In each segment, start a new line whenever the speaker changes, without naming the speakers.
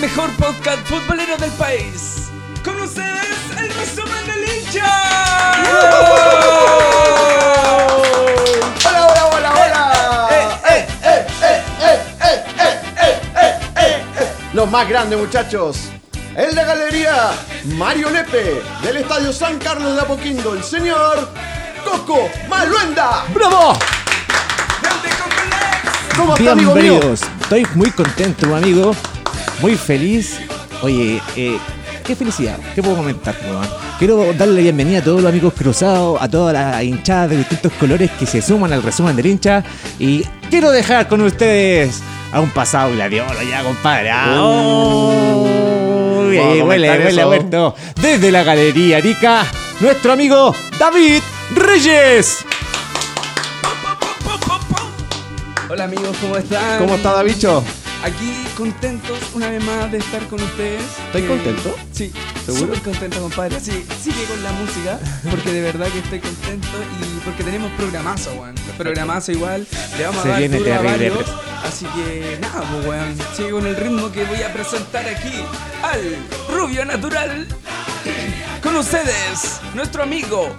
mejor podcast futbolero del país. Con ustedes, el resumen del hincha.
¡Hola, hola, hola, hola!
Eh, eh, eh.
Los más grandes, muchachos. En la galería, Mario Lepe, del Estadio San Carlos de Apoquindo, el señor Coco Maluenda.
¡Bravo!
grande Cocolex.
¿Cómo está, amigo mío?
Bienvenidos. Estoy muy contento, amigo. Muy feliz. Oye, eh, qué felicidad. ¿Qué puedo comentar, weón? Quiero darle la bienvenida a todos los amigos cruzados, a todas las hinchadas de distintos colores que se suman al resumen del hincha. Y quiero dejar con ustedes a un pasado gladiolo ya, compadre. Ah, uy,
Vamos a
huele,
Uh, comentar
huele
eso.
a muerto. Desde la Galería Arica, nuestro amigo David Reyes.
Hola amigos, ¿cómo están?
¿Cómo está, Davicho?
Aquí contentos una vez más de estar con ustedes. Eh,
¿Estás contento?
Sí,
¿Seguro?
súper contento, compadre. Sí, sigue con la música, porque de verdad que estoy contento y porque tenemos programazo, weón. Programazo igual, le vamos
Se
a dar
viene
duro a
terrible,
varios. Así que nada, pues, weón. Sigue con el ritmo que voy a presentar aquí al Rubio Natural. Con ustedes, nuestro amigo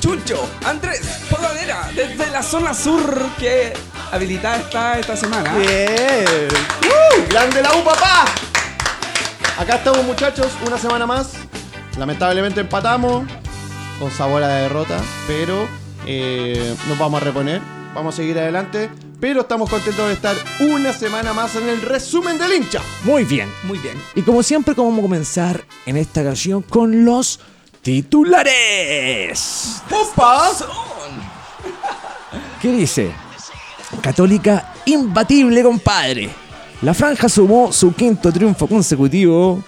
Chucho Andrés Podadera, desde la zona sur, que habilitada está esta semana.
Bien. ¡Uh! ¡Grande la U, papá! Acá estamos, muchachos, una semana más. Lamentablemente empatamos con sabor a derrota, pero eh, nos vamos a reponer, vamos a seguir adelante. Pero estamos contentos de estar una semana más en el resumen del hincha.
Muy bien.
Muy bien.
Y como siempre, vamos a comenzar en esta ocasión con los titulares.
¡Opa!
¿Qué dice? Católica imbatible, compadre. La franja sumó su quinto triunfo consecutivo.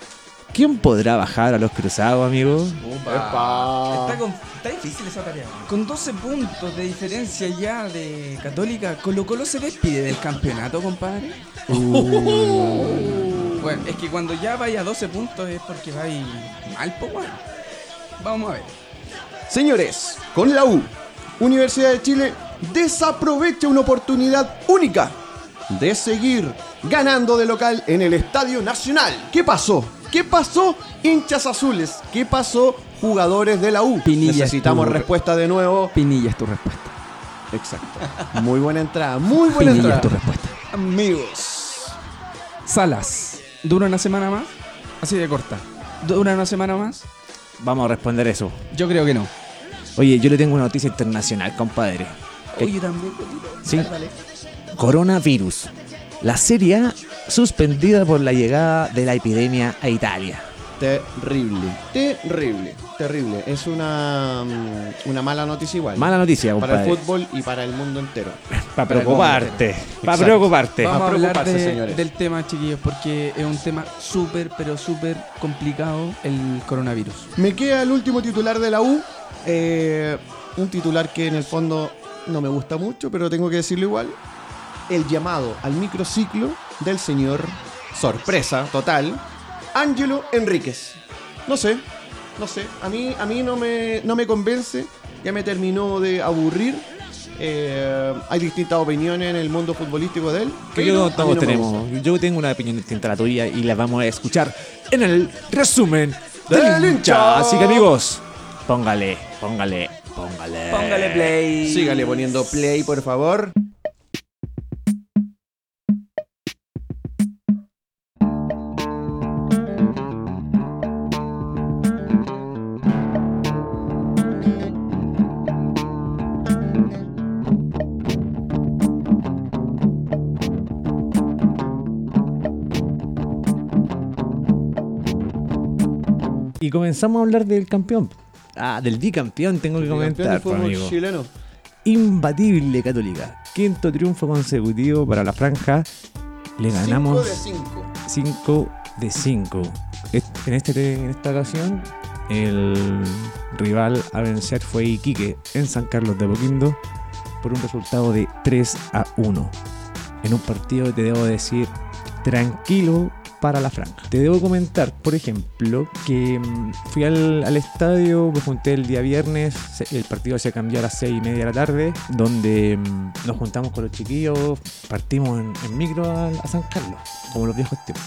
¿Quién podrá bajar a los cruzados, amigo?
Está, con- está difícil esa tarea. Con 12 puntos de diferencia ya de Católica, Colo Colo se despide del campeonato, compadre. Bueno, es que cuando ya vaya a 12 puntos es porque vais mal, pues bueno. Vamos a ver.
Señores, con la U, Universidad de Chile desaprovecha una oportunidad única de seguir ganando de local en el Estadio Nacional. ¿Qué pasó? ¿Qué pasó, hinchas azules? ¿Qué pasó, jugadores de la U?
Pinilla
Necesitamos
estuvo-
respuesta de nuevo.
Pinilla es tu respuesta.
Exacto. Muy buena entrada, muy buena
Pinilla es tu
entrada.
respuesta.
Amigos. Salas. ¿Dura una semana más? Así de corta. ¿Dura una semana más?
Vamos a responder eso.
Yo creo que no.
Eh, Oye, yo le tengo una noticia internacional, compadre.
Oye, también, Cotito.
Sí.
Dale, dale.
Coronavirus. La Serie A suspendida por la llegada de la epidemia a Italia.
Terrible, terrible, terrible. Es una, mm, una mala noticia igual.
Mala noticia, compadre.
para el fútbol y para el mundo entero.
Para
preocuparte,
preocuparte.
pa'
Para preocuparte.
Vamos a hablar
preocuparse,
de-
señores.
del tema, chiquillos, porque es un tema súper, pero súper complicado el coronavirus.
Me queda el último titular de la U. eh, un titular que en el fondo no me gusta mucho, pero tengo que decirlo igual. El llamado al microciclo del señor, sorpresa total, Ángelo Enríquez. No sé, no sé. A mí, a mí no, me, no me convence. Ya me terminó de aburrir. Eh, hay distintas opiniones en el mundo futbolístico de él.
Que
pero
yo
a mí
todos
no me gusta.
tenemos. Yo tengo una opinión distinta a la tuya y la vamos a escuchar en el resumen
Del
del
hincha.
hincha. Así que amigos, póngale, póngale, póngale.
play.
Sígale poniendo play, por favor.
Y comenzamos a hablar del campeón. Ah, del bicampeón tengo que
Campeón del
comentar,
fútbol
amigo.
chileno.
Imbatible Católica. Quinto triunfo consecutivo para la franja. Le ganamos.
5 de 5.
5 de 5. En, este, en esta ocasión, el rival a vencer fue Iquique en San Carlos de Boquindo por un resultado de 3 a 1. En un partido, te debo decir, tranquilo para la franja. Te debo comentar, por ejemplo, que mm, fui al, al estadio, me junté el día viernes, se- el partido se cambió a las 6 y media de la tarde, donde mm, nos juntamos con los chiquillos, partimos en, en micro a, a San Carlos, como los viejos tiempos.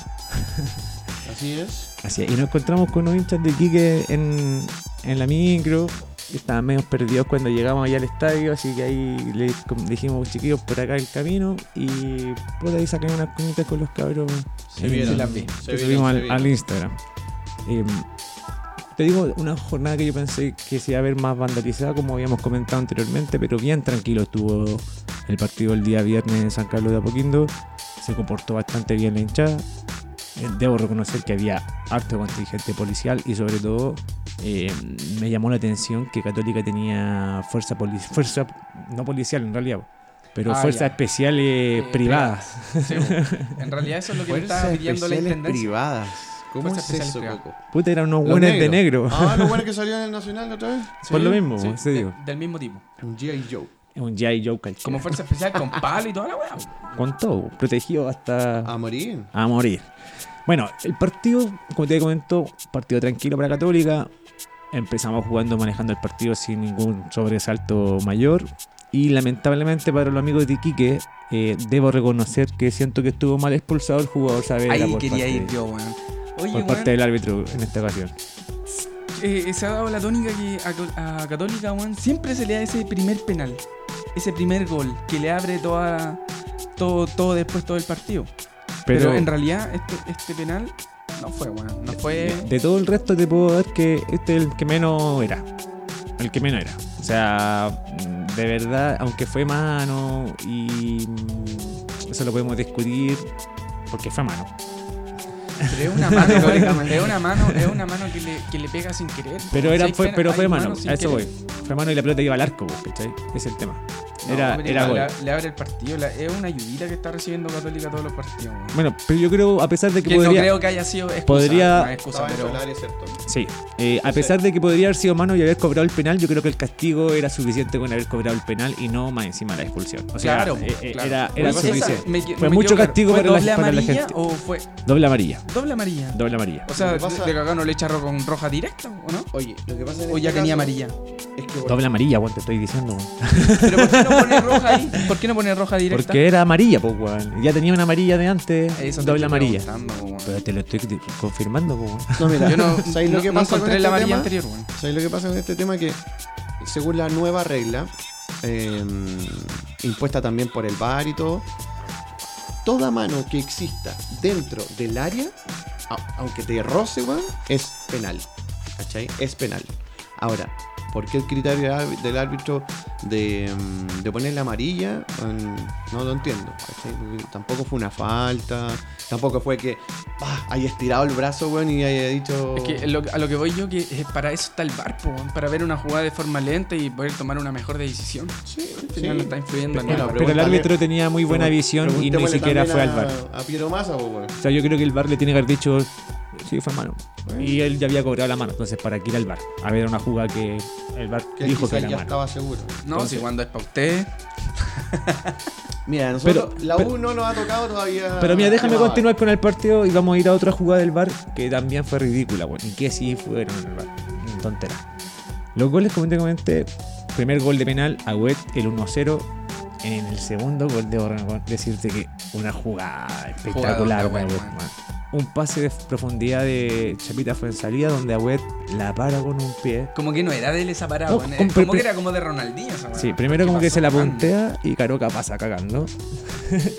Así es.
Así es. Y nos encontramos con unos hinchas de Quique en, en la micro. que Estaban medio perdidos cuando llegamos allá al estadio, así que ahí le com- dijimos, chiquillos, por acá el camino. Y por ahí sacan unas cuñitas con los cabros.
Se
en-
vieron,
en la- que
se vieron,
subimos
se
al,
vieron.
al Instagram. Em, te digo, una jornada que yo pensé que se iba a ver más vandalizada, como habíamos comentado anteriormente, pero bien tranquilo estuvo el partido el día viernes en San Carlos de Apoquindo. Se comportó bastante bien la hinchada. Eh, Debo reconocer que había harto contingente policial y sobre todo eh, me llamó la atención que Católica tenía fuerza poli- fuerza no policial en realidad, pero
Ah,
fuerzas
ya.
especiales privadas.
Sí, bo. en realidad eso es lo que me estaba pidiendo la intendencia.
privadas. ¿Cómo
Fuerzas
es eso,
especiales privadas.
Coco?
Puta, eran unos
Los
buenos de negro.
negros. Ah, los buenos que salieron en el Nacional la otra vez.
Por
Sí.
lo mismo,
Ah, Sí,
se
de-
digo.
del mismo tipo.
Un G.I. Joe.
Es un G.I. Joe calchero.
Como fuerza especial con palo y toda la weá. bo.
Con todo, protegido hasta
A morir.
a morir. Bueno, el partido, como te comento, partido tranquilo para Católica. Empezamos jugando, manejando el partido sin ningún sobresalto mayor. Y lamentablemente para los amigos de Iquique, eh, debo reconocer que siento que estuvo mal expulsado el jugador Saavedra
Ahí
por
quería
parte-
ir yo, weón. Oye,
por
weón,
parte del árbitro en esta ocasión.
eh, se ha dado la tónica que a Col- a, Católica, weón, siempre se le da ese primer penal, ese primer gol que le abre toda, todo, todo después todo el partido. Pero,
Pero,
en realidad este, este penal no fue, weón. No fue...
de todo el resto te puedo dar que este es el que menos era. El que menos era. O sea, mm, de verdad, aunque fue mano y mm, eso lo podemos discutir porque fue mano.
Pero es una mano, weón. es una mano, es una mano que le, que le pega sin querer.
Pero,
Si
era,
hay
fue,
pena-
pero
hay
fue mano,
sin
a eso voy.
querer.
Fue mano y la pelota iba al arco, pues, ¿cachai? Ese es el tema.
No,
Era,
pero
era
igual
gol.
Le, le abre el partido, la- es una ayudita que está recibiendo Católica todos los partidos. weón.
Bueno, pero yo creo, a pesar de que
Que no
podría.
creo que haya sido excusa,
podría-
no es excusa,
Estaba en
pero-
el área, ¿cierto?
Sí, eh, a pesar de que podría haber sido mano y haber cobrado el penal, yo creo que el castigo era suficiente con haber cobrado el penal y no más encima la expulsión. O sea,
Claro,
eh, eh,
claro.
era,
Oye,
era
esa-
suficiente.
me que-
Fue
me
mucho
equivoco,
castigo
¿fue
para la-
doble
para la
amarilla
gente.
¿O fue
Doble amarilla,
doble amarilla?
doble amarilla.
O sea,
Lo que pasa-
de acá no le echa ro- con roja directa, ¿o no?
Oye, lo que pasa en
O
este
ya tenía
caso
amarilla.
Es que bueno,
Doble amarilla, weón, te estoy diciendo, weón.
¿Pero por qué no pone roja ahí? ¿Por qué no pone roja directa?
Porque era amarilla, pues, weón. Ya tenía una amarilla de antes,
Eso te estoy
doble amarilla.
preguntando, weón.
Pero te lo estoy di- confirmando, pues, weón.
No, mira,
Yo no,
¿sabéis
no-
lo que
no
pasa con
encontré
este
la amarilla
tema?
anterior, weón.
¿Sabéis lo que pasa con este tema? Que según la nueva regla, eh, impuesta también por el VAR y todo, toda mano que exista dentro del área, a- aunque te roce, weón, es penal. ¿Cachai? Es penal. Ahora, ¿por qué el criterio del árbi- del árbitro de, mm, de poner la amarilla? Mm, No lo entiendo. ¿cachai? Porque Tampoco fue una falta, tampoco fue que ah, haya estirado el brazo, weón, y haya dicho...
Es que lo- a lo que voy yo que eh, para eso está el bar, po, weón, para ver una jugada de forma lenta y poder tomar una mejor decisión.
Sí,
Al
sí.
final no está influyendo en
Bueno,
nada.
Pero el
pregúntale-
árbitro tenía muy buena visión y ni
Preguntémosle
siquiera fue
también
al bar.
A, a Piero Massa, pues, po, weón.
O sea, yo creo que el bar le tiene que haber dicho, sí, fue mano. Y él ya había cobrado la mano, entonces, ¿para qué ir al bar? A ver una jugada que el bar
Que
dijo
dijo
que
quizás
era
ya
mano.
estaba seguro.
No, si cuando es para usted,
Mira, nosotros
Pero-
la
pero-
U no nos ha tocado todavía.
Pero mira, déjame
Ah,
continuar con el partido y vamos a ir a otra jugada del bar que también fue ridícula, bueno, y que sí fueron en el bar. Mm, Tontera. Los goles, como te comenté, primer gol de penal, Agüet, el 1-0. En el segundo gol de Borrego, decirte que una jugada espectacular,
Jugadón de Agüed,
Agüed,
man.
man. Un pase de profundidad de Chapita Fuensalida donde Agüet la para con un pie.
como que no era de él esa parada,
No,
weón, eh,
con-
como
pre-
que era como de Ronaldinho esa
Sí,
weá.
primero
¿Qué
como que
pasó,
se la
weón?
puntea y Caroca pasa cagando.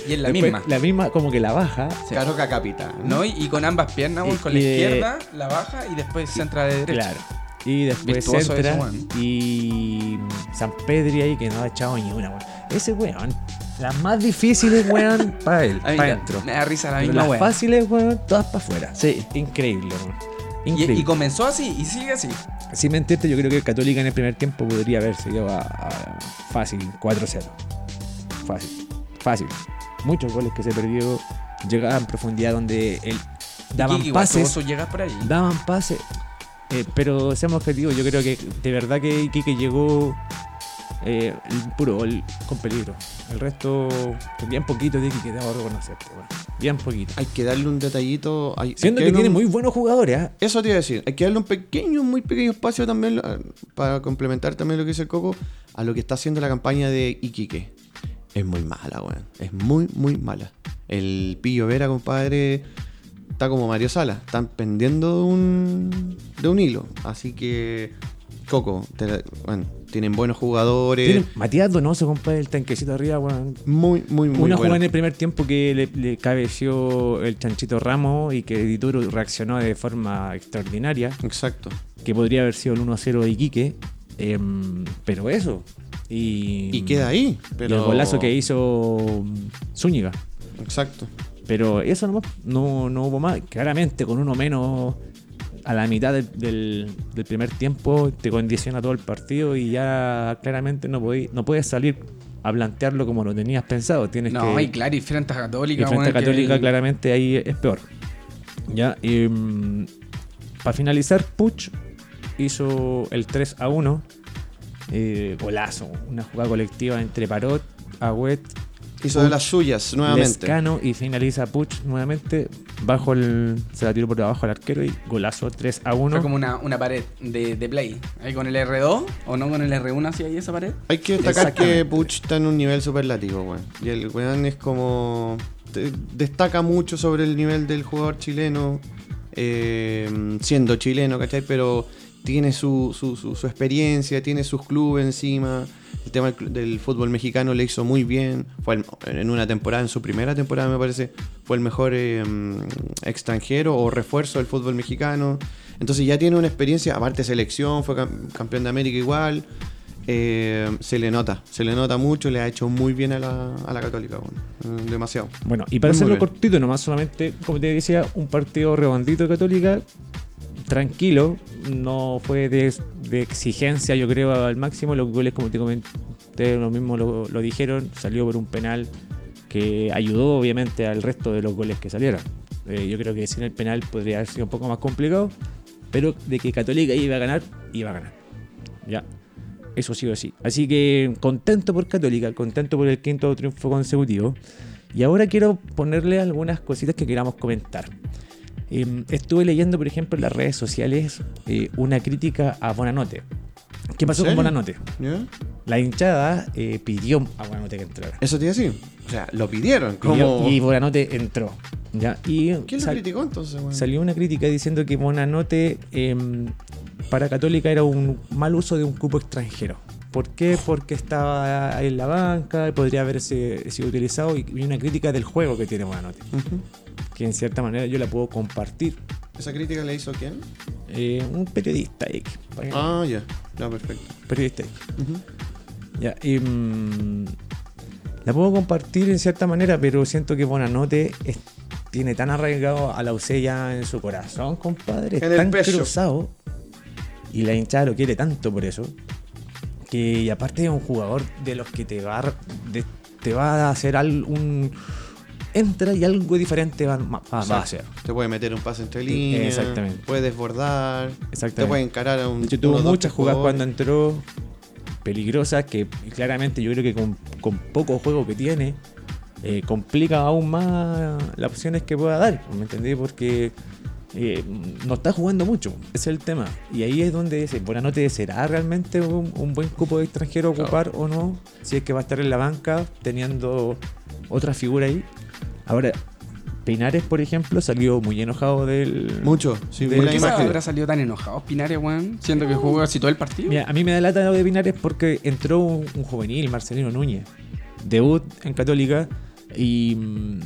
Y es la
Después,
misma.
La misma como que la baja.
Caroca Capita.
¿No? Y, y con ambas piernas, weón,
Y-
con la
y, eh,
izquierda, la baja y después centra de derecha.
Claro. Y después
Virtuoso
entra
ese weón.
y San Pedri ahí que no ha echado ni una, weón. Ese weón, las más difíciles, weón, para él,
A mí
para
me-
adentro.
me da risa la
Pero
misma
Las
weá.
fáciles, weón, todas para afuera. Sí. Increíble, weón.
Y,
Increíble.
y comenzó así y sigue así.
Sin mentirte, yo creo que Católica en el primer tiempo podría haber seguido a, a- fácil, 4-0. Fácil, fácil. Muchos goles que se perdió llegaban en profundidad donde él daban
Kiki, igual,
pases
tuvo su llegada por ahí.
daban pases. Eh, pero seamos objetivos, yo creo que de verdad que Iquique llegó eh, el puro gol con peligro. El resto, bien poquito de Iquique, debo reconocerte, weón. bien poquito.
Hay que darle un detallito. hay-
Siendo
hay
que
darle
tiene
un-
muy buenos jugadores, ¿ah?
Eso te iba a decir. Hay que darle un pequeño, muy pequeño espacio también eh, para complementar también lo que dice el Coco a lo que está haciendo la campaña de Iquique. Es muy mala, weón. Es muy, muy mala. El Pillo Vera, compadre, está como Mario Sala. Están pendiendo de un, de un hilo. Así que, Coco, te la- bueno, tienen buenos jugadores.
Tienen- Matías Donoso, compadre, el tanquecito arriba, weón.
Muy, muy, muy
Una jugada en
buenos.
el primer tiempo que le, le cabeció el chanchito Ramos y que Dituro reaccionó de forma extraordinaria,
Exacto.
que podría haber sido el 1-0 de Iquique, em, pero eso. Y,
Y queda ahí. Pero...
y el golazo que hizo mm, Zúñiga.
Exacto.
Pero eso nomás, no, no hubo más. Claramente, con uno menos a la mitad del, del- del primer tiempo, te condiciona todo el partido y ya claramente no, podí- no puedes salir a plantearlo como lo tenías pensado. Tienes
no,
que
y claro, y frente a
y
Católica.
frente a
weón, que-
Católica, claramente ahí es peor. Ya, para finalizar, Puch hizo el 3 a 1. eh, golazo, una jugada colectiva entre Parot, Agüet,
Hizo de las suyas nuevamente.
Lescano y finaliza Puch nuevamente. Bajo el, se la tiró por abajo al arquero y golazo 3 a 1.
Fue como una, una pared de, de play. Ahí con el R2 o no con el R1 así ahí esa pared.
Hay que destacar
Exactamente.
que Puch está en un nivel superlativo, weón. Y el weón es como. te- destaca mucho sobre el nivel del jugador chileno, eh, siendo chileno, ¿cachai? Pero tiene su, su, su- su experiencia, tiene sus clubes encima. El tema del, cl- del fútbol mexicano le hizo muy bien. Fue el- en una temporada, en su primera temporada, me parece, fue el mejor eh, mm, extranjero o refuerzo del fútbol mexicano. Entonces ya tiene una experiencia, aparte selección, fue cam- campeón de América igual. Eh, se le nota, se le nota mucho, le ha hecho muy bien a la, a la Católica, bueno, eh, demasiado.
Bueno, y para
Muy
hacerlo
bien.
cortito nomás, solamente, como te decía, un partido redondito de Católica, tranquilo, no fue de, de exigencia, yo creo, al máximo. Los goles, como te comenté, lo mismo lo, lo dijeron, salió por un penal que ayudó, obviamente, al resto de los goles que salieron. Eh, yo creo que sin el penal podría haber sido un poco más complicado, pero de que Católica iba a ganar, iba a ganar. Ya. Eso sí o sí. Así que contento por Católica, contento por el quinto triunfo consecutivo. Y ahora quiero ponerle algunas cositas que queramos comentar. Eh, estuve leyendo, por ejemplo, en las redes sociales eh, una crítica a Bonanote. ¿Qué pasó con
serio?
Bonanote?
¿Ya?
La hinchada eh, pidió a Bonanote que entrara.
Eso te iba a decir. O sea, lo pidieron.
Pidió-
Como...
Y Bonanote entró. ¿ya? Y
¿Quién lo
sal-
criticó entonces, weón?
Salió una crítica diciendo que Bonanote em, para Católica era un mal uso de un cupo extranjero. ¿Por qué? Porque estaba en la banca, podría haberse sido utilizado y y una crítica del juego que tiene Bonanote,
Ujú.
que en cierta manera yo la puedo compartir.
¿Esa crítica la hizo quién?
Eh, un periodista X, para-
Ah, ya. Ya, perfecto.
periodista X.
Ujú.
Ya, em, la puedo compartir en cierta manera, pero siento que Bonanote es- tiene tan arraigado a la usella en su corazón, compadre. es
En el
tan
pecho.
cruzado. Y la hinchada lo quiere tanto por eso. Que y aparte es un jugador de los que te va a, r- de- te va a hacer al- un... Entra y algo diferente va, va- va a hacer.
Te puede meter un pase entre líneas.
Exactamente.
Puede desbordar.
Exactamente.
Te puede encarar a un.
De hecho, tuvo
uno o dos,
muchas
tres
jugadas cuando
jugadores.
entró peligrosas que claramente yo creo que con, con poco juego que tiene eh, complica aún más las opciones que pueda dar, ¿me entendí? Porque eh, no está jugando mucho, ese es el tema. Y ahí es donde dice, Buenanote, ¿será realmente un, un buen cupo de extranjero ocupar o no? Si es que va a estar en la banca teniendo otra figura ahí. Ahora, Pinares, por ejemplo, salió muy enojado del...
Mucho. Sí, vi
Porque
la
¿Qué
imagen.
habrá salido tan enojado Pinares, weón? Siendo que jugó así todo el partido.
Mira, a mí me da lata lo de Pinares porque entró un, un juvenil, Marcelino Núñez, debut en Católica y mm,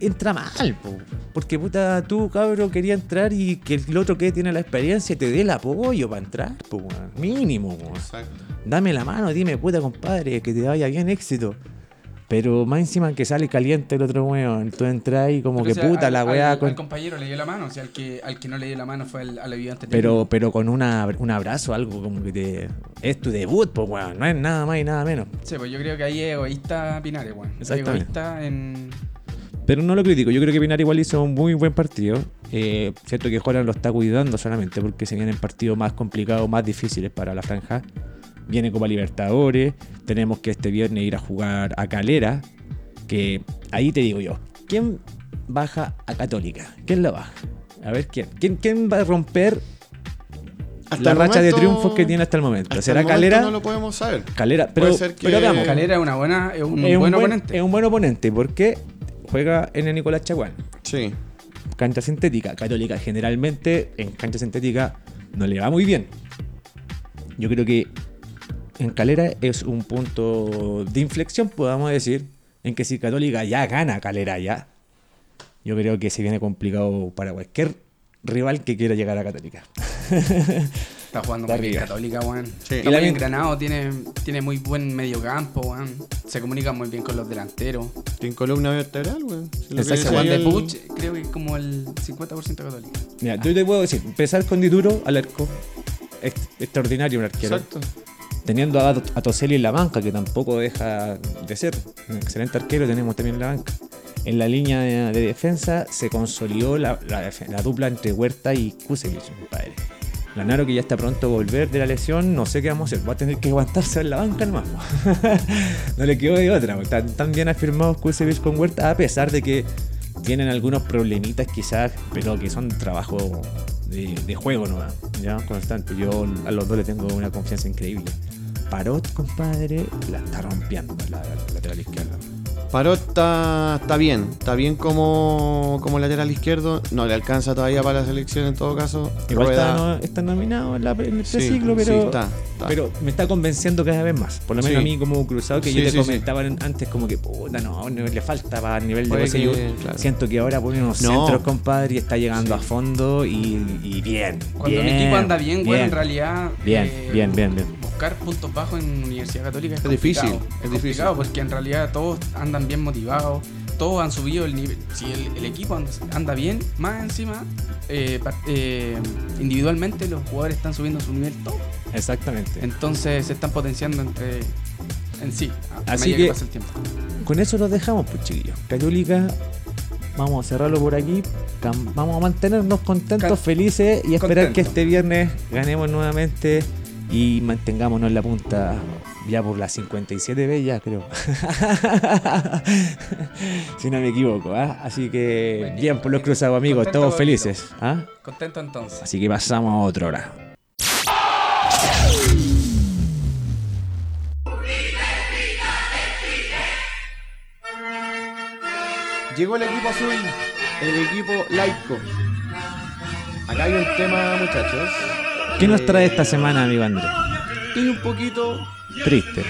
entra mal, po. porque puta, tú cabro quería entrar y que el otro que tiene la experiencia te dé el apoyo para entrar, po, weón. mínimo, po.
Exacto.
dame la mano, dime puta compadre, que te vaya bien éxito. Pero más encima que sale caliente el otro weón, tú entras y como
Pero, o
que
sea,
puta
al-
la weá
Al,
con-
al compañero le dio la mano, o sea, al que, al que no le dio la mano fue al, al ayudante.
Pero,
técnico.
pero con una, un abrazo, algo como que te. Es tu debut, pues, weón. No es nada más y nada menos.
Sí, pues yo creo que ahí es egoísta Pinares, weón. Es
Exactamente.
Egoísta en.
Pero no lo critico. Yo creo que Pinar igual hizo un muy buen partido. Eh, cierto que Juan lo está cuidando solamente porque se vienen partidos más complicados, más difíciles para la franja. Viene Copa Libertadores. Tenemos que este viernes ir a jugar a Calera. Que ahí te digo yo. ¿Quién baja a Católica? ¿Quién la baja? A ver quién. ¿Quién, quién va a romper
Hasta
la
el
racha de
momento-
triunfos que tiene hasta el momento?
hasta
¿Será
el momento
Calera?
No lo podemos saber.
Calera, pero,
Puede ser que-
pero veamos.
Calera es una buena, es un buen,
buen-
oponente.
Es un buen oponente porque juega en el Nicolás Chaguán.
Sí.
cancha sintética. Católica generalmente en cancha sintética no le va muy bien. Yo creo que en Calera es un punto de inflexión, podamos decir, en que si Católica ya gana Calera ya, yo creo que se viene complicado para cualquier rival que quiera llegar a Católica.
Está jugando
Está
muy bien
arriba.
Católica, weón. Está
Sí.
Y la
muy
bien-
engranado, tiene, tiene muy buen mediocampo, weón. Se comunica muy bien con los delanteros.
Tiene columna vertebral, weón. Si lo que
Exacto.
dice
Juan
ahí
de
el-
Puch, creo que como el 50% católica.
Mira, yo te puedo decir, empezar con Dituro al arco, ex- extraordinario un arquero.
Exacto.
Teniendo a, a Toselli en la banca, que tampoco deja de ser un excelente arquero, tenemos también en la banca. En la línea de, de defensa se consolidó la, la def- la dupla entre Huerta y Kusevich, compadre. Lanaro que ya está pronto a volver de la lesión, no sé qué vamos a hacer, va a tener que aguantarse en la banca nomás. po. no le quedó de otra, po. están tan bien afirmados Kusevich con Huerta, a pesar de que tienen algunos problemitas quizás, pero que son trabajo de, de juego nomás, ya constante. Yo a los dos le tengo una confianza increíble. Parot, compadre, la está rompiendo la, la lateral izquierda.
Parot está, está bien, está bien como, como lateral izquierdo. No le alcanza todavía para la selección en todo caso.
Igual está,
Rueda-
no- está nominado en, la, en este
Sí,
siglo, pero,
sí, está, está.
pero me está convenciendo cada vez más. Por lo menos
Sí.
a mí como cruzado que
Sí,
yo te
sí, sí.
comentaba antes como que puta no, no le falta para el nivel de
Puede que,
Bosellur.
claro.
Siento que ahora pone unos
No.
centros, compadre, y está llegando a fondo y, y bien.
Cuando
bien,
un equipo anda bien, weón, en
bien.
realidad.
Bien,
eh,
bien, bien, bien.
Buscar puntos bajos en Universidad Católica es,
Es difícil,
complicado.
es
Es complicado porque en realidad todos andan bien motivados. Todos han subido el nivel. Si el, el equipo and- anda bien, más encima, eh, par- eh, individualmente los jugadores están subiendo su nivel todo.
Exactamente.
Este,
Entonces se están potenciando entre en sí. Ah, a- a
Así
medida que,
que-
pasa el tiempo.
Con eso los dejamos, pues chiquillos. Católica, vamos a cerrarlo por aquí. Cam- Vamos a mantenernos contentos,
Can-
felices y esperar
contento.
que este viernes ganemos nuevamente y mantengámonos en la punta ya por las 57 B, ya creo. si no me equivoco, ¿ah? Así que
Buenísimo.
bien por los cruzados, amigos,
Contento,
todos
bonito.
felices. ¿ah?
Contento entonces.
Así que pasamos a otra hora.
Llegó el equipo azul, el equipo laico. Acá hay un tema, muchachos.
¿Qué nos
Eh,
trae esta semana, amigo Andrés?
Estoy un poquito,
Triste.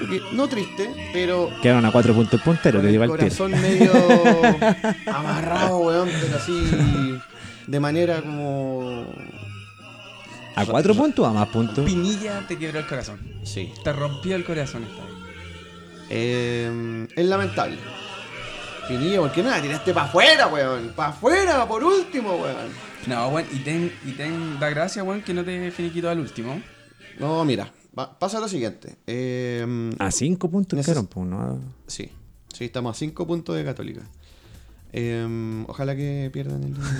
porque- no triste, pero
Quedaron a cuatro puntos el puntero,
con
que
el
lleva el tiro.
corazón medio amarrado, weón, pero así de manera como...
¿A cuatro puntos o a más puntos?
Pinilla te quebró el corazón.
Sí.
Te rompió el corazón esta vez.
Eh, es lamentable. Pinilla, ¿por qué no la tiraste para afuera, weón? Para afuera, por último, weón.
No, bueno, y ten, y ten da gracia, weón, que no te finiquito al último.
No, mira, va- pasa lo siguiente. Eh,
A cinco puntos
Neces-
quedaron, pues, ¿no?
Sí, sí, estamos a 5 puntos de Católica. Em, ojalá que pierdan el domingo.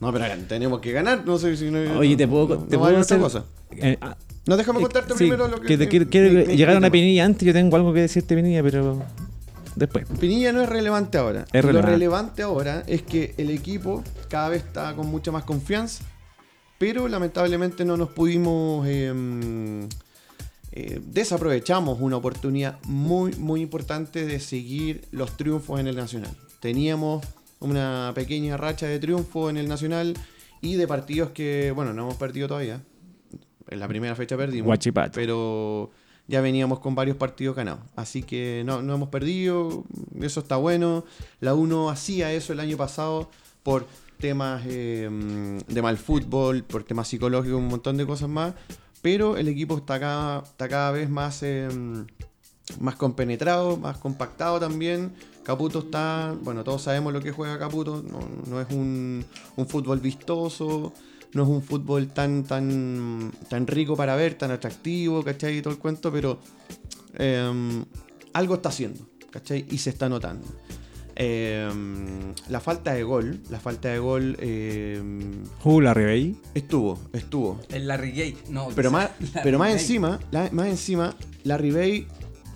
No, pero gan- tenemos que ganar. No sé si no.
Oye, te puedo.
no-
te puedo
no vale otra
hacer-
cosa.
Eh, ah,
No, déjame
eh,
contarte
sí,
primero lo que.
te quiero,
mi-
quiero
mi- mi
llegar a una
tema.
pinilla antes. Yo tengo algo que decirte, pinilla, pero. Después.
Pinilla no es relevante ahora.
Es relevante.
Lo relevante ahora es que el equipo cada vez está con mucha más confianza, pero lamentablemente no nos pudimos... eh, eh, desaprovechamos una oportunidad muy, muy importante de seguir los triunfos en el Nacional. Teníamos una pequeña racha de triunfo en el Nacional y de partidos que, bueno, no hemos perdido todavía. En la primera fecha perdimos.
Guachipato.
Pero ya veníamos con varios partidos ganados. Así que no, no hemos perdido. Eso está bueno. La 1 hacía eso el año pasado por temas eh, mm, de mal fútbol, por temas psicológicos, un montón de cosas más. Pero el equipo está cada, está cada vez más, eh, más compenetrado, más compactado también. Caputo está, bueno, todos sabemos lo que juega Caputo, no, no es un, un fútbol vistoso, no es un fútbol tan, tan, tan rico para ver, tan atractivo, ¿cachai? Y todo el cuento, pero eh, algo está haciendo, ¿cachai? Y se está notando. Eh, la falta de gol, la falta de gol eh,
Uh, la Ribey.
estuvo, estuvo.
El Larry Gate. No, dice-
Pero más,
la
pero más
Ribey.
encima, la- más encima, la Ribey,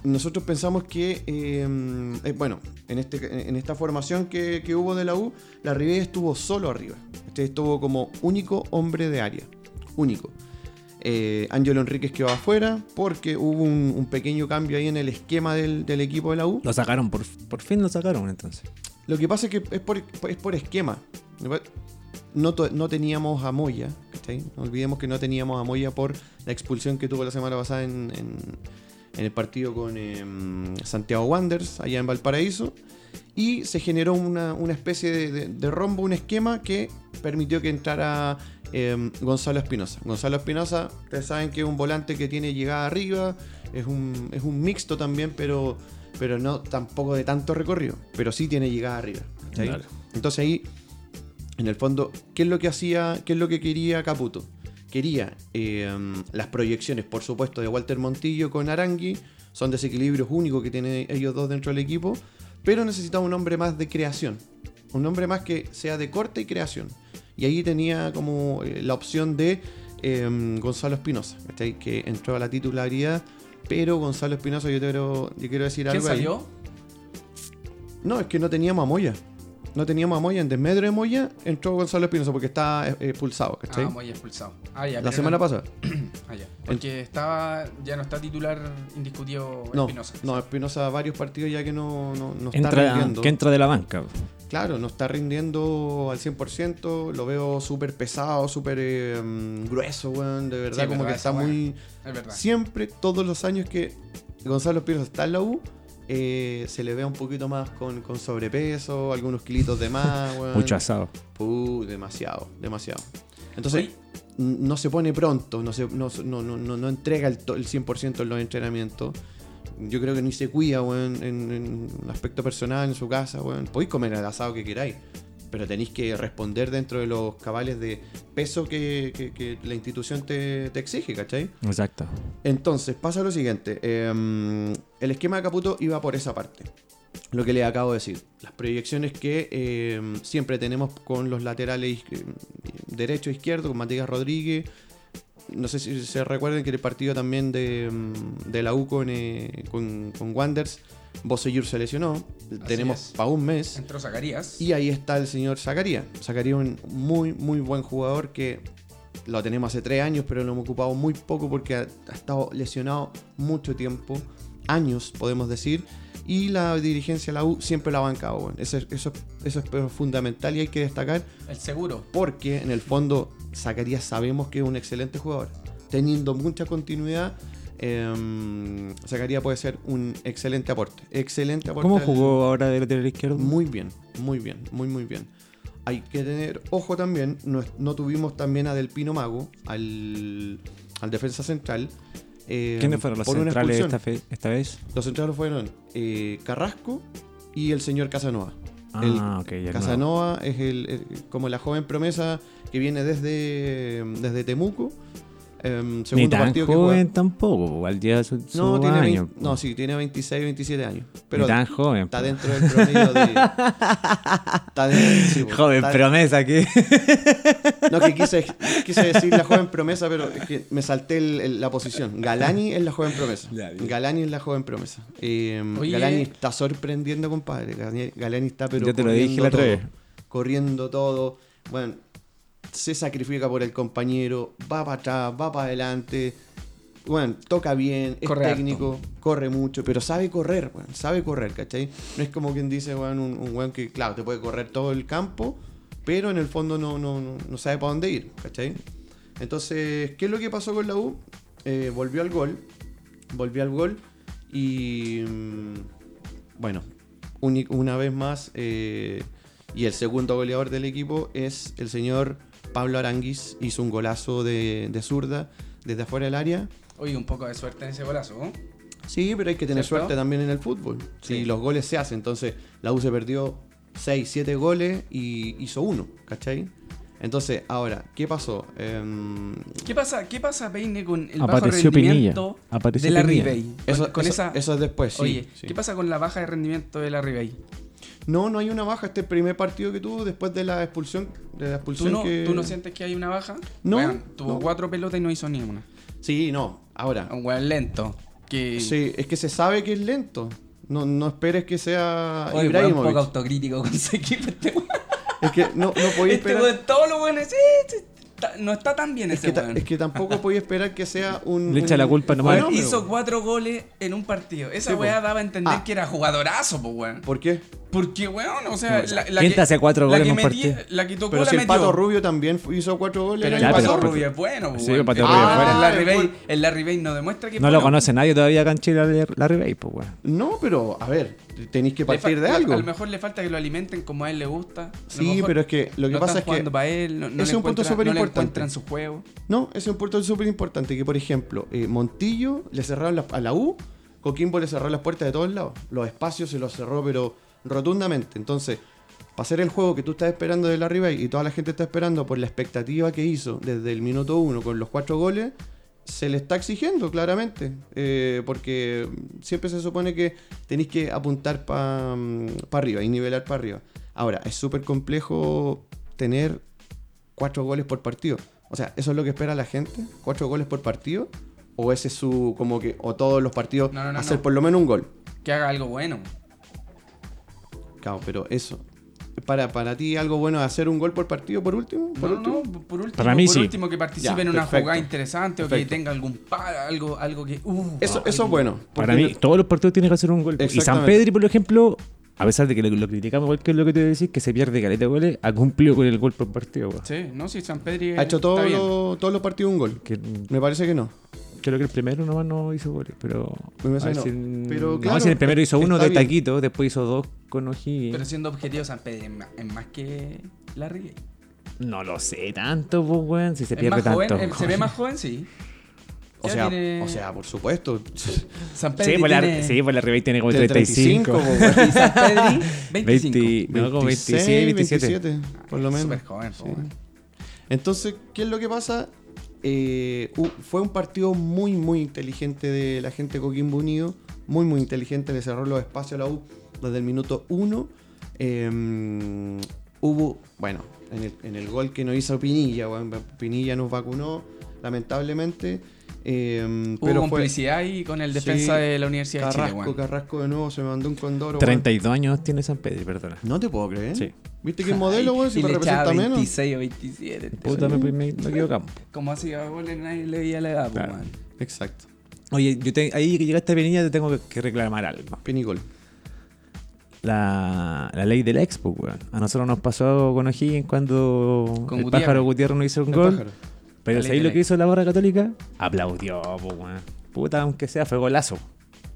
nosotros pensamos que, eh, eh, bueno, en, este, en esta formación que, que hubo de la U, la Ribey estuvo solo arriba. Este estuvo como único hombre de área. Único. Eh, Ángelo Enríquez quedó afuera porque hubo un, un pequeño cambio ahí en el esquema del, del equipo de la U.
Lo sacaron, por, por fin lo sacaron entonces.
Lo que pasa es que es por, es por esquema. No, to- no teníamos a Moya, ¿cachai? No olvidemos que no teníamos a Moya por la expulsión que tuvo la semana pasada en, en- en el partido con em, Santiago Wanderers, allá en Valparaíso. Y se generó una, una especie de, de- de rombo, un esquema que permitió que entrara em, Gonzalo Espinosa. Gonzalo Espinosa, ustedes saben que es un volante que tiene llegada arriba, es un, es un mixto también, pero, pero no tampoco de tanto recorrido, pero sí tiene llegada arriba. ¿cachai?
Claro.
Entonces ahí en el fondo, ¿qué es lo que hacía, qué es lo que quería Caputo? Quería eh, las proyecciones, por supuesto, de Walter Montillo con Arangui, son desequilibrios únicos que tienen ellos dos dentro del equipo, pero necesitaba un hombre más de creación, un hombre más que sea de corte y creación. Y ahí tenía como eh, la opción de eh, Gonzalo Espinosa, ¿cachai? que entró a la titularidad, pero Gonzalo Espinosa, yo, te quiero- yo quiero decir
¿Quién
algo. ahí.
salió?
No, es que no teníamos a Moya. No teníamos a Moya. En desmedro de Moya entró Gonzalo Espinosa porque está eh, expulsado, ¿cachai?
Ah, muy expulsado. Ah, ya,
la
pero
semana
no-
pasada.
Ah, ya. Porque estaba, ya no está titular indiscutido
No,
Espinosa.
no, Espinosa varios partidos ya que no, no, no está
Entra,
rindiendo.
que entra de la banca.
Claro, no está rindiendo al 100%. Lo veo súper pesado, súper eh, mm, grueso, weón. De verdad,
Sí,
como
verdad,
que está
esa weá.
muy...
Es verdad.
Siempre, todos los años que Gonzalo Espinosa está en la U... eh, se le ve un poquito más con, con sobrepeso, algunos kilitos de más, weón.
Mucho asado.
Uh, demasiado, demasiado. Entonces,
Oye.
n- no se pone pronto, no, se, no, se- no, no, no- no entrega el, to- el 100% en los entrenamientos. Yo creo que ni se cuida, weón, en, en un aspecto personal, en su casa, weón. Podéis comer el asado que queráis, pero tenéis que responder dentro de los cabales de peso que, que- que la institución te, te exige, ¿cachai?
Exacto.
Entonces, pasa lo siguiente. eh, el esquema de Caputo iba por esa parte. Lo que le acabo de decir. Las proyecciones que eh, siempre tenemos con los laterales eh, derecho e izquierdo, con Matías Rodríguez. No sé si se recuerden que el partido también de, mm, de la U con, eh, con, con Wanders, Bosellur se lesionó. tenemos
es.
para un mes.
Entró Zacarías.
Y ahí está el señor Zacarías. Zacarías es un muy, muy buen jugador que lo tenemos hace tres años, pero lo hemos ocupado muy poco porque ha, ha estado lesionado mucho tiempo, años podemos decir. Y la dirigencia de la U siempre la ha bancado. weón. Eso, es- eso, es- eso es pero fundamental y hay que destacar
El seguro.
porque en el fondo Zacarías sabemos que es un excelente jugador. Teniendo mucha continuidad, eh, Zacarías puede ser un excelente aporte. Excelente aporte.
¿Cómo
al-
jugó ahora de lateral izquierdo?
muy bien, muy bien, muy muy bien. Hay que tener ojo también, no, no tuvimos también a Del Pino Mago, al, al defensa central. eh,
¿Quiénes fueron los
por una
centrales esta,
expulsión.
fe- esta vez?
Los centrales fueron eh, Carrasco y el señor Casanova.
Ah,
El
ok. ya no.
Casanova es el, el- como la joven promesa que viene desde, desde Temuco. em, segundo
Ni tan
partido
joven
que
tampoco. po, Al día de su,
juega. No, tiene, vein-
año.
no, sí, tiene 26, 27 años. Pero
Ni tan joven.
Está
po.
dentro del promedio de. está dentro, sí, po.
Joven
Está-
promesa que.
No, que quise, quise decir la joven promesa, pero es que me salté el- el- la posición. Galani es la joven promesa.
Ya, bien.
Galani es la joven promesa. Eh,
Oye.
Galani está sorprendiendo, compadre. Galani, Galani está, pero.
Ya te lo dije la
corriendo
otra vez.
todo. Corriendo todo. Bueno, se sacrifica por el compañero, va para atrás, va para adelante. Bueno, toca bien, es
Corre harto.
técnico, corre mucho, pero sabe correr, weón, sabe correr, ¿cachai? No es como quien dice, weón, un, un weón que, claro, te puede correr todo el campo, pero en el fondo no, no, no, no sabe para dónde ir, ¿cachai? Entonces, ¿qué es lo que pasó con la U? Eh, volvió al gol, volvió al gol y, mm, bueno, uni- una vez más, eh, y el segundo goleador del equipo es el señor Pablo Aranguis, hizo un golazo de, de zurda desde afuera del área.
Oye, un poco de suerte en ese golazo, ¿no?
Sí, pero hay que tener
¿Cierto?
suerte también en el fútbol. Si
Sí.
los goles se hacen, entonces la U se perdió 6, 7 goles y hizo uno, ¿cachai? Entonces, ahora, ¿qué pasó? Em,
¿Qué pasa, qué pasa Peine, con el bajo
Apareció
rendimiento
Pinilla.
de
Apareció
la
Pinilla.
Ribey? Con-
eso,
con
eso-
esa,
eso es después, sí.
oye,
sí.
¿qué pasa con la baja de rendimiento de la Ribey?
No, no hay una baja. Este primer partido que tuvo después de la expulsión. De la
¿Tú
expulsión
no,
que-
¿Tú no sientes que hay una baja?
No,
Weón, tuvo
no.
cuatro pelotas y no hizo ni una.
Sí, no. Ahora,
Un weón lento. Que...
sí, es que se sabe que es lento. No, no esperes que sea
Oye, weón, un
Ibrahimovic.
poco autocrítico con ese equipo este weón.
Es que no, no podía
Este
esperar.
weón, todos los weones, sí, sí, está- no está tan bien
Es
ese
que, ta-
weón.
es que tampoco podía esperar que sea un.
Le echa la
un-
culpa
un
nomás.
Weón,
fenómeno.
hizo cuatro goles en un partido. Esa
Sí, po.
weá daba a entender
Ah.
que era jugadorazo, pues weón.
¿Por qué?
Porque, weón, o sea, la, la
¿Quién te
que-
hace cuatro
la
goles
que
en un
metí-
partido?
La que tocó
Pero
la
si el
metió.
Pato Rubio también fu- hizo cuatro goles.
Pero el
el
Ya,
año
Pato
pero-
pasado.
Rubio es bueno,
Sí,
weón.
el Pato
Ah,
Rubio es bueno.
el Larry
bueno.
Bay- El Larry Bay no demuestra que es
No lo
bueno.
conoce nadie todavía acá en Chile, la, la Ribey, pues, weón.
No, pero a ver, tenéis que
Le fa-
partir de
a-
algo.
A lo mejor le falta que lo alimenten como a él le gusta. A lo
Sí,
mejor
pero es que lo que
no
pasa
están
es que
jugando pa' él, no, no
ese
le
es un punto
encuentran-
súper
no le
importante.
encuentran su juego.
No, ese es un punto súper importante. Que por ejemplo, eh, Montillo le cerraron las- a la U, Coquimbo le cerró las puertas de todos lados. Los espacios se los cerró, pero rotundamente. Entonces, para hacer el juego que tú estás esperando de Larry Bay y toda la gente está esperando por la expectativa que hizo desde el minuto uno con los cuatro goles, se le está exigiendo claramente. eh, porque siempre se supone que tenéis que apuntar para arriba y nivelar para arriba. Ahora, es súper complejo tener cuatro goles por partido. O sea, ¿eso es lo que espera la gente? ¿Cuatro goles por partido? ¿O ese es su, como que, o todos los partidos,
No, no, no,
hacer
no.
por lo menos un gol?
Que haga algo bueno.
Claro, pero eso. Para, para ti, algo bueno es hacer un gol por partido, por último. Por
No,
último.
no, por último,
Para mí
por
sí.
último que participe
Ya,
en una
perfecto.
jugada interesante o que
Perfecto.
tenga algún par, algo, algo que. uh,
Eso,
ay,
eso es bueno.
Para
porque
mí,
no-
todos los partidos tienen que hacer un gol. Y San
Exactamente.
Pedri, por ejemplo, a pesar de que lo, lo criticamos, igual que lo que te decís, que se pierde caleta de goles, ha cumplido con el gol por partido, weón.
Sí, no, si San Pedri.
ha hecho todos
está bien.
los- todos los partidos un gol.
Que-
Me parece que no.
creo que el primero nomás no hizo goles, pero.
Me parece
a ver
no.
si-
Pero
no,
claro,
si en el primero hizo uno
está
de
bien.
taquito, después hizo dos con Oji.
Pero siendo objetivo, San Pedri es más, es más que Larry Bay.
No lo sé tanto, pues, weón, si se
Es
pierde
más joven,
tanto.
eh, se ve más joven, sí.
O
Ya
sea,
tiene-
o sea, por supuesto.
San Pedri.
Sí, pues la,
tiene
sí, pues la Ribey tiene como
Tiene
35.
35, pues,
Y San Pedri, 25.
20, no, como 26,
26,
27.
27, por lo
Es
menos.
súper joven, po, weón.
Entonces, ¿qué es lo que pasa? Eh, u- fue un partido muy, muy inteligente de la gente de Coquimbo Unido. Muy, muy inteligente. Le cerró los espacios a la U desde el minuto 1. hubo, bueno, en el, en el gol que nos hizo Pinilla, weón, Pinilla nos vacunó, lamentablemente. em,
Hubo
pero fue
complicidad ahí con el defensa
Sí,
de la Universidad de
Carrasco,
Chile, weón.
Carrasco de nuevo se mandó un condoro. weón.
32 años tiene San Pedri, perdona.
No te puedo creer.
Sí.
¿Viste qué modelo, weón? Si
Y
me
le echaba
representa menos.
26 o 27. este
Puta, me, me, me equivocamos.
Como hacía goles, nadie le veía la edad, po,
Claro.
man.
Exacto.
Oye, yo te- ahí que llegaste a Pinilla te tengo que- que reclamar algo.
Pinigol.
la, la ley del expo, weón. A nosotros nos pasó con O'Higgins cuando
Con
el
Gutiérrez.
pájaro Gutiérrez no hizo un
El
gol.
pájaro.
Pero
La ley
¿sabéis
del
lo que
Expo.
hizo la barra católica? Aplaudió, po, weón. Puta, aunque sea, fue golazo.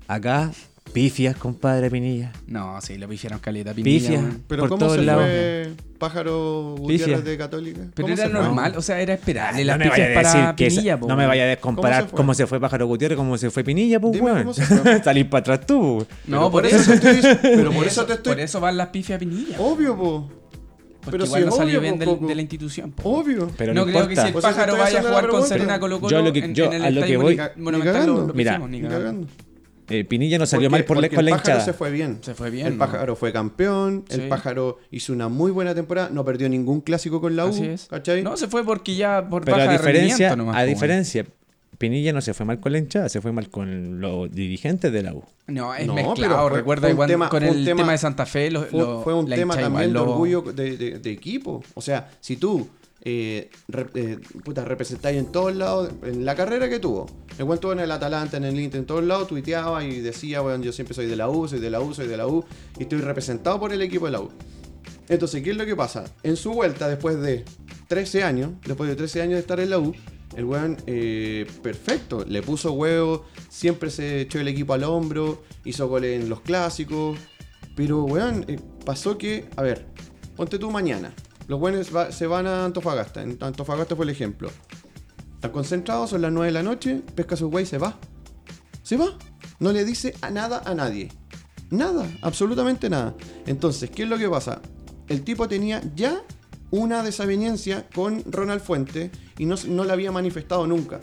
Acá, pifias, compadre Pinilla.
No, sí, lo pifiaron caleta pinilla.
Pifias.
weón.
Pero
por
¿cómo
todos
se
lados.
fue Pájaro Gutiérrez
Picia.
de Católica?
Pero
¿Cómo
era
se fue?
normal, o sea, era esperable las
Ah, no me
pifias
vaya a decir
para
que esa-
pinilla, po,
No me
weón.
vaya a descomparar
¿Cómo se fue?
cómo se fue Pájaro Gutiérrez, cómo se fue Pinilla, pues,
Dime
weón.
cómo se fue.
Salir para atrás tú.
No,
Pero
por eso.
te estoy- pero por eso te estoy.
Por eso van las pifias a pinilla.
Obvio, po.
Porque
Pero si
igual
es
no salió
obvio,
bien
po,
del-
Coco.
de la institución, po.
Obvio.
Pero
no
no,
creo
importa.
que si el
O sea, te
pájaro
estoy
vaya a
haciendo
jugar
la
con
pregunta.
Serena Colo Colo
Yo lo que-
en,
yo
en el
a lo
estadio
que voy-
Monica-
Ni
Monumental
cagando.
lo- lo
Mira,
pusimos, ni
Ni
cagando.
cagando.
Eh, Pinilla no salió
Porque-
mal por la,
porque
con la
el pájaro
hinchada.
se fue bien.
Se fue bien.
El
¿no?
pájaro fue campeón.
Sí.
El pájaro hizo una muy buena temporada. No perdió ningún clásico con la U.
Así es.
¿Cachai?
No, se fue porque ya por
Pero
baja
a
de
diferencia,
rendimiento nomás,
a
po,
diferencia, Pinilla no se fue mal con la hinchada, se fue mal con los dirigentes de la U.
weón. No, es
No, pero
mezclado.
fue-
Recuerda
fue un
igual
tema-
con
fue un
el
tema-
tema de Santa Fe. lo-
fue,
lo-
fue un
la
tema
hinchada
también
igual
de
lo-
orgullo de, de- de equipo. O sea, si tú eh, re- eh, puta, representáis en todos lados, en la carrera que tuvo, en cuanto en el Atalanta, en el Inter, en todos lados, tuiteaba y decía, bueno, yo siempre soy de la U, soy de la U, soy de la U, y estoy representado por el equipo de la U. Entonces, ¿qué es lo que pasa? En su vuelta, después de 13 años, después de 13 años de estar en la U, el weón, eh, perfecto, le puso huevo, siempre se echó el equipo al hombro, hizo goles en los clásicos, pero weón, eh, pasó que, a ver, ponte tú mañana, los weones va- se van a Antofagasta, en Antofagasta fue el ejemplo, están concentrados, son las 9 de la noche, pesca su güey y se va, se va. No le dice a nada a nadie. Nada, absolutamente nada. Entonces, ¿qué es lo que pasa? El tipo tenía ya una desaveniencia con Ronald Fuente y no, no la había manifestado nunca.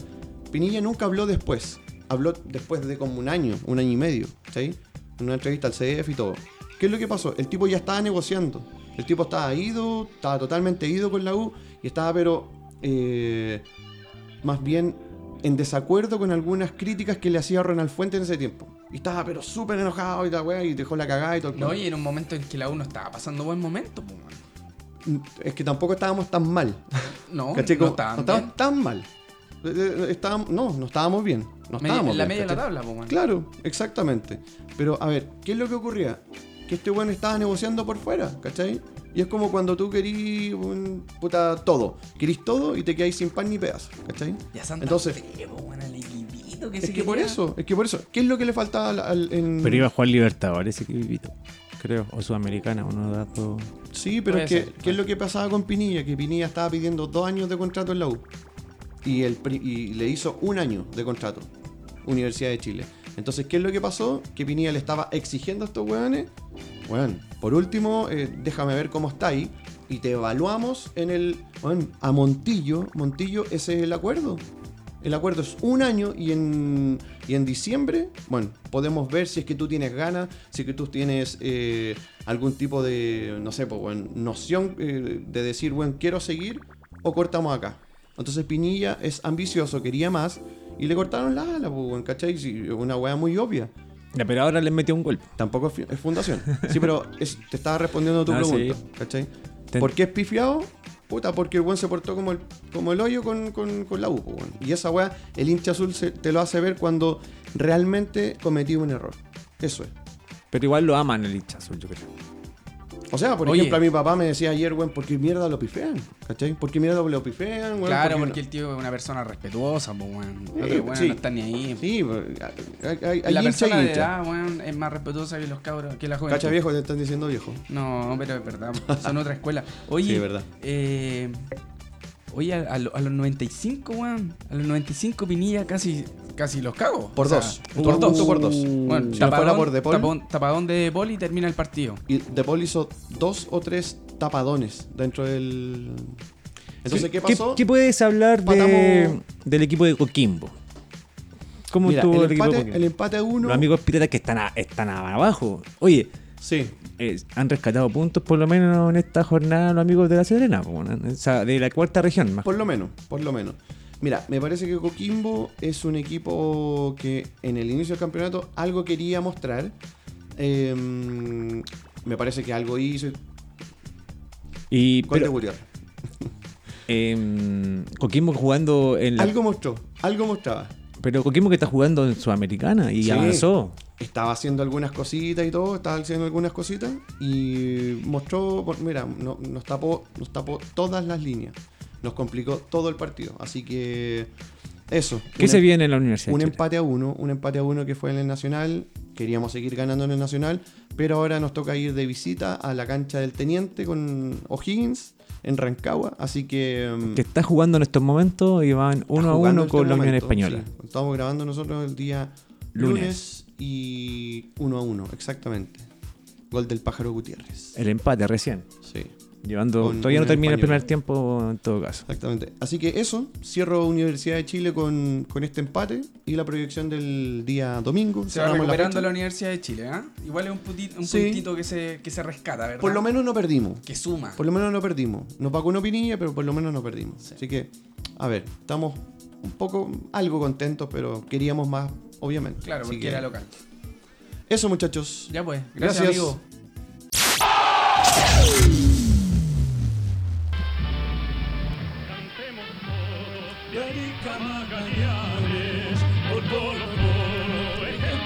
Pinilla nunca habló después. Habló después de como un año, un año y medio, ¿sí? En una entrevista al CDF y todo. ¿Qué es lo que pasó? El tipo ya estaba negociando. El tipo estaba ido, estaba totalmente ido con la U y estaba pero... eh, más bien en desacuerdo con algunas críticas que le hacía Ronald Fuente en ese tiempo. Y estaba pero súper enojado y la weá, y dejó la cagada y todo. el
No,
cuento.
y en un momento en que la U no estaba pasando buen momento, po, weón.
Es que tampoco estábamos tan mal.
No,
¿cachai?
no
Como-
estaban
no estábamos
bien.
tan mal. Eh, eh, Estábamos, no, no estábamos bien.
Media-
No estábamos
en la
bien,
media de la
¿cachai?
tabla, po, weón.
Claro, exactamente. Pero a ver, ¿qué es lo que ocurría? que este weón estaba negociando por fuera, ¿cachai? Y es como cuando tú querís un puta todo, querís todo y te quedáis sin pan ni pedazo, ¿cachai?
Ya Santa
Entonces,
Fe, po, weón, al equipito que
es
se
que por
quería.
eso, es que por eso, ¿qué es lo que le faltaba al- al- en...
Pero iba a jugar Libertadores ese equipito, creo. O Sudamericana, uno de los dos.
Sí, pero
Puede
es que,
ser.
¿qué es lo que pasaba con Pinilla? Que Pinilla estaba pidiendo dos años de contrato en la U. Y, el, pri- y le hizo un año de contrato. Universidad de Chile. Entonces, ¿qué es lo que pasó? Que Pinilla le estaba exigiendo a estos weones. Weón, por último, eh, déjame ver cómo está ahí. Y te evaluamos en el. Weón, a Montillo. Montillo, ese es el acuerdo. El acuerdo es un año y en, y en diciembre, bueno, podemos ver si es que tú tienes ganas, si es que tú tienes eh, algún tipo de, no sé, pues, bueno, noción eh, de decir, bueno, quiero seguir o cortamos acá. Entonces Pinilla es ambicioso, quería más y le cortaron la ala, pues, bueno, ¿cachai? Sí, Una weá muy obvia.
Ya, pero ahora les metió un golpe.
Tampoco es fi- es fundación. Sí, pero es- te estaba respondiendo a tu
Ah, sí.
pregunta, ¿cachai?
Ten-
¿Por qué es pifiado? Puta, porque el weón se portó como el, como el hoyo con, con- con la U, po, weón. Y esa weá, el hincha azul se- te lo hace ver cuando realmente cometí un error. Eso es.
Pero igual lo aman el hincha azul, yo creo.
O sea, por
Oye.
ejemplo, a mi papá me decía ayer, weón, ¿por qué mierda lo pifean? ¿Cachai? ¿Por qué mierda lo pifean, weón?
claro,
¿Por qué
porque el tío es una persona respetuosa, pues, weón.
Sí,
Los otros weones
sí.
no están ni ahí.
no? Sí, pues, hay, hay- hay
la
hincha y
persona de
hincha.
edad, pues, weón, es más respetuosa que los cabros, que la joven.
Cacha viejo, te están diciendo viejo.
No, pero es verdad, son otra escuela. Oye,
Sí, es verdad.
eh, oye, a, a lo- a los 95, weón, a los 95 Pinilla casi, casi los cago.
Por
O sea, Uh,
dos.
por
Por
dos.
justo por dos.
Bueno,
Si no
tapadón,
fuera por De Paul.
tapadón, tapadón de Paul y termina el partido.
Y De Paul hizo dos o tres tapadones dentro del. Entonces, ¿qué pasó?
¿Qué, puedes hablar de,
Patamos-
del equipo de Coquimbo? ¿Cómo
Mira,
estuvo el,
el
equipo de
empate,
Coquimbo?
el empate a uno.
Los amigos piratas que están, a- están abajo. Oye,
Sí,
eh, han rescatado puntos por lo menos en esta jornada los amigos de la Serena, po, ¿no? o sea, de la cuarta región más.
por lo menos, por lo menos. Mira, me parece que Coquimbo es un equipo que en el inicio del campeonato algo quería mostrar. Eh, me parece que algo hizo.
Y
¿Cuál
pero,
te Gutiérrez?
eh, Coquimbo jugando en la,
Algo mostró, algo mostraba.
pero Coquimbo que está jugando en Sudamericana y
Sí.
avanzó.
Estaba haciendo algunas cositas y todo, estaba haciendo algunas cositas y mostró, bueno, mira, no- nos, tapó, nos tapó todas las líneas, nos complicó todo el partido, así que eso.
¿Qué
Una-
se viene en la Universidad?
Un
de Chile?
empate a uno, un empate a uno que fue en el Nacional. Queríamos seguir ganando en el Nacional, pero ahora nos toca ir de visita a la cancha del Teniente con O'Higgins en Rancagua. Así que. mm,
que está jugando en estos momentos y van uno
está
a
jugando en
uno
este
con la Unión
momento,
Española.
sí. Estamos grabando nosotros el día lunes,
Lunes.
y uno a uno, exactamente. Gol del pájaro Gutiérrez.
El empate recién.
Sí,
Llevando,
Con
todavía no
Unión
termina el
Española.
primer tiempo en todo caso.
exactamente. Así que eso, cierro Universidad de Chile con, con este empate y la proyección del día domingo.
Se va
Cerramos la
recuperando
fecha.
la, Universidad de Chile, ¿ah? Igual es un, puti- un
Sí.
puntito que se, que se rescata, ¿verdad?
Por lo menos no perdimos.
Que suma.
Por lo menos no perdimos. Nos vacunó Pinilla, pero por lo menos no perdimos. Así que, a ver, estamos un poco, algo contentos, pero queríamos más, obviamente.
Claro,
Así
porque
que-
era local.
Eso, muchachos.
Ya pues, gracias.
Gracias.
amigo.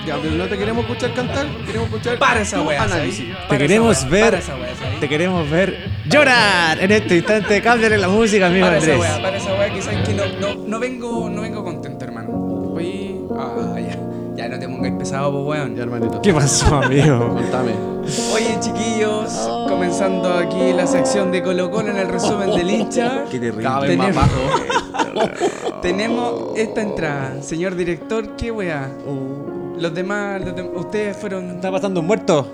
Ya, pero no te queremos escuchar cantar, queremos escuchar
Para esa
tu
wea,
análisis.
¿sabes? Para
Te
esa
queremos
wea,
ver.
Para esa wea, ¿sabes?
Te queremos ver llorar en este instante. Cámbiale la música, amigo
Para esa
Andrés.
weá, para esa weá que sabes que no, no, no vengo, no vengo contento, hermano. Oye, ah, ya, ya no te pongas pesado, pues weón.
Ya, hermanito.
¿Qué pasó, amigo?
Contame.
Oye, chiquillos, comenzando aquí la sección de Colo Colo en el resumen del hincha.
Qué terrible.
Cada vez más bajo. Tenemos esta entrada, señor director, qué weá. Los demás, los dem- ustedes fueron.
Está pasando un muerto.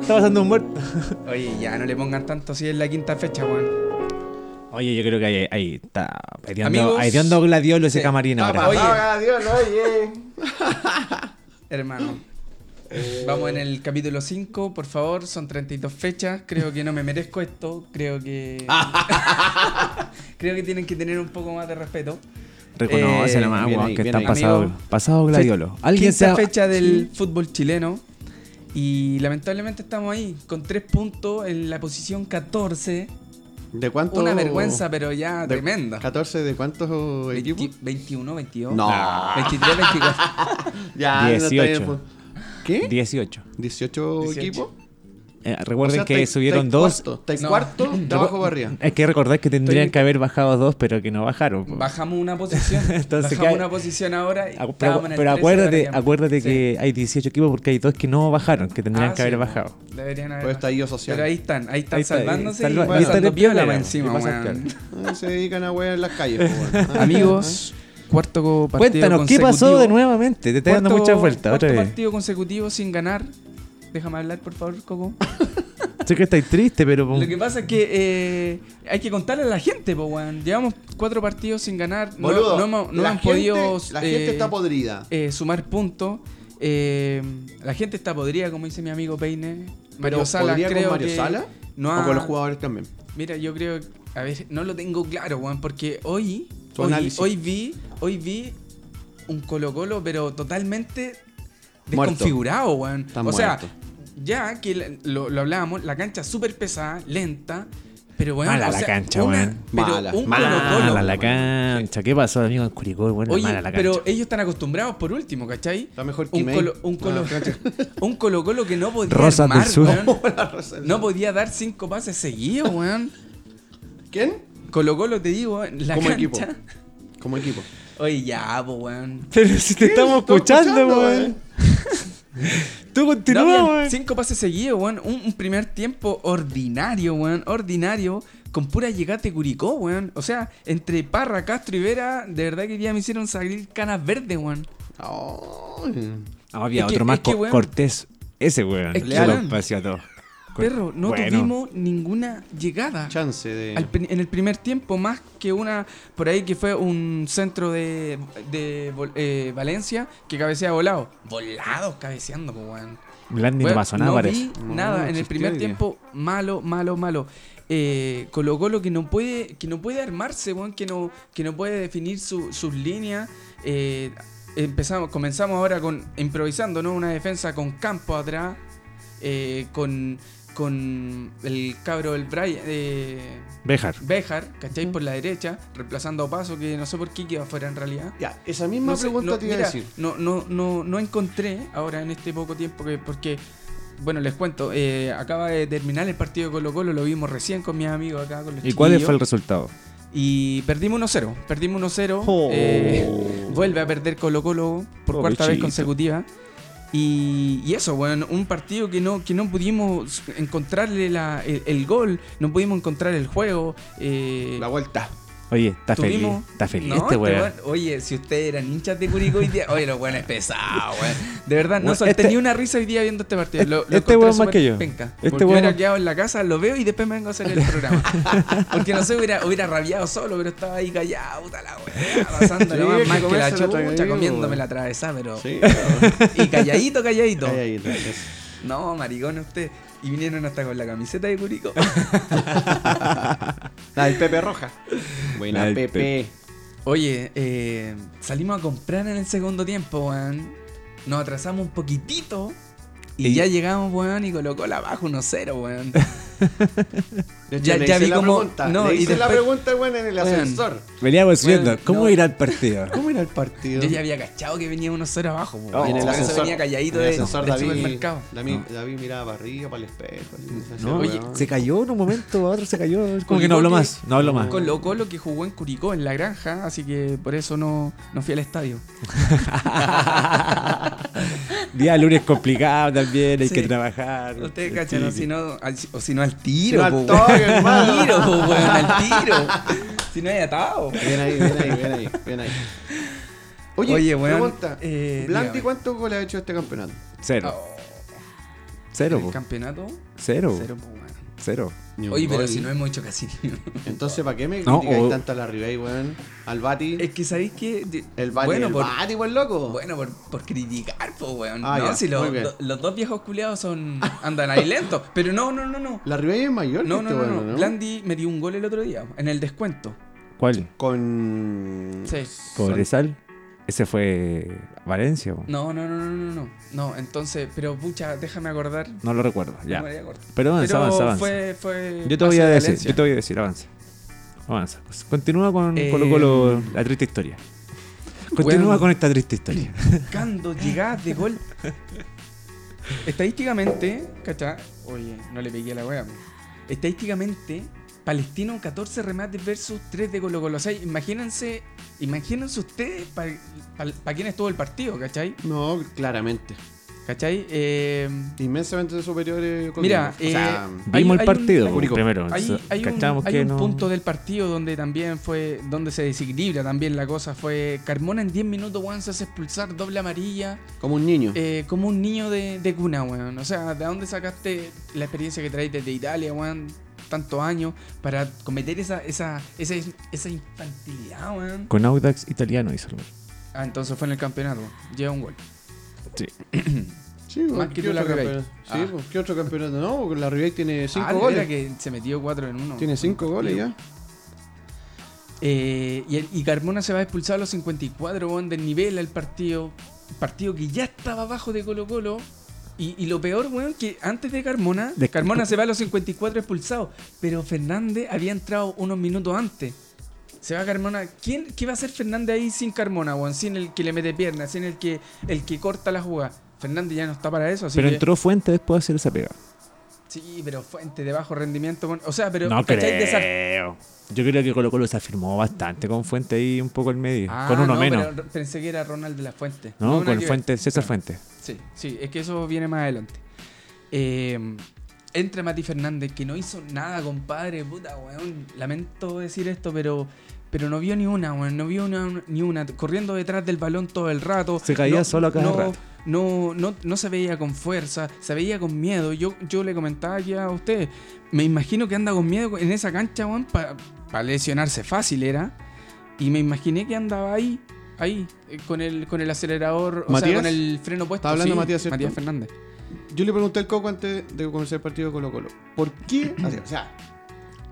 Está pasando un muerto.
Oye, ya no le pongan tanto si es la quinta fecha, weón.
Oye, yo creo que ahí, ahí está aireando,
Amigos.
aireando gladiolo
Sí.
ese
Ah,
camarín
Ah,
ahora.
Oye.
Dios, oye.
Hermano. Vamos en el capítulo 5, por favor, son 32 fechas, creo que no me merezco esto, creo que... creo que tienen que tener un poco más de respeto.
Reconoce
Eh,
la más
bien
weón,
ahí,
que
bien
están
ahí.
pasado,
Amigo.
pasado gladiolo. Alguien
Alguien
se ha-
fecha del fútbol chileno. Y lamentablemente estamos ahí, con 3 puntos en la posición 14.
¿De cuánto?
Una vergüenza, pero ya
Oh. de-
tremenda.
14 de cuántos equipos?
20 21, 22.
No.
23, 24.
Ya, no está bien,
18.
pues. ¿Qué?
18.
18,
18.
equipos.
Eh, recuerden
O sea,
que
estáis-
subieron
estáis
dos.
Cuarto, estáis
No.
cuarto, de abajo para arriba.
Hay que recordar que tendrían
Estoy-
que haber bajado dos, pero que no bajaron. po.
Bajamos una posición.
Entonces,
bajamos
¿qué?
una posición ahora. Y
Acu-
estábamos
Pero,
en el
pero
13 y ahora
acuérdate,
quedamos-
acuérdate
Sí.
que hay 18 equipos porque hay dos que no bajaron, que tendrían
Ah,
que haber
sí, po.
bajado.
Deberían haber
Por
bajado.
estallido Pues social.
Pero ahí están, ahí están
Ahí está, ahí
salvándose
salva-
y
ahí están
pasando
los
piola
pioleros,
más
que
encima,
pasan
weón.
piola.
Ah, Se dedican a weón en las calles. po, weón. Ah,
Amigos, cuarto co- partido
Cuéntanos, ¿qué pasó
consecutivo.
de nuevamente? Te estoy dando
Cuarto-
muchas vueltas
cuarto
otra vez.
partido consecutivo sin ganar. Déjame hablar, por favor, Coco.
Sé que estáis triste, pero
Lo que pasa es que eh, hay que contarle a la gente, po, weón. Llevamos cuatro partidos sin ganar. No-
Boludo,
no, hemos- no
la
han
gente-
podido
La
eh,
gente está podrida.
eh, sumar puntos. Eh, la gente está podrida, como dice mi amigo Peine. Mario
Pero,
Sala,
¿podría con
creo
Mario
que
Sala?
No
o
ha-
con los jugadores también.
Mira, yo creo, a ver, no lo tengo claro, Juan, porque hoy,
Tu
hoy,
análisis.
hoy vi, hoy vi un Colo Colo, pero totalmente
Muerto.
desconfigurado, Juan.
Está
O sea,
muerto.
ya que la- lo, lo hablábamos, la cancha súper pesada, lenta, pero bueno,
Mala
o
la
sea,
cancha,
una-
weón.
Pero
Mala,
un
mala,
Colo Colo.
Mala Ah, la cancha. ¿Qué pasó, amigo en Curicó? Bueno,
Oye,
mala la cancha.
pero ellos están acostumbrados por último, ¿cachai?
Está mejor que
un
May. Ah,
colo, un, colo, un Colo Colo que no podía
Rosas
armar,
del Sur.
weón.
Rosa-
No podía dar cinco pases seguidos, weón.
¿Quién?
Colo Colo te digo, en la
Como
cancha.
equipo. Como equipo.
Oye, ya, po, weón.
Pero si te estamos
Estoy
escuchando,
weón.
weón. Tú
No,
continúa,
bien,
weón.
cinco pases seguidos, weón. Un, un primer tiempo ordinario, weón. Ordinario. Con pura llegada de Curicó, weón. O sea, entre Parra, Castro y Vera, de verdad que ya me hicieron salir canas verdes, weón.
Ay.
No, había
Es que-
otro más
es que,
co-
weón.
Cortés. Ese weón.
Es que,
Se
weón.
lo pasé a todos. Cor-
Perro, no
Bueno.
tuvimos ninguna llegada.
Chance de.
Al pri- en el primer tiempo, más que una por ahí que fue un centro de, de Vol- eh, Valencia que cabecea volado. Volados cabeceando, po, weón.
Blandi no
Weón,
pasó nada,
no
parece.
vi
No,
nada. en
no
el
existió
primer
hoy día.
tiempo, malo, malo, malo. Eh, Colo Colo que no puede, que no puede armarse, weón, que no, que no puede definir su- sus líneas. Eh, empezamos, comenzamos ahora con improvisando, ¿no? Una defensa con campo atrás. eh, con, con el cabro del Brian. eh,
Béjar.
Bejar, ¿cachai? Por la derecha, reemplazando a Paso, que no sé por qué quedó afuera en realidad.
Ya, esa misma
No sé,
pregunta
no,
te iba
mira,
a decir.
No, no, no, no encontré ahora en este poco tiempo que, porque, bueno, les cuento, eh, acaba de terminar el partido de Colo Colo, lo vimos recién con mis amigos acá con los
¿Y cuál
chiquillos,
fue el resultado?
Y perdimos 1-0, perdimos 1-0, eh, vuelve a perder Colo Colo por
Oh,
cuarta vez
bichito.
consecutiva. Y, y eso, bueno, un partido que no, que no pudimos encontrarle la- el, el gol, no pudimos encontrar el juego. eh,
La vuelta.
Oye, está feliz.
Tuvimos-
Está feliz
No,
este weón.
weón- Oye, si ustedes eran hinchas de Curicó hoy día. Oye, los weones pesados, weón. De verdad, no
Weón,
solté
este-
ni una risa hoy día viendo este partido. Lo, lo
este
encontré
weón más
súper
que yo.
Penca,
Este
porque
weón
hubiera
más-
quedado en la casa, lo veo y después me vengo a hacer el programa. porque no sé, hubiera, hubiera rabiado solo, pero estaba ahí callado, puta la weá, pasándolo
Sí,
más mal que
que
la
comerse la
chucha,
tragedia,
comiéndome
weón.
la travesa, pero.
Sí.
Y calladito, calladito.
Ahí, ahí, gracias.
No, maricón, usted. Y vinieron hasta con la camiseta de Curicó.
La del Pepe Roja. Buena,
La del
Pepe.
Pepe.
Oye, eh, salimos a comprar en el segundo tiempo, weón. Nos atrasamos un poquitito. Y,
Y-
ya llegamos, weón, y colocó la abajo 1-0, weón.
De hecho,
Ya-
le
ya
hice
vi
la
como-
pregunta.
no,
le
y
hice la
después-
pregunta, weón, en el
Weón.
ascensor.
Veníamos
Bueno,
viendo, ¿cómo
no.
irá el partido?
¿Cómo era el partido?
Yo ya había cachado que venía 1-0 abajo, weón.
Oh, en el
Por eso
ascensor.
venía calladito
En el
de,
ascensor
del
David,
supermercado.
David, David miraba para arriba, para el espejo. así, así,
No,
oye,
weón.
Se cayó en un momento, a otro se cayó. Es como
Curicó
que no habló
que-
más. No habló más.
Colocó lo que jugó en Curicó, en la granja, así que por eso no, no fui al estadio.
Día lunes complicado también, hay
Sí.
que trabajar.
Ustedes cachan, o si
Sí.
no, al, o si no al tiro,
al
po, weón.
toque, hermano.
Al tiro, po, weón, al tiro. Si no hay atado.
Bien ahí, bien ahí, bien ahí, bien ahí. Oye,
Oye, weón,
pregunta.
eh,
Blandi,
dígame.
¿cuántos goles ha hecho este campeonato?
Cero.
Oh,
Cero,
el
po.
campeonato,
Cero.
cero, po, weón.
Cero.
Oye, pero si no hemos hecho casi ni uno.
Entonces, ¿para qué me
No,
criticáis
o-
tanto a la Ribey, weón? Al Bati.
Es que sabéis que.
El Bati,
bueno,
el
por,
Bati, pues loco.
bueno por, por criticar, po, weón.
Ah,
no,
ya,
si los,
muy bien.
do- los dos viejos culiados son. andan ahí lentos. Pero no, no, no, no.
La Ribey es mayor
No,
que
no,
este
no,
weón,
no.
¿no?
Blandi me dio un gol el otro día, en el descuento.
¿Cuál?
Con.
Sí.
Cobresal. Ese fue Valencia. po.
No, no, no, no, no, no. No, entonces, pero pucha, déjame acordar.
No lo recuerdo, ya.
Memoria corta.
Pero avanza,
Pero
avanza, avanza.
fue, fue
Yo te voy
pase
a
de
decir,
Valencia.
yo te voy a decir, avanza. Avanza. Pues, Continúa con
Eh,
Colo Colo, la triste historia. Continúa
Weón.
con esta triste historia.
Cuando llegadas de gol. Estadísticamente, ¿cachá? Oye, no le pegué a la wea. po. Estadísticamente, Palestino 14 remates versus 3 de Colo Colo. O sea, imagínense, imagínense ustedes para quién estuvo el partido, ¿cachai?
No, claramente.
¿Cachai? Eh,
Inmensamente superiores. con-
Mira,
o sea,
eh,
Vimos
hay
el
un-
partido
hay
pues,
un-
primero.
hay,
Entonces,
hay un,
cachamos
hay
que
un
no-
punto del partido donde también fue, donde se desequilibra también la cosa. Fue Carmona en 10 minutos, weón, se hace expulsar, doble amarilla.
como un niño.
Eh, como un niño de, de cuna, weón. O sea, ¿de dónde sacaste la experiencia que traes desde Italia, weón? Tantos años para cometer esa, esa, esa, esa infantilidad, weón.
Con Audax italiano hizo el gol.
Ah, entonces fue en el campeonato. Lleva un gol.
Sí.
Sí, pues,
más que
¿qué
tú
otro
la Ribey.
campeonato? Sí,
Ah.
pues, ¿qué otro campeonato? No, porque la Ribey tiene cinco
Ah, de veras
goles.
que se metió 4 en 1.
Tiene cinco goles ya.
Eh, y, el- y Carmona se va expulsado a los 54, weón, desnivela el partido. Partido que ya estaba abajo de Colo Colo. Y, y lo peor, weón, que antes de Carmona,
De-
Carmona se va a los 54 expulsado. Pero Fernández había entrado unos minutos antes. Se va Carmona. ¿Quién, ¿Qué va a hacer Fernández ahí sin Carmona, weón? Sin el que le mete pierna, sin el que, el que corta la jugada. Fernández ya no está para eso. Así
Pero
que-
entró Fuente después de hacer esa pega.
Sí, pero fuente de bajo rendimiento. weón. O sea, pero.
no
¿cachai? Desa-
creo. Yo creo que Colo Colo se afirmó bastante con Fuente ahí un poco al medio.
Ah,
con uno
no,
menos.
pero pensé que era Ronald de la Fuente.
No,
nada
con
que ver.
Fuente, César Fuente.
Sí, sí, es que eso viene más adelante. Eh, entra Mati Fernández, que no hizo nada, compadre. Puta, weón. Lamento decir esto, pero. Pero no vio ni una, weón. No vio una- ni una. Corriendo detrás del balón todo el rato.
Se caía
no,
solo a cada
no,
rato.
No, no, no se veía con fuerza, se veía con miedo. Yo, yo le comentaba aquí a ustedes. Me imagino que anda con miedo en esa cancha, weón, para lesionarse fácil era. Y me imaginé que andaba ahí, ahí, eh, con el, con el acelerador, o sea,
¿Matías?
con el freno puesto.
Está hablando
sí,
Matías, ¿cierto?
Matías Fernández.
Eh,
Yo le pregunté al Coco antes de comenzar el partido de Colo Colo. ¿Por qué? o sea,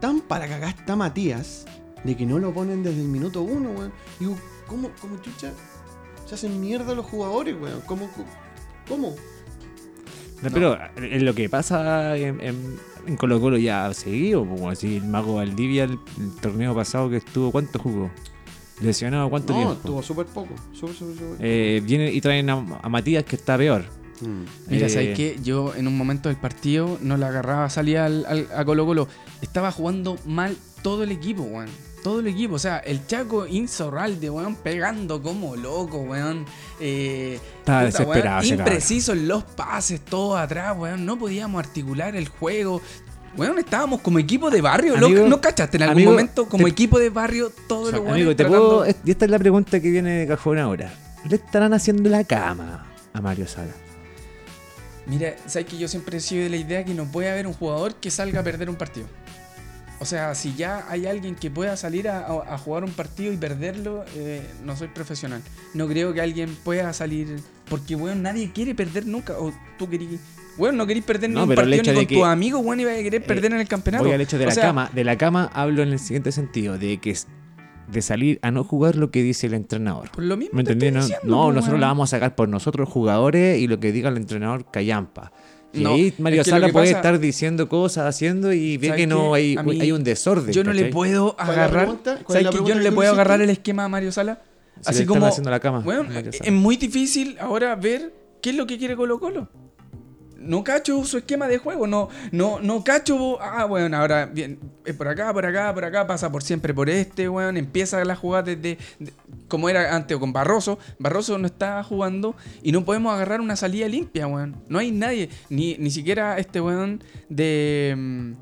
tan para cagar está Matías de que no lo ponen desde el minuto uno, weón. Digo, ¿cómo, cómo chucha? Se hacen mierda los jugadores, weón. ¿Cómo? cómo- ¿Cómo?
No, Pero eh, lo que pasa en, en- en Colo Colo ya ha seguido, Pues, como así el Mago Valdivia el, el torneo pasado que estuvo, ¿cuánto jugó? Lesionado, ¿cuánto
No,
tiempo?
estuvo súper poco. Súper, súper, súper.
Eh, viene y traen a, a Matías que está peor.
Mm.
Mira,
Eh,
¿sabes qué? Yo en un momento del partido no la agarraba, salía al, al- a Colo Colo. Estaba jugando mal todo el equipo, weón. Todo el equipo. O sea, el Chaco Insorralde, weón, pegando como loco, weón. Eh, puta,
Estaba
weón,
desesperado ese cabrón.
Impreciso en los pases, todo atrás, weón. No podíamos articular el juego. Weón, estábamos como equipo de barrio,
Amigo,
loco. ¿No cachaste en algún
amigo,
momento? Como
te-
equipo de barrio, todo
O sea,
lo weón.
amigo, te puedo- es- y esta es la pregunta que viene de cajón ahora. ¿Le estarán haciendo la cama a Mario Sala?
Mira, sabes que yo siempre he sido de la idea que no puede haber un jugador que salga a perder un partido. O sea, si ya hay alguien que pueda salir a, a- a jugar un partido y perderlo, eh, no soy profesional. No creo que alguien pueda salir. Porque, weón, nadie quiere perder nunca. O tú querías. Weón, no querís perder
No,
ningún
pero el
partido ni
hecho
con
de que- eh,
tus amigos, weón, y vas a querer perder en el campeonato.
Voy al hecho de
O
la
sea,
cama. De la cama hablo en el siguiente sentido, de que es- de salir a no jugar lo que dice el entrenador.
Por lo mismo.
¿Me
te
entendí?
estoy
No,
diciendo,
no,
pues,
nosotros
weón.
la vamos a sacar por nosotros jugadores y lo que diga el entrenador callampa. Y
No,
ahí Mario
es que lo
Sala
que
puede
pasa-
estar diciendo cosas, haciendo y ve
¿Sabes
que no
qué?
hay,
A mí-
hay un desorden.
Yo no le
¿cachai?
puedo
es la
agarrar.
pregunta? ¿Cuál es
¿Sabes
la
que yo
pregunta
no
que
le
tú
puedo
hiciste?
agarrar el esquema a Mario Sala?
Si le
Así
están
como.
haciendo la cama,
Weón,
Mario Sala.
es muy difícil ahora ver qué es lo que quiere Colo Colo. No cacho su esquema de juego, no, no, no cacho. Ah, bueno, ahora bien, eh, por acá, por acá, por acá, pasa por siempre por este, weón. Empieza la jugada desde de- como era antes o con Barroso. Barroso no está jugando y no podemos agarrar una salida limpia, weón. No hay nadie, ni, ni siquiera este weón de mm,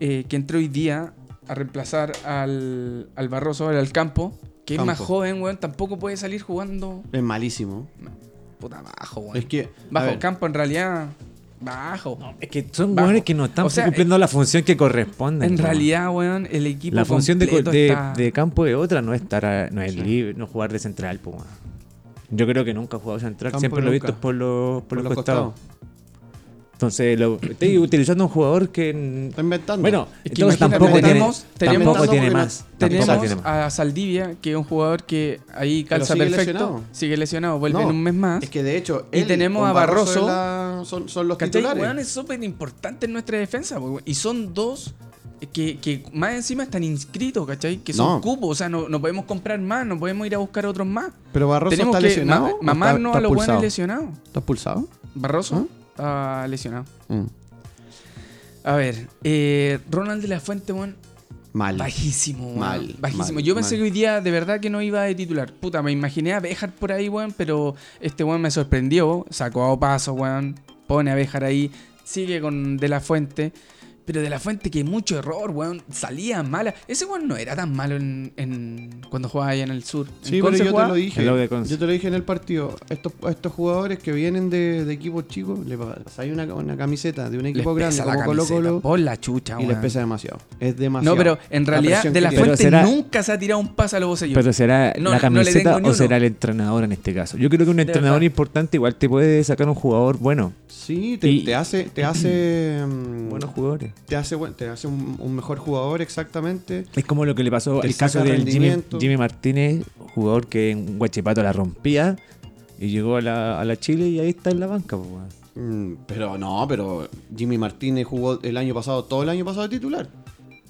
eh, que entró hoy día a reemplazar al, al Barroso, al, al campo, que es más
Campo.
joven, weón, tampoco puede salir jugando
Es malísimo.
puta bajo, weón.
Es que. a
Bajo
ver,
campo en realidad. Bajo.
Es que son
Bajo.
hueones que no están
O sea, eh,
cumpliendo la función que corresponde.
en realidad, weón, el equipo.
la función de, co-
completo
de-
está-
de campo de otra no es estar a- no es libre, no jugar de central, po, weón. Yo creo que nunca he jugado central,
Campo
siempre lo he
nunca.
visto por los, por
Por
los
los
costados. Entonces, lo, estoy utilizando un jugador que n-
Está inventando.
Bueno,
Es que
entonces
imagínate,
tampoco tiene,
tenemos-
tampoco
tenemos-
tiene
porque
más.
no-
tampoco
Tenemos
tiene más.
a Saldivia, que es un jugador que ahí
Pero
calza
sigue
perfecto.
lesionado.
Sigue lesionado, vuelve
No,
en un mes más.
Es que de hecho.
Y
él
tenemos
con
a Barroso.
es la- son, son los
¿Cachai?
titulares.
Weón, es súper importante en nuestra defensa, weón. Y son dos que, que más encima están inscritos, ¿cachai? Que son
No.
cupos, o sea, no, no podemos comprar más, no podemos ir a buscar otros más.
Pero Barroso
Tenemos
está
que
lesionado.
ma- mamarnos
¿Está- está
a los buenos
expulsado? ¿Ah?
lesionados.
¿Está expulsado?
Barroso, estaba lesionado.
Mm.
A ver, eh, Ronald de la Fuente, weón,
Mal.
bajísimo, weón.
Mal,
Bajísimo.
mal,
Yo pensé
mal.
que hoy día de verdad que no iba de titular. Puta, me imaginé a Bejar por ahí, weón, pero este weón me sorprendió. Sacó a paso, weón. Pone a Bejar ahí. Sigue con De la Fuente. Pero De la Fuente que mucho error, weón. Salía mala. Ese weón no era tan malo en, en- cuando jugaba allá en el sur. En
Sí, pero
Conce
yo te
jugaba-
lo dije.
El lado de Conce.
Yo te lo dije en el partido. Estos, a estos jugadores que vienen de, de equipos chicos, le pasáis una, una camiseta de un
les
equipo grande
pesa la
como Colo
camiseta,
Colo
por la chucha,
y
weón.
les pesa demasiado. Es demasiado.
No, pero en
La
realidad
presión
De
que
la
tiene.
Fuente
Pero será-
nunca se ha tirado un pase a los bocellos.
Pero será
No, no
la
le
camiseta
tengo ni
o
uno.
será el entrenador en este caso. Yo creo que un entrenador
verdad.
importante igual te puede sacar un jugador bueno,
Sí, te,
Y-
te hace, te hace, mm,
buenos jugadores.
te hace, buen- te hace un, un mejor jugador exactamente.
Es como lo que le pasó
Te
el
saca
caso del Jimmy,
rendimiento.
Jimmy Martínez, jugador que en Guachipato la rompía y llegó a la, a la Chile y ahí está en la banca. po, weón.
Mm, Pero no, pero Jimmy Martínez jugó el año pasado, todo el año pasado de titular.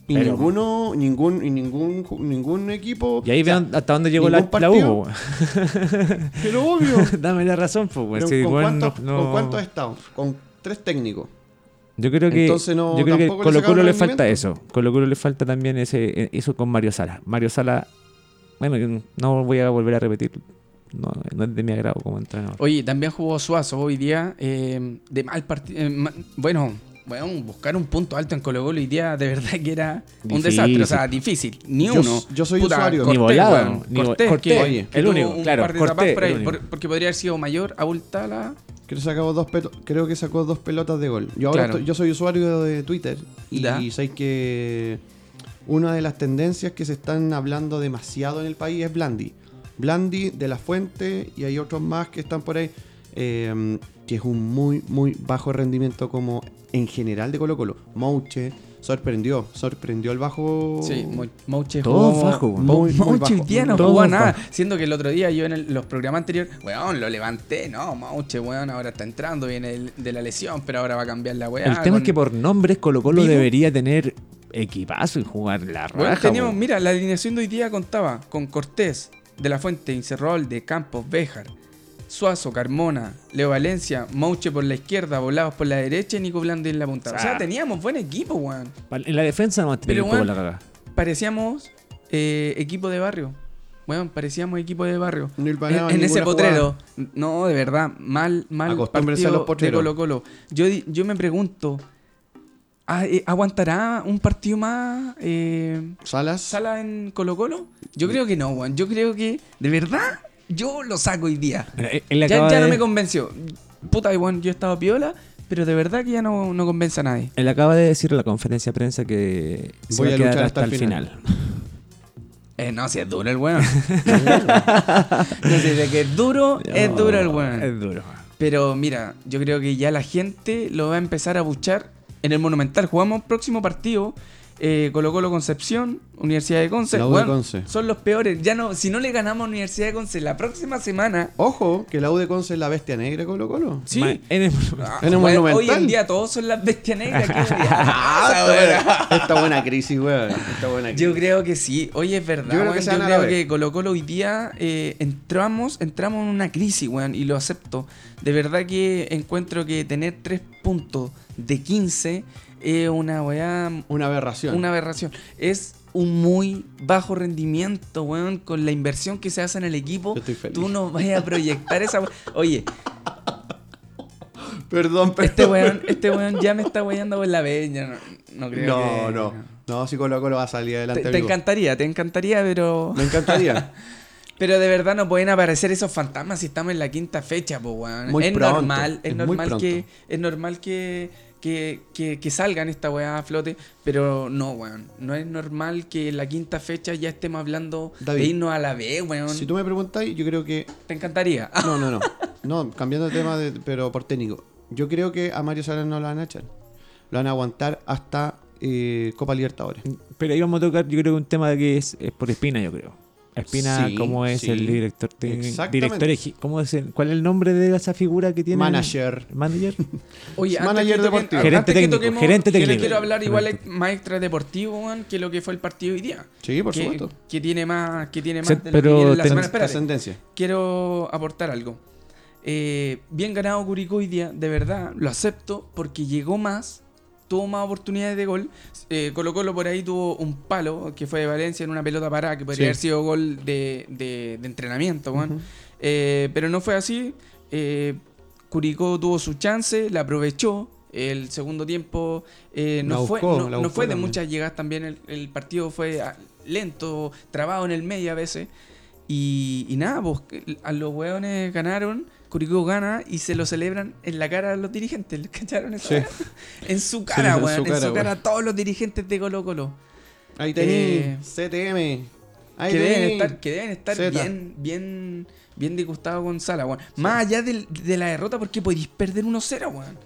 Y
Pero-
ninguno, ningún, y ningún, ju- ningún equipo.
Y ahí
o sea,
vean hasta dónde llegó la,
ningún
la U.
partido.
po, weón.
Pero obvio.
Dame la razón, po, weón.
Pero
Si el
¿con,
weón
cuánto,
no-
¿Con
no-
cuánto ha estado? Con tres técnicos.
Yo creo que,
Entonces no-
yo creo que
tampoco le
Colo Colo
sacaron
le falta eso.
rendimiento.
Colo Colo le falta también ese, e, eso con Mario Sala. Mario Sala, bueno, yo no voy a volver a repetir. No, no es de mi agrado como entrenador.
Oye, también jugó Suazo hoy día eh, de mal partido. bueno, bueno, buscar un punto alto en Colo Colo hoy día de verdad que era un
Difícil.
desastre. O sea, difícil. Ni
Yo-
uno.
yo soy usuario.
Ni volado, ni vo-
Cortés,
Cortés,
que-
oye,
que
el
tuvo
único,
un
claro,
par de tapas
Cortés,
por ahí,
el único.
por- porque podría haber sido mayor, abultada.
Creo que, sacó dos pelo- creo que sacó dos pelotas de gol. Yo, ahora
Claro.
estoy- yo soy usuario de Twitter y
Ya.
sabéis que una de las tendencias que se están hablando demasiado en el país es Blandi. Blandi, De La Fuente y hay otros más que están por ahí, eh, que es un muy, muy bajo rendimiento como en general de Colo Colo. Mouche sorprendió, sorprendió el bajo.
Sí, Mo- Mouche
Oh. Todo
jugó-
bajo,
Mo-
weón.
Muy, muy
Mouche hoy
bajo.
día no
Todo
jugó a
bajo.
nada. Siendo que el otro día yo en el- los programas anteriores, weón, lo levanté. No, Mouche, weón, ahora está entrando, viene el- de la lesión, pero ahora va a cambiar la weá.
el tema
con-
es que por nombres Colo Colo
Vivo.
debería tener equipazo y jugar la raja.
Bueno, teníamos,
po.
mira, la alineación de hoy día contaba con Cortés, De La Fuente, Incerrol, De Campos, Béjar, Suazo, Carmona, Leo Valencia, Mouche por la izquierda, Volados por la derecha y Nico Blandi en la punta. O sea,
Ah.
teníamos buen equipo, weón.
En la defensa no
Pero,
tener un poco
weón,
la cagada.
Parecíamos eh, equipo de barrio. Weón, parecíamos equipo de barrio.
No
En,
hilvanaban
en ese
ninguna
potrero, no, de verdad, mal, mal
Acostúmbrense a los
de
potreros.
Colo Colo. Yo, di- yo me pregunto, ¿ah, eh, ¿aguantará un partido más eh,
Salas.
sala en Colo Colo? Yo creo que no, weón. Yo creo que, de verdad, yo lo saco hoy día.
Mira, él- él
Ya,
acaba
ya no
de-
me convenció. Puta, weón, yo he estado piola, pero de verdad que ya no, no convence a nadie.
Él acaba de decir en la conferencia de prensa que
Voy
va
a
quedar
luchar hasta el
Eh, no, si es duro el weón. no, si de que es duro, es duro el weón.
Es duro.
Pero mira, yo creo que ya la gente lo va a empezar a buchar en el Monumental. Jugamos próximo partido. Eh, Colo Colo Concepción, Universidad de Conce.
La U de
Weón,
Conce.
Son los peores. Ya no, si no le ganamos a Universidad de Conce la próxima semana.
Ojo, que la U de Conce es la bestia negra, Colo Colo.
Sí.
Ma- en el-
Ah,
En el
weón, hoy
Monumental.
en día todos son las bestias negras. qué
Ah,
weá.
esta buena- esta buena crisis, weón. Esta buena crisis.
Yo creo que sí, hoy es verdad.
Yo creo que
weón.
se van a la vez.
Colo Colo hoy día eh, entramos, entramos en una crisis, weón, y lo acepto. De verdad que encuentro que tener 3 puntos de 15 es una weá,
Una aberración.
una aberración. Es un muy bajo rendimiento, weón, con la inversión que se hace en el equipo.
Yo estoy feliz.
Tú no vas a proyectar esa weá. Oye,
Perdón, perdón.
este weón, este weón ya me está weyando por la veña. No, no creo
no,
que-
no. No, si Colo Colo va a salir
Te,
adelante.
te
amigo.
encantaría, te encantaría, pero...
Me encantaría.
Pero de verdad no pueden aparecer esos fantasmas si estamos en la quinta fecha, po, weón.
Muy
es
pronto,
normal, es,
es muy
normal que,
pronto.
es normal que, que, que- que salgan esta weá a flote, pero no, weón. No es normal que en la quinta fecha ya estemos hablando de
David,
irnos a la B, weón.
si tú me preguntáis, yo creo que.
Te encantaría. Ah,
No, no, no. No, cambiando de tema, de- pero por técnico. Yo creo que a Mario Salas no lo van a echar. Lo van a aguantar hasta eh, Copa Libertadores.
Pero ahí vamos a tocar, yo creo que un tema que es, es por Espina, yo creo. Espina,
Sí,
¿cómo es
sí.
el director técnico?
Exactamente.
Director, eje- ¿cómo es el- ¿Cuál es el nombre de esa figura que tiene?
Manager.
Manager.
Oye,
Manager
antes que toquen-
deportivo.
antes
Gerente
que
técnico,
toquemos-
gerente
quiero-
técnico.
Quiero hablar igual
Gerente.
más extradeportivo, weón, que lo que fue el partido hoy día.
Sí, por
que,
supuesto.
Que tiene más, que tiene más
Sí,
de lo que
pero
viene en la
ten-
semana. Espérate.
Trascendencia.
quiero aportar algo. Eh, bien ganado Curicó hoy día, de verdad, lo acepto, porque llegó más, tuvo más oportunidades de gol. Eh, Colo Colo por ahí tuvo un palo, que fue de Valencia, en una pelota parada, que podría
Sí.
haber sido gol de, de- de entrenamiento, weón. Eh, pero no fue así. Eh, Curicó tuvo su chance, la aprovechó. El segundo tiempo eh, no,
La
fue,
buscó,
no,
la
no
buscó
fue de
también.
muchas llegadas también. El, el partido fue ah, lento, trabado en el medio a veces. Y, y nada, pues, que a los hueones ganaron, Curicó gana y se lo celebran en la cara a los dirigentes. ¿les ¿Cacharon esa
Sí.
weá? En su
lo
cara,
hicieron en
weón. En
su
su cara,
cara, weón.
todos los dirigentes de Colo Colo.
Ahí tení,
Eh,
CTM. Ahí
Que deben
tení.
estar, que deben estar
Zeta.
bien, bien, bien disgustados con Sala, weón. Más allá del- de la derrota, porque podéis perder 1-0, weón.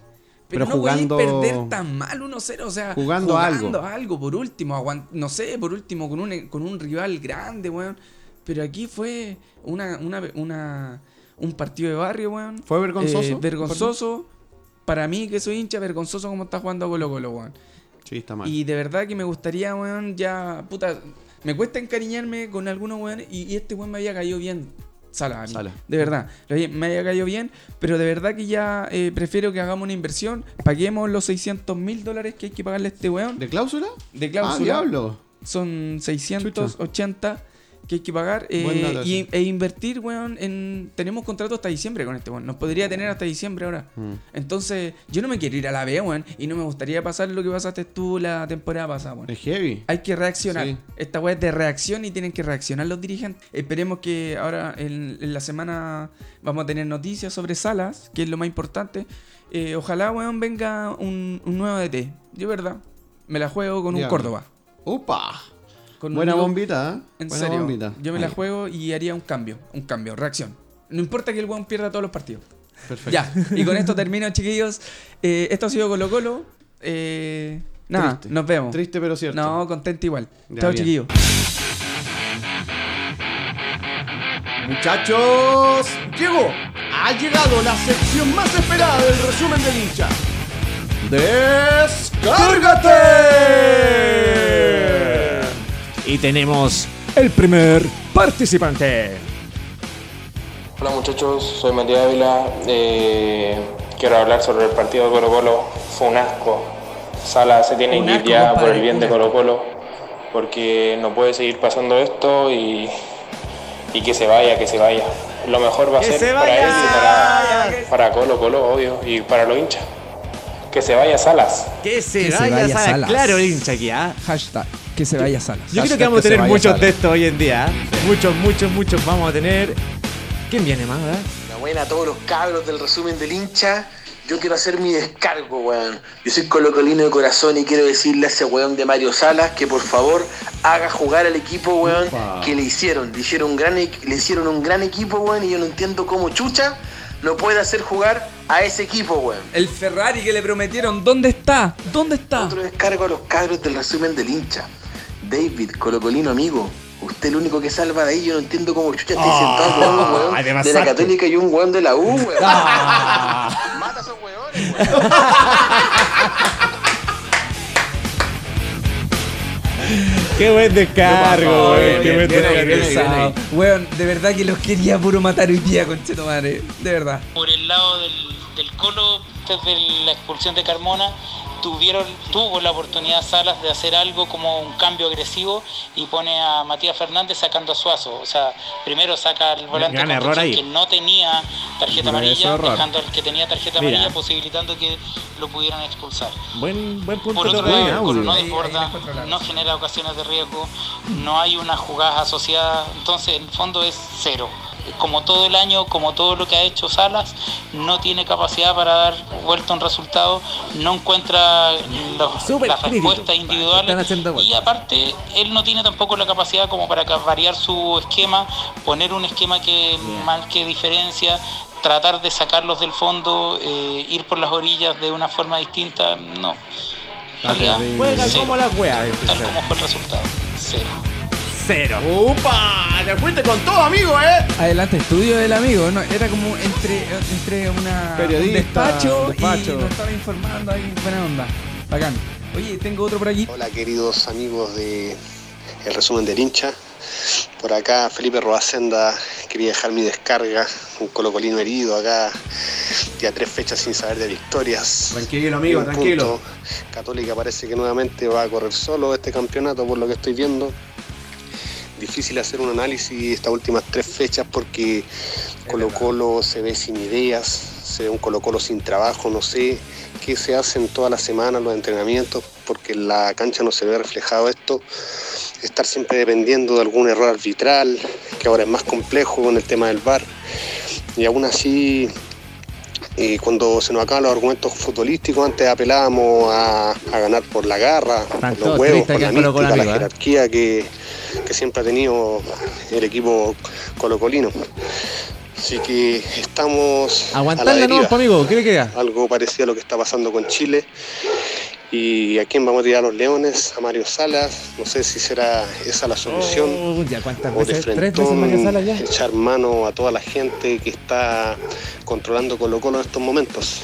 Pero,
Pero
no
jugando-
podéis perder tan mal 1-0, o sea,
Jugando algo.
por último, aguant- no sé, por último, con un, con un rival grande, weón. Pero aquí fue una, una, una- un partido de barrio, weón.
Fue vergonzoso.
Eh, vergonzoso. Para mí, que soy hincha, vergonzoso como está jugando Colo Colo, weón.
Sí, está mal.
Y de verdad que me gustaría, weón, ya. Puta, me cuesta encariñarme con algunos weones. Y, y este weón me había caído bien. Sala, a mí.
Sala.
De verdad. lo había- Me había caído bien. Pero de verdad que ya eh, prefiero que hagamos una inversión. Paguemos los 600 mil dólares que hay que pagarle a este weón. De,
¿De cláusula?
cláusula.
Ah, diablo.
Son 680 que hay que pagar. eh,
Buen dato,
y,
sí.
e invertir, weón, en. Tenemos contrato hasta diciembre con este weón. Nos podría tener hasta diciembre ahora.
Mm.
Entonces, yo no me quiero ir a la B, weón. Y no me gustaría pasar lo que pasaste tú la temporada pasada, weón.
Es heavy.
Hay que reaccionar.
Sí.
Esta weá es de reacción y tienen que reaccionar los dirigentes. Esperemos que ahora en, en la semana vamos a tener noticias sobre Salas, que es lo más importante. Eh, ojalá, weón, venga un, un nuevo DT. Yo, verdad, me la juego con un
Diablo.
Córdoba.
Opa.
Con un
Buena
Nico-
bombita, ¿eh?
En
Buena
serio,
bombita.
yo me la
Ahí.
juego y haría un cambio. Un cambio, reacción. No importa que el weón pierda todos los partidos.
Perfecto.
Ya, y con esto termino, chiquillos. Eh, esto ha sido Colo Colo. Eh, nada,
Triste.
nos vemos.
Triste pero cierto.
No, contento igual.
Ya,
Chao,
bien.
chiquillos.
Muchachos, llegó. Ha llegado la sección más esperada del resumen del hincha. ¡Descárgate!
Y tenemos el primer participante.
Hola muchachos, soy Matías Ávila. eh, quiero hablar sobre el partido de Colo Colo. Fue un asco. Sala se tiene
Un
que ir
asco,
ya
compadre,
por el bien
un
de
asco.
Colo Colo, porque no puede seguir pasando esto y, y que se vaya, que se vaya. Lo mejor va a ser para él y para, para Colo Colo, obvio, y para los hinchas. Que se vaya Salas.
Que se
Que se
vaya,
vaya
Salas.
Salas.
Claro, el hincha aquí, ¿ah?
Hashtag que se vaya Salas.
Yo creo
Hashtag
que vamos a
que se
tener
vaya
muchos
Salas.
de estos hoy en día. ¿ah? Muchos, muchos, muchos vamos a tener. ¿Quién viene más, verdad?
ah?
La buena a todos los cabros del resumen del hincha. Yo quiero hacer mi descargo, weón. Yo soy colocolino de corazón y quiero decirle a ese weón de Mario Salas que por favor haga jugar al equipo, weón,
Upa.
que le hicieron. Le hicieron, un gran, equ- le hicieron un gran equipo, weón, y yo no entiendo cómo Chucha no puede hacer jugar a ese equipo, weón.
El Ferrari que le prometieron, ¿dónde está? ¿Dónde está?
Otro descargo a los cabros del resumen del hincha. David, colocolino amigo, usted el único que salva de ahí. Yo no entiendo cómo chucha está sentado con un
ay,
weón de la
demasiado.
Católica y un weón de la U, weón. Mata a esos weones, weón.
Qué buen descargo,
Ay,
eh,
eh,
güey. Qué
bien,
buen
bien
descargo.
organizado. Weón, de verdad que los quería puro matar hoy día, concheto madre. De verdad.
por el lado del, del Colo, desde la expulsión de Carmona, tuvieron, tuvo la oportunidad Salas de hacer algo como un cambio agresivo y pone a Matías Fernández sacando a Suazo. O sea, primero saca al volante
Gran
Concha,
error ahí.
que no tenía tarjeta
Grueso
amarilla,
error.
dejando al que tenía tarjeta
Mira.
amarilla, posibilitando que lo pudieran expulsar.
Buen, buen punto
Por otro
de buen
lado, Colo
audio.
no
Ahí- ahí
desborda,
encuentro la
no genera ocasiones de riesgo, no hay unas jugadas asociadas, entonces el fondo es cero. Como todo el año, como todo lo que ha hecho Salas, no tiene capacidad para dar vuelta un resultado, no encuentra los-
Súper
las
crítico.
respuestas
Están
individuales
haciendo
y
vuelta.
aparte él no tiene tampoco la capacidad como para ca- variar su esquema, poner un esquema que marque diferencia, tratar de sacarlos del fondo, eh, ir por las orillas de una forma distinta, no. Calidad,
Juega
cero,
como la wea.
tal como fue el resultado, cero.
Cero.
¡Upa! ¡Te fuiste con todo, amigo, eh!
Adelante, estudio del amigo. ¿no? Era como entre, entre una, un
Periodista,
despacho,
despacho.
y nos estaba informando ahí. Buena onda. Bacán. Oye, tengo otro por aquí.
Hola queridos amigos de El Resumen del Hincha. Por acá Felipe Roacenda quería dejar mi descarga, un colocolino herido acá, ya tres fechas sin saber de victorias.
Tranquilo, amigo,
Y un
tranquilo.
punto. Católica parece que nuevamente va a correr solo este campeonato por lo que estoy viendo. Difícil hacer un análisis de estas últimas tres fechas porque Colo Colo se ve sin ideas, se ve un Colo Colo sin trabajo, no sé qué se hacen todas las semanas los entrenamientos porque en la cancha no se ve reflejado esto estar siempre dependiendo de algún error arbitral, que ahora es más complejo con el tema del VAR. Y aún así, eh, cuando se nos acaban los argumentos futbolísticos, antes apelábamos a, a ganar por la garra, por
todos
los huevos,
tristes
por
que
la
el Colo Colo
mística, la
arriba, ¿eh?
jerarquía que, que siempre ha tenido el equipo colocolino. Así que estamos a la
Aguantarla
deriva
no, amigo, ¿qué le queda?
algo parecido a lo que está pasando con Chile. ¿Y a quién vamos a tirar los leones? A Mario Salas. No sé si será esa la solución.
Oh, ya cuántas
o de
veces, tres veces Mario
frentón,
Salas ya.
echar mano a toda la gente que está controlando Colo Colo en estos momentos.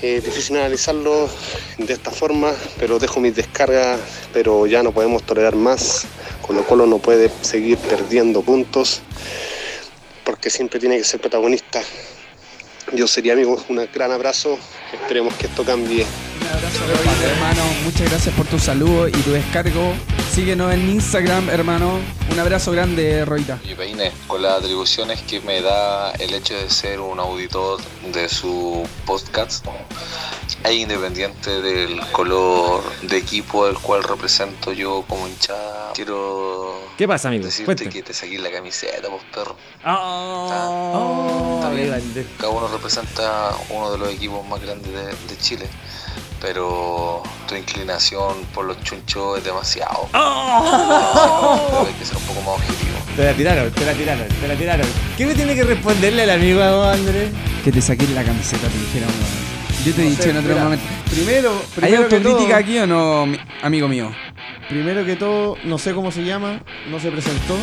Eh, difícil analizarlo de esta forma, pero dejo mis descargas, pero ya no podemos tolerar más. Colo Colo no puede seguir perdiendo puntos porque siempre tiene que ser protagonista. Yo sería amigos, un gran abrazo, esperemos que esto cambie.
Un abrazo, Roy, hermano. Muchas gracias por tu saludo y tu descargo. Síguenos en Instagram, hermano. Un abrazo grande, Roita.
Y Peine, con las atribuciones que me da el hecho de ser un auditor de su podcast, e independiente del color de equipo al cual represento yo como hinchada, quiero
¿Qué pasa, amigo?
decirte
Cuéntame.
que te saquís la camiseta, vos perro. Ah,
Oh,
Está bien. Cada uno representa uno de los equipos más grandes de, de Chile, pero tu inclinación por los chunchos es demasiado. Hay que ser un poco más objetivo.
Te la tiraron, te la tiraron, te la tiraron. ¿Qué me tiene que responderle al amigo Andrés?
Que te saqué la camiseta, te dijeron. Yo te he dicho en otro
mira,
momento.
Primero,
¿Hay
primero que todo,
autocrítica aquí o no, mi- amigo mío?
primero que todo, no sé cómo se llama, no se presentó.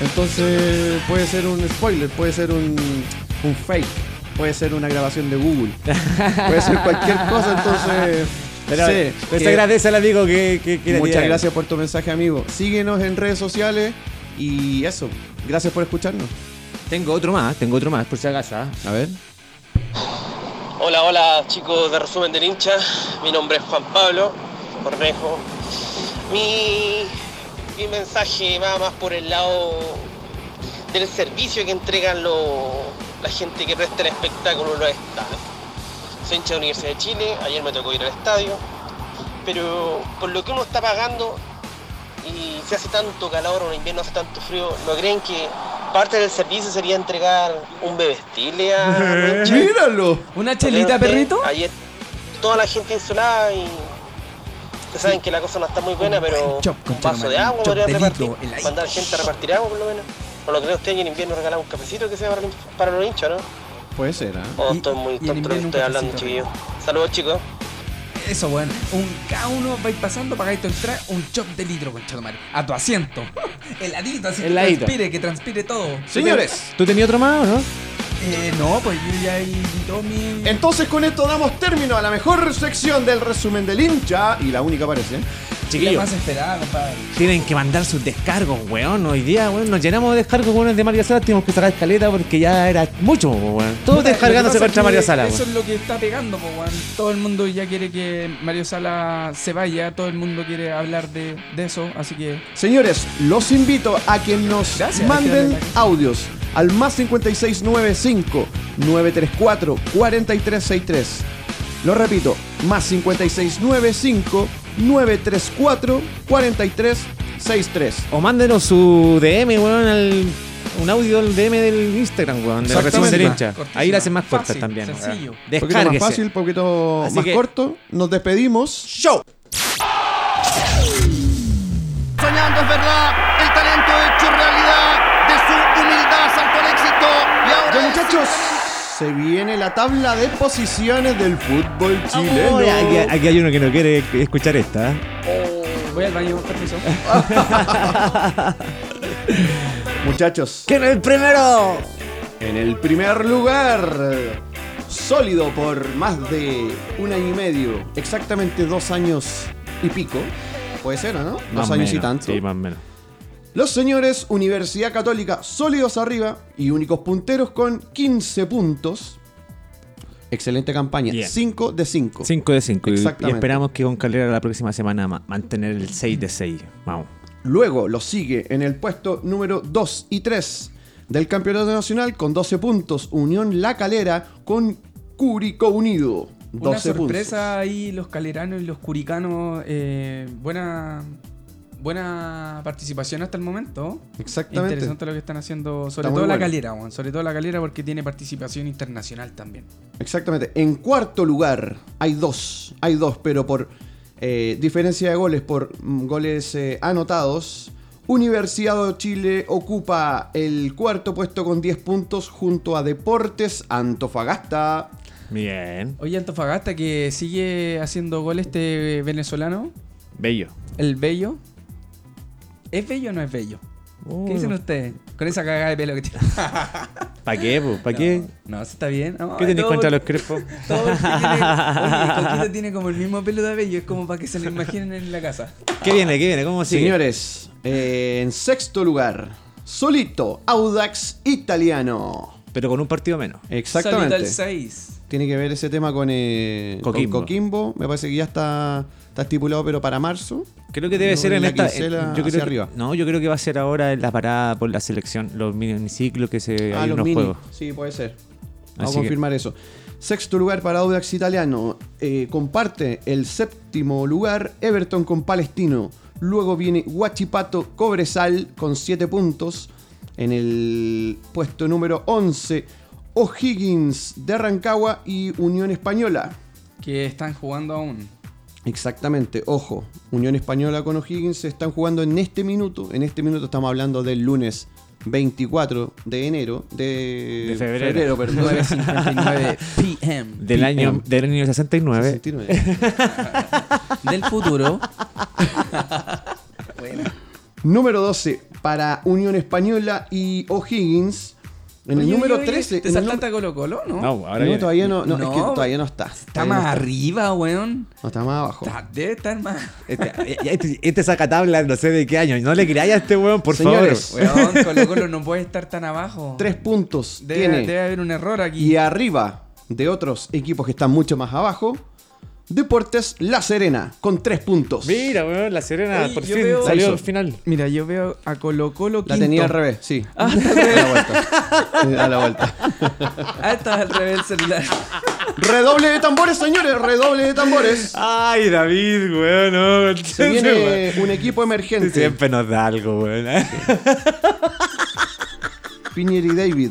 Entonces puede ser un spoiler, puede ser un, un fake, puede ser una grabación de Google, puede ser cualquier cosa, entonces...
Pero
sí,
pues
eh,
agradece al amigo que, que, que la
Muchas
tiraron.
gracias por tu mensaje, amigo. Síguenos en redes sociales y eso. Gracias por escucharnos.
Tengo otro más, tengo otro más, por si acaso. ¿ah?
A ver.
Hola, hola chicos de Resumen del Hincha. Mi nombre es Juan Pablo Cornejo. Mi, mi mensaje va más por el lado del servicio que entregan lo- la gente que presta el espectáculo en los estadios. Soy hincha de Universidad de Chile, ayer me tocó ir al estadio, pero por lo que uno está pagando y se hace tanto calor o en invierno hace tanto frío, ¿no creen que parte del servicio sería entregar un bebestible a los hinchas?
¡Míralo!
¿Una
Ayer, Ayer toda la gente insulada y. Ustedes saben que la cosa no está muy buena, pero
chop,
un
concha
vaso
de
de
madre,
agua
un
podría
chop de
repartir.
litro, heladito.
Mandar gente a repartir agua, por lo menos. ¿O lo cree usted que este en invierno regalar un cafecito que sea para, los- para los hinchas, no?
Puede ser, ¿ah?
O estoy muy
y en
tonto lo que
invierno un
estoy hablando,
cafecito,
chiquillos. Saludos, chicos.
Eso, weón. Un, cada uno vais pasando, pagáis tu entrada, un chop de litro, concha de madre. A tu asiento. Heladito, así que
Heladito.
transpire, que transpire todo.
Señores,
¿Tú tenías otro más o no?
Eh, no, pues yo ya ahí di todo mi.
entonces con esto damos término a la mejor sección del resumen del hincha y la única parece.
La
Chiquillos,
más esperada, compadre.
tienen que mandar sus descargos, weón. Hoy día, weón, nos llenamos de descargos, weón, de Mario Salas. Tuvimos que sacar escaleta porque ya era mucho, weón. Todos
Puta,
descargándose
lo
contra
que pasa es que
Mario Salas,
Eso
weón.
es lo que está pegando, po, weón. Todo el mundo ya quiere que Mario Sala se vaya, todo el mundo quiere hablar de, de eso, así que.
Señores, los invito a que nos
Gracias, hay que
manden
darle like.
audios al más 5695 934 4363. Lo repito, más 5695 934 4363.
O mándenos su DM, weón, al. Un audio del DM del Instagram, weón, de la
Exactamente.
Resumen del hincha.
Cortísima,
Ahí la hacen más cortas
fácil,
también. weón.
sencillo.
Un poquito más
Descárguese.
fácil, un poquito
Así
más
que-
corto. Nos despedimos. ¡Show!
Soñando es verdad, el talento hecho realidad, de su humildad saltó al éxito y ahora
Ya
es
muchachos, se viene la tabla de posiciones del fútbol chileno.
Oh, aquí, aquí hay uno que no quiere escuchar esta. ¿eh?
Voy al baño, permiso.
Muchachos,
¡Que no el primero!
en el primer lugar, sólido por más de un año y medio, exactamente dos años y pico, puede ser, ¿o ¿no? Dos
Más
años y
menos,
tanto.
Sí, más o menos.
Los señores Universidad Católica sólidos arriba y únicos punteros con 15 puntos. Excelente campaña.
Yeah.
5 de 5.
5 de 5. Y, y
Exactamente.
esperamos que con Calera la próxima semana ma- mantener el 6 de 6. Vamos.
Luego lo sigue en el puesto número 2 y 3 del Campeonato Nacional con 12 puntos. Unión La Calera con Curicó Unido. 12
Una
puntos.
sorpresa ahí los caleranos y los curicanos. eh, buena, buena participación hasta el momento.
Exactamente.
Interesante lo que están haciendo, sobre
Está muy
todo la
bueno.
calera, Juan, sobre todo la calera porque tiene participación internacional también.
Exactamente. En cuarto lugar hay dos. Hay dos, pero por eh, diferencia de goles, por mm, goles eh, anotados. Universidad de Chile ocupa el cuarto puesto con 10 puntos junto a Deportes Antofagasta.
Bien.
Oye, Antofagasta que sigue haciendo gol este venezolano,
Bello.
el Bello. ¿Es Bello o no es Bello?
Oh.
¿Qué dicen ustedes? Con esa cagada de pelo que tiene.
¿Para qué? po? ¿Para qué?
No, eso está bien. No,
¿Qué tenéis
todo
contra
por-
los crespos?
Todo porque tiene, oye, Coquito tiene como el mismo pelo de Bello, es como para que se lo imaginen en la casa.
¿Qué viene? ¿Qué viene? ¿Cómo sigue?
Señores, eh, en sexto lugar, solito, Audax Italiano.
Pero con un partido menos.
Exactamente.
Solito el 6.
Tiene que ver ese tema con, eh, con
Coquimbo.
Coquimbo. Me parece que ya está, está estipulado, pero para marzo.
Creo que debe
No,
ser en
la
esta.
quincena
en- yo creo
hacia
que-
arriba.
No, yo creo que va a ser ahora en la parada por la selección, los miniciclos que se.
Ah,
hay
los
unos
mini.
juegos.
Sí, puede ser.
Así
Vamos
que-
a confirmar eso. Sexto lugar para Audax Italiano. Eh, comparte el séptimo lugar Everton con Palestino. Luego viene Huachipato Cobresal con 7 puntos. En el puesto número 11, O'Higgins de Rancagua y Unión Española.
Que están jugando aún.
Exactamente, ojo, Unión Española con O'Higgins se están jugando en este minuto. En este minuto estamos hablando del lunes 24 de enero de,
De febrero.
perdón.
9.59 p.m.
Del
em.
año, del año 69.
69.
Del futuro.
número 12 para Unión Española y O'Higgins. En el
Oye,
número
oye, oye,
13.
¿Te
en el
saltaste a Colo Colo, no?
No,
nom-
ahora
no,
viene.
todavía no, no, es que
No.
todavía no está.
Está
Todavía
más
no
arriba, weón.
No está más abajo.
Está- Debe estar más.
Este, este- este saca tabla no sé de qué año. No le creáis a este weón, por
Señores.
favor.
Weón, Colo Colo no puede estar tan abajo.
Tres puntos
Debe,
tiene.
debe haber un error aquí.
Y arriba de otros equipos que están mucho más abajo, Deportes La Serena, con tres puntos.
Mira, weón, la Serena
Oye,
por
yo
fin
veo-
salió
Eso.
al final.
Mira, yo veo a Colo Colo
La
quinto.
tenía al revés, sí. a la vuelta. Sí, A la vuelta.
Ah, estaba al revés el celular.
Redoble de tambores, señores, redoble de
Ah,
tambores.
Ay, David, weón, no.
Se viene un equipo emergente.
Siempre nos da algo, weón.
Piñer y David.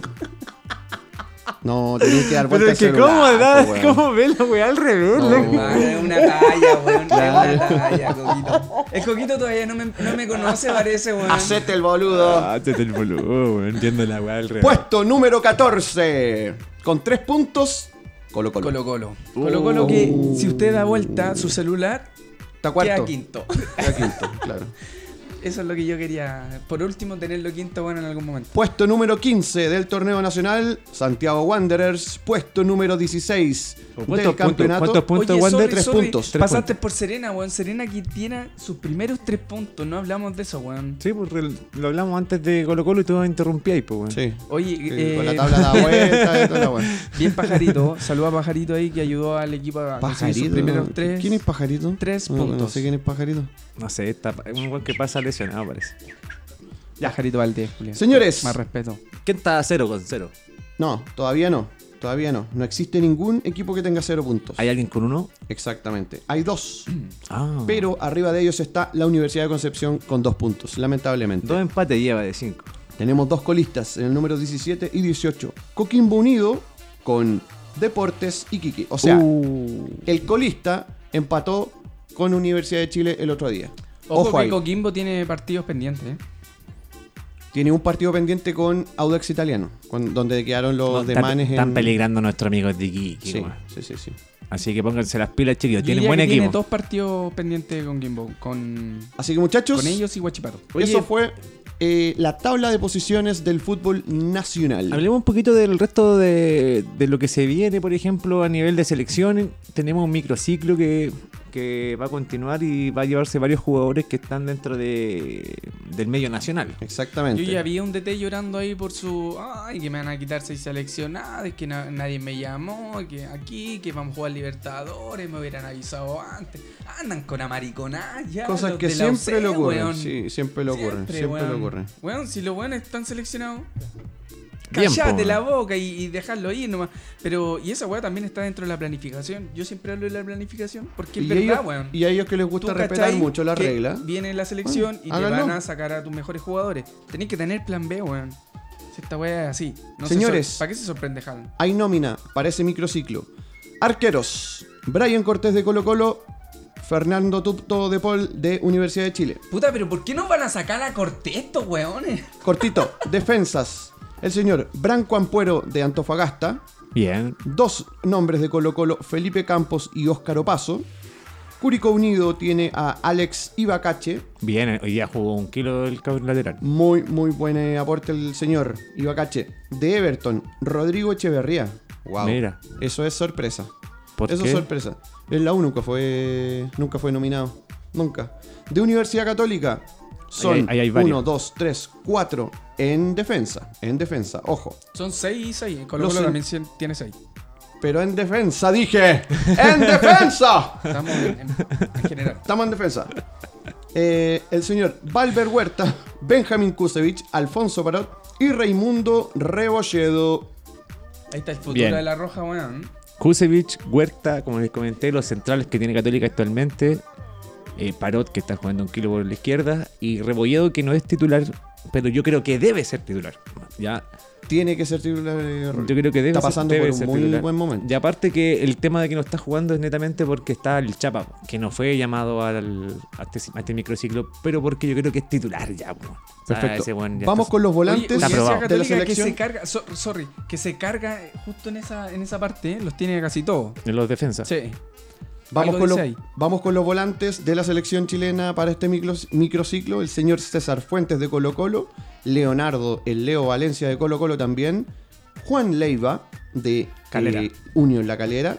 No, tenías que dar vuelta
Pero
al
es que,
celular,
¿cómo da?
po, weón.
¿Cómo ve la weá al revés?
No,
loco?
Ah, es una talla, weón. Es
Claro.
una talla, Coquito. El Coquito todavía no me, no me conoce, parece, weón.
Hacete el boludo.
Ah, te te el boludo, weón. Entiendo la weá al revés.
Puesto número 14. Con tres puntos. Colo Colo.
Colo Colo. Colo Colo que
Uh.
si usted da vuelta su celular,
Está cuarto.
queda quinto.
Queda quinto, claro.
Eso es lo que yo quería. Por último, tenerlo quinto bueno en algún momento.
Puesto número 15 del torneo nacional, Santiago Wanderers. Puesto número 16
¿Cuántos
del
puntos?
campeonato.
¿Cuántos puntos,
Oye,
Wander?
sorry,
tres
sorry,
puntos, tres
Pasaste por Serena, weón. Serena que tiene sus primeros tres puntos. No hablamos de eso, weón.
Sí, pues re- lo hablamos antes de Colo Colo y tú me interrumpías, pues, weón.
Sí.
Oye,
Que Con
eh,
la tabla da vuelta y toda la vuelta.
bien pajarito. Saluda a pajarito ahí que ayudó al equipo a conseguir sus
Pajarito.
primeros
¿no?
tres.
Mm. ¿Quién es Pajarito?
tres
No, no
puntos.
sé quién es Pajarito.
No sé, está, es un weón que pasa lesionado, parece.
Pajarito Valdés, Julián.
Señores.
Más respeto.
¿Quién está a cero con cero?
No, todavía no. Todavía no. No existe ningún equipo que tenga cero puntos.
¿Hay alguien con uno?
Exactamente. Hay dos.
Ah.
Pero arriba de ellos está la Universidad de Concepción con dos puntos, lamentablemente.
Dos empates lleva de cinco.
Tenemos dos colistas en el número 17 y 18. Coquimbo Unido con Deportes Iquique. O sea, el colista empató con Universidad de Chile el otro día.
Ojo,
Ojo,
que
ahí.
Coquimbo tiene partidos pendientes. ¿eh?
Tiene un partido pendiente con Audax Italiano, con- donde quedaron los
No, están,
demanes
están
en...
peligrando nuestros amigos de Iquique,
Sí,
weón.
sí, sí, sí.
Así que pónganse las pilas, chicos.
Yo
Tienen
diría
buen
que
equipo.
Tiene dos partidos pendientes con Coquimbo. Con,
Así que muchachos,
con ellos y Guachipato.
eso fue eh, la tabla de posiciones del fútbol nacional.
Hablemos un poquito del resto de, de lo que se viene, por ejemplo, a nivel de selección. Tenemos un microciclo que, que va a continuar y va a llevarse varios jugadores que están dentro de, del medio nacional.
Exactamente.
Yo ya vi un DT llorando ahí por su. Ay, que me van a quitar seis seleccionados, que na- nadie me llamó, que aquí, que vamos a jugar Libertadores, me hubieran avisado antes. Andan con amariconada ya.
Cosas
los
que
de la
siempre
UC,
le ocurren.
weón.
Sí, siempre le ocurren. Siempre, le
weón.
ocurren.
Weón, si los buenos están seleccionados,
Bien,
callate
po.
la boca y, y dejarlo ir nomás. Pero, y esa weá también está dentro de la planificación. Yo siempre hablo de la planificación porque es
Y,
verdad,
ellos,
weón.
y a ellos que les gusta
Tú
respetar
cachai
mucho la
que
regla.
Viene la selección y te
háganlo.
van a sacar a tus mejores jugadores. Tenés que tener plan B, weón. Si esta weá es así. No se
Señores.
sor- ¿Para qué se sorprende Haaland?
Hay nómina para ese microciclo. Arqueros. Brian Cortés de Colo Colo. Fernando Tupto de Paul de Universidad de Chile.
Puta, pero ¿por qué no van a sacar a Cortés estos weones?
Cortito. defensas. El señor Branco Ampuero de Antofagasta.
Bien.
Dos nombres de Colo Colo, Felipe Campos y Óscar Opaso. Curicó Unido tiene a Alex Ibacache.
Bien, hoy día jugó un kilo el cabrón lateral.
Muy, muy buen eh, aporte el señor Ibacache. De Everton, Rodrigo Echeverría. Wow.
Mira.
Eso es sorpresa.
¿Por
Eso
qué?
es sorpresa. El la U nunca fue, nunca fue nominado. Nunca. De Universidad Católica
Ahí
son
hay- ahí hay varios.
1, 2, 3, 4 en defensa. En defensa, ojo.
Son 6 y 6. Colo
Los
Colo
en-
también cien- tiene 6.
Pero en defensa, dije. ¡En defensa!
Estamos en, en- en general.
Estamos en defensa. Eh, el señor Valver Huerta, Benjamín Kusevich, Alfonso Parot y Raimundo Rebolledo.
Ahí está el futuro
Bien.
de la roja, weón.
Kusevich, Huerta, como les comenté, los centrales que tiene Católica actualmente. eh, Parot, que está jugando un kilo por la izquierda. Y Rebolledo, que no es titular, pero yo creo que debe ser titular. Ya,
Tiene que ser titular. eh, Rol.
yo creo que debe
Está
ser-
pasando
debe
por un
ser
muy
titular.
buen momento.
Y aparte que el tema de que no está jugando es netamente porque está el Chapa, que no fue llamado al, a, este, a este microciclo, pero porque yo creo que es titular ya. po. O sea,
Perfecto.
ese weón ya
Vamos
está-
con los volantes
Está
Universidad
aprobado.
de la
Católica que
selección.
se carga, so- sorry, que se carga eh, justo en esa, en esa parte, ¿eh? los tiene casi todos.
En los defensas.
Sí.
Vamos
Algo
con, los,
dice ahí.
vamos con los volantes de la selección chilena para este micro- microciclo. El señor César Fuentes de Colo Colo, Leonardo, el Leo Valencia de Colo Colo también, Juan Leiva de
Calera.
eh, Unión La Calera,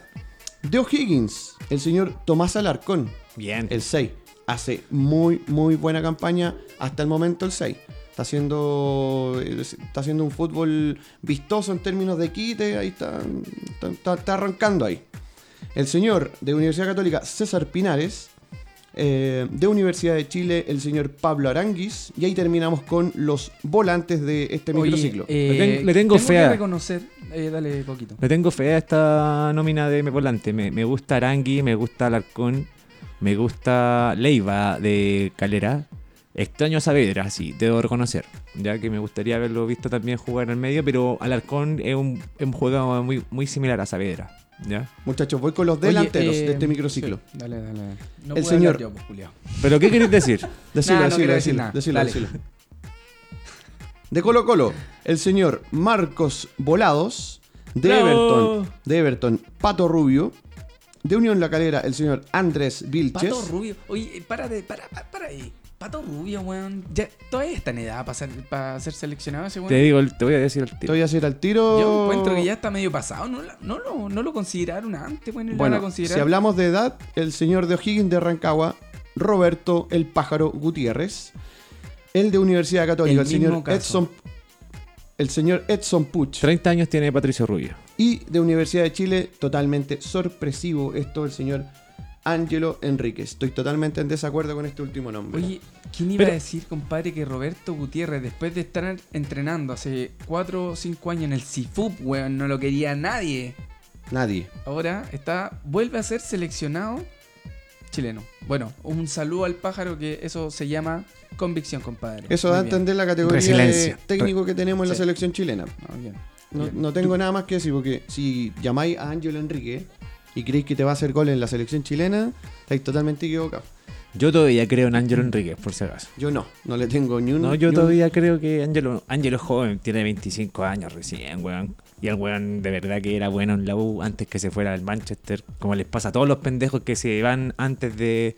de O'Higgins, el señor Tomás Alarcón,
Bien.
el 6. Hace muy, muy buena campaña hasta el momento el 6. Está haciendo, está haciendo un fútbol vistoso en términos de quite, ahí está, está- está- está arrancando ahí. El señor de Universidad Católica, César Pinares. eh, de Universidad de Chile, el señor Pablo Aranguis. Y ahí terminamos con los volantes de este
Oye,
microciclo.
eh,
Le ten- le tengo fe
que
a-
reconocer, eh, dale poquito.
Le tengo fe a esta nómina de volante. Me, me gusta Arangui, me gusta Alarcón, me gusta Leiva de Calera. Extraño a Saavedra, sí, debo reconocer. Ya que me gustaría haberlo visto también jugar al medio, pero Alarcón es un, es un jugador muy, muy similar a Saavedra. ¿ya?
Muchachos, voy con los
Oye,
delanteros
eh,
de este microciclo.
sí, dale, dale. dale. No
El
puedo
señor-
hablar yo, pues, culiao.
¿Pero qué quieres decir?
Decilo,
Nah, no
decilo,
quiero decir
decilo,
nada.
decilo,
Dale.
decilo. De Colo Colo, el señor Marcos Volados. De
Bravo.
Everton, de Everton, Pato Rubio. De Unión La Calera, el señor Andrés Vilches.
Pato Rubio. Oye, eh, para de, para, para, para ahí. Pato Rubio, weón. Ya, todavía está en edad para ser, para ser seleccionado ese weón.
Te digo, te voy a decir el
Te
tiro.
voy a hacer al tiro.
Yo encuentro que ya está medio pasado. No, la- no, lo, no lo consideraron antes, weón. y lo van a
Bueno, si
considerar.
hablamos de edad, el señor de O'Higgins de Rancagua, Roberto el Pájaro Gutiérrez, el de Universidad Católica, el,
El
señor
mismo caso.
Edson el señor Edson Puch
30 años tiene Patricio Rubio.
y de Universidad de Chile, totalmente sorpresivo esto el señor Ángelo Enríquez. Estoy totalmente en desacuerdo con este último nombre.
Oye, ¿quién iba
Pero-
a decir, compadre, que Roberto Gutiérrez, después de estar entrenando hace 4 o 5 años en el CIFUP, weón, no lo quería nadie?
Nadie.
Ahora está, vuelve a ser seleccionado chileno. Bueno, un saludo al pájaro que eso se llama convicción, compadre.
Eso
Muy
da a
bien.
entender la categoría
Resiliencia.
de técnico que tenemos en la
Sí.
selección chilena.
Ah, bien.
No,
Bien.
no tengo nada más que decir, porque si llamáis a Ángelo Enrique y creéis que te va a hacer gol en la selección chilena, estáis totalmente equivocados.
Yo todavía creo en Ángelo Enríquez, por si acaso.
Yo no, no le tengo ni un.
No, yo
ni un-
todavía creo que Ángelo, Ángelo es joven, tiene 25 años recién, weón. Y el weón de verdad que era bueno en la U antes que se fuera al Manchester, como les pasa a todos los pendejos que se van antes de,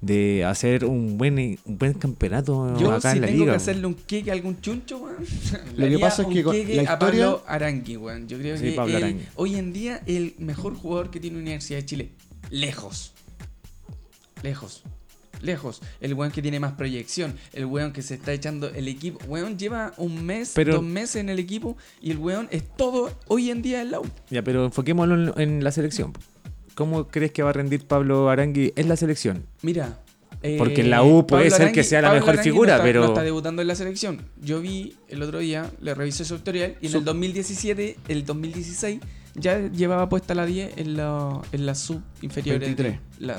de hacer un buen, un buen campeonato
Yo
acá
si
en
tengo
la liga.
que
weón.
hacerle un queque a algún chuncho, weón.
que
le haría
pasa es
un
que con-
queque
la
a
historia-
Pablo Arangui, weón. Yo creo
Sí,
que
Pablo
el-
Arangui.
hoy en día el mejor jugador que tiene Universidad de Chile. Lejos. Lejos. Lejos. El weón que tiene más proyección. El weón que se está echando el equipo. Weón lleva un mes,
Pero-
dos meses en el equipo. Y el weón es todo hoy en día en la U.
Ya, pero enfoquémoslo en, en la selección. ¿Cómo crees que va a rendir Pablo Arangui en la selección?
Mira. eh,
Porque la U puede ser que sea la mejor
Arangui no
figura,
está-
pero-
No está debutando en la selección. Yo vi el otro día, le revisé su tutorial y en
Su-
el 2017, el 2016, ya llevaba puesta la 10 en la, en la sub inferior.
23.
La,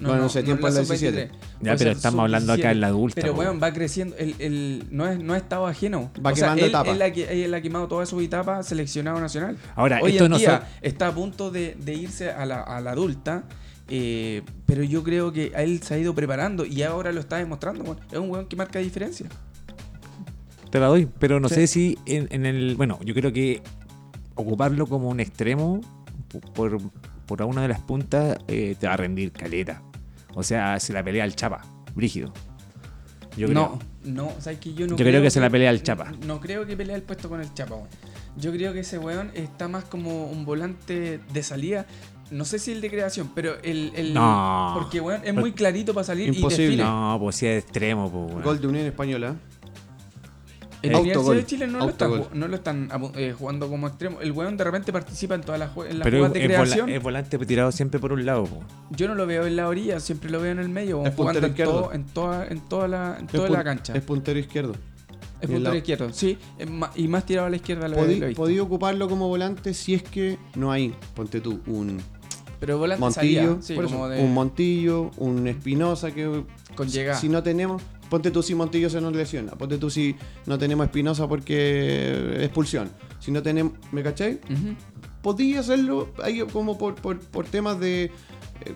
Bueno, ese tiempo en la 17.
Ya, pero estamos hablando acá en la adulta,
Pero
po.
bueno, va creciendo. El, el, no, es, no ha estado ajeno.
Va quemando
él,
etapa.
Él ha, que- él ha quemado toda su etapa seleccionado nacional.
Ahora,
Hoy
esto
en
no
día
son-
está a punto de, de irse a la, a la adulta, eh, pero yo creo que a él se ha ido preparando y ahora lo está demostrando. weón. es un weón que marca diferencia.
Te la doy, pero no
Sí.
sé si en, en el. Bueno, yo creo que ocuparlo como un extremo po- por, por una de las puntas eh, te va a rendir caleta. O sea, se la pelea al Chapa, brígido. Yo creo.
no, no, sabes que yo no
Yo creo que se la pelea el Chapa.
No, creo que pelea el puesto con el Chapa, weón. Yo creo que ese weón está más como un volante de salida. No sé si el de creación, pero el. el-
No.
Porque, weón, es muy clarito para salir
Imposible.
y define.
No, pues si es extremo, pues. weón.
Gol de Unión Española.
En la
Autogol.
Universidad de Chile no lo están,
Autogol.
ju- no lo están apu- eh, jugando como extremo. El weón de repente participa en todas las, jue- en las
Pero
jugadas
es,
de
es vola-
creación.
es volante tirado siempre por un lado, po.
Yo no lo veo en la orilla, siempre lo veo en el medio,
Es
jugando
puntero
en,
izquierdo.
todo- en toda, en toda la, en toda
Es
la
pun-
cancha.
Es
Es,
puntero izquierdo. y el
puntero
lado-
izquierdo, sí. es ma- y más tirado a la izquierda lo
Podí,
lo he visto.
podí ocuparlo como volante si es que no hay, ponte tú, un
Pero volante
Montillo,
salía, sí,
por eso,
como de-
un Montillo, un Espinosa que
con llegada.
si no tenemos, ponte tú si Montillo se nos lesiona, ponte tú si no tenemos Espinosa porque expulsión, si no tenemos, ¿me cachai?
Ujú.
Podía hacerlo ahí como por, por, por temas de eh,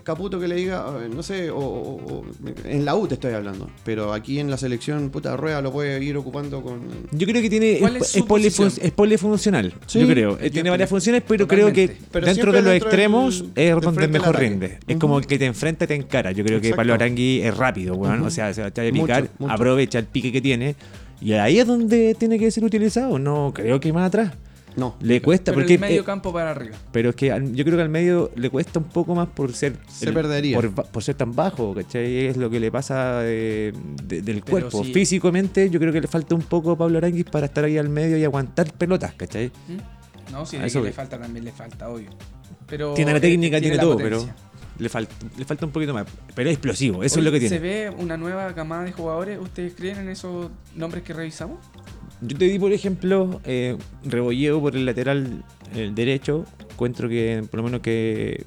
Caputo que le diga, eh, no sé, o, o- o- en la U te estoy hablando, pero aquí en la selección, puta rueda lo puede ir ocupando con
Yo creo que tiene.
¿Cuál
Es,
es su
es polifun-
posición?
es polifuncional.
Sí,
yo creo. Eh,
yo
tiene
creo.
varias funciones, pero creo que
Totalmente.
Pero
dentro
siempre
de los
dentro del-
extremos
del
es donde
frente
mejor
al ataque.
rinde. Es
Ujú.
como el que te enfrenta y te encara. Yo creo que
Exacto.
Pablo Arangui es rápido, weón. O sea, se va a echar a
Mucho,
picar,
mucho.
aprovecha el pique que tiene. Y ahí es donde tiene que ser utilizado. No creo que más atrás.
no,
Le cuesta,
Pero
porque.
el medio
eh,
campo para arriba.
pero es que al- yo creo que al medio le cuesta un poco más por ser.
Se perdería.
Por, ba- por ser tan bajo, ¿cachai? Es lo que le pasa de- de- del
Pero
cuerpo.
sí.
Físicamente, yo creo que le falta un poco a Pablo Aranguis para estar ahí al medio y aguantar pelotas, ¿cachai?
¿Mm? No, si
A
de
eso
que le
voy.
falta también le falta, obvio. Pero,
tiene la
eh,
técnica, tiene,
la
todo,
potencia.
pero le falta, le falta un poquito más. Pero es explosivo, eso
Oye,
es lo que
¿Se
tiene.
ve una nueva camada de jugadores? ¿Ustedes creen en esos nombres que revisamos?
Yo te di, por ejemplo, eh, Rebolledo por el lateral el derecho. Encuentro que, por lo menos, que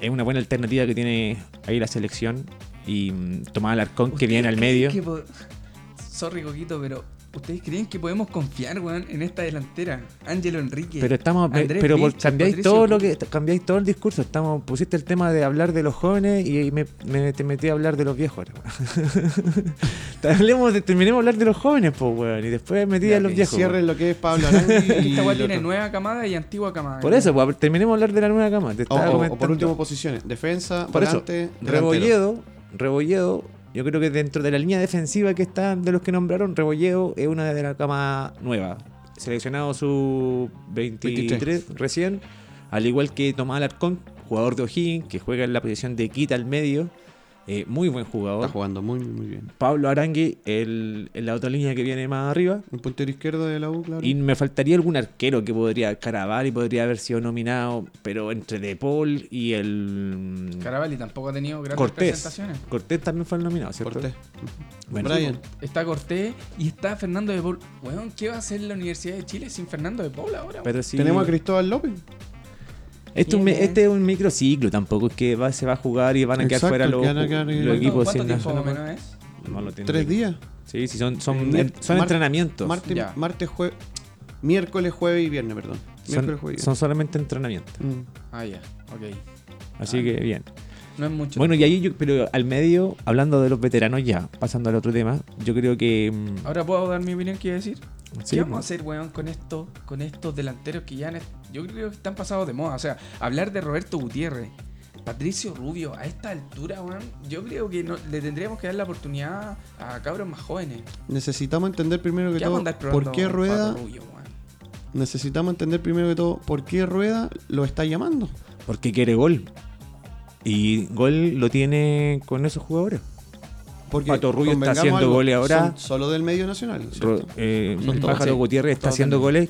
es una buena alternativa que tiene ahí la selección. Y mm, Tomás Alarcón, que
¿Ustedes
viene al
creen
medio.
que po- Sorry, Coquito, pero ¿ustedes creen que podemos confiar, weón, en esta delantera? Ángelo Enrique.
Pero estamos, eh,
Andrés
pero por,
Vilches,
cambiáis
Patricio
todo lo
Rubio.
que cambiáis todo el discurso. Estamos, pusiste el tema de hablar de los jóvenes y, ahí me, me- te metí a hablar de los viejos. ahora, weón. Hablemos, de- terminemos de hablar de los jóvenes, pues, weón, y después metí
Ya,
a los
que
viejos. weón.
cierren lo que es Pablo Arangui y
Esta weá
lo
tiene
otro.
nueva camada y antigua camada.
Por eso, pues, terminemos de hablar de la nueva cama. Te
O,
estaba
o- o Oh, por
comentando.
último, posiciones. Defensa,
Por eso,
volante, delantero.
Rebolledo, Rebolledo, yo creo que dentro de la línea defensiva que está de los que nombraron, Rebolledo es una de la cama nueva. Seleccionado su 23,
23.
recién, al igual que Tomás Alarcón, jugador de O'Higgins, que juega en la posición de quita al medio. eh, muy buen
Está
jugador.
jugando muy, muy bien.
Pablo Arangui, el, en la otra línea que viene más arriba.
Un puntero izquierdo de la U, claro.
Y me faltaría algún arquero que podría, Caraval, y podría haber sido nominado, pero entre De Paul y el.
Caravalli tampoco ha tenido grandes
pues. Cortés.
presentaciones.
Cortés también fue el nominado, ¿cierto?
Cortés.
Bueno,
Brian.
Está Cortés y está Fernando de Paul. Weón, ¿qué va a hacer la Universidad de Chile sin Fernando de Paul ahora?
pero sí.
Tenemos a Cristóbal López.
pues. este, es un, me- este es un microciclo, tampoco es que va, se va a jugar y van a quedar
Exacto,
fuera los,
que van a quedar-
los
¿Cuánto,
equipos
cuánto
sin
tiempo más o
nada.
menos es?
No lo tienen.
Tres días.
Sí, sí, son, son,
Mier-
en- son
mar-
entrenamientos.
Martes,
Ya.
martes jue- miércoles, jueves y viernes, perdón. Miércoles,
son,
jueves y
son solamente entrenamientos.
viernes. Mm.
Ah, ya, ok.
Así
Ah.
que bien.
No es mucho.
Bueno, y ahí yo, pero al medio, hablando de los veteranos ya, pasando al otro tema, yo creo que. mm,
Ahora puedo dar mi opinión, ¿qué iba a decir?
sí, pues.
¿Qué vamos a hacer, weón, con esto, con estos delanteros que ya han est- yo creo que están pasados de moda? O sea, hablar de Roberto Gutiérrez, Patricio Rubio, a esta altura, weón, yo creo que no- le tendríamos que dar la oportunidad a cabros más jóvenes.
Mm. Necesitamos entender primero que
¿Qué vamos a
todo
pues, andar probando
Pues por qué
con
Rueda.
Pato Rubio, weón?
Necesitamos entender primero que todo por qué Rueda lo está llamando.
Porque quiere gol. Y gol lo tiene con esos jugadores.
Porque
Pato Rubio está
convengamos
haciendo
algo,
goles ahora.
son solo del medio nacional. ¿cierto?
Ro- eh,
Son todos,
Pájaro
sí.
Gutiérrez está
Todos
haciendo
del-
goles.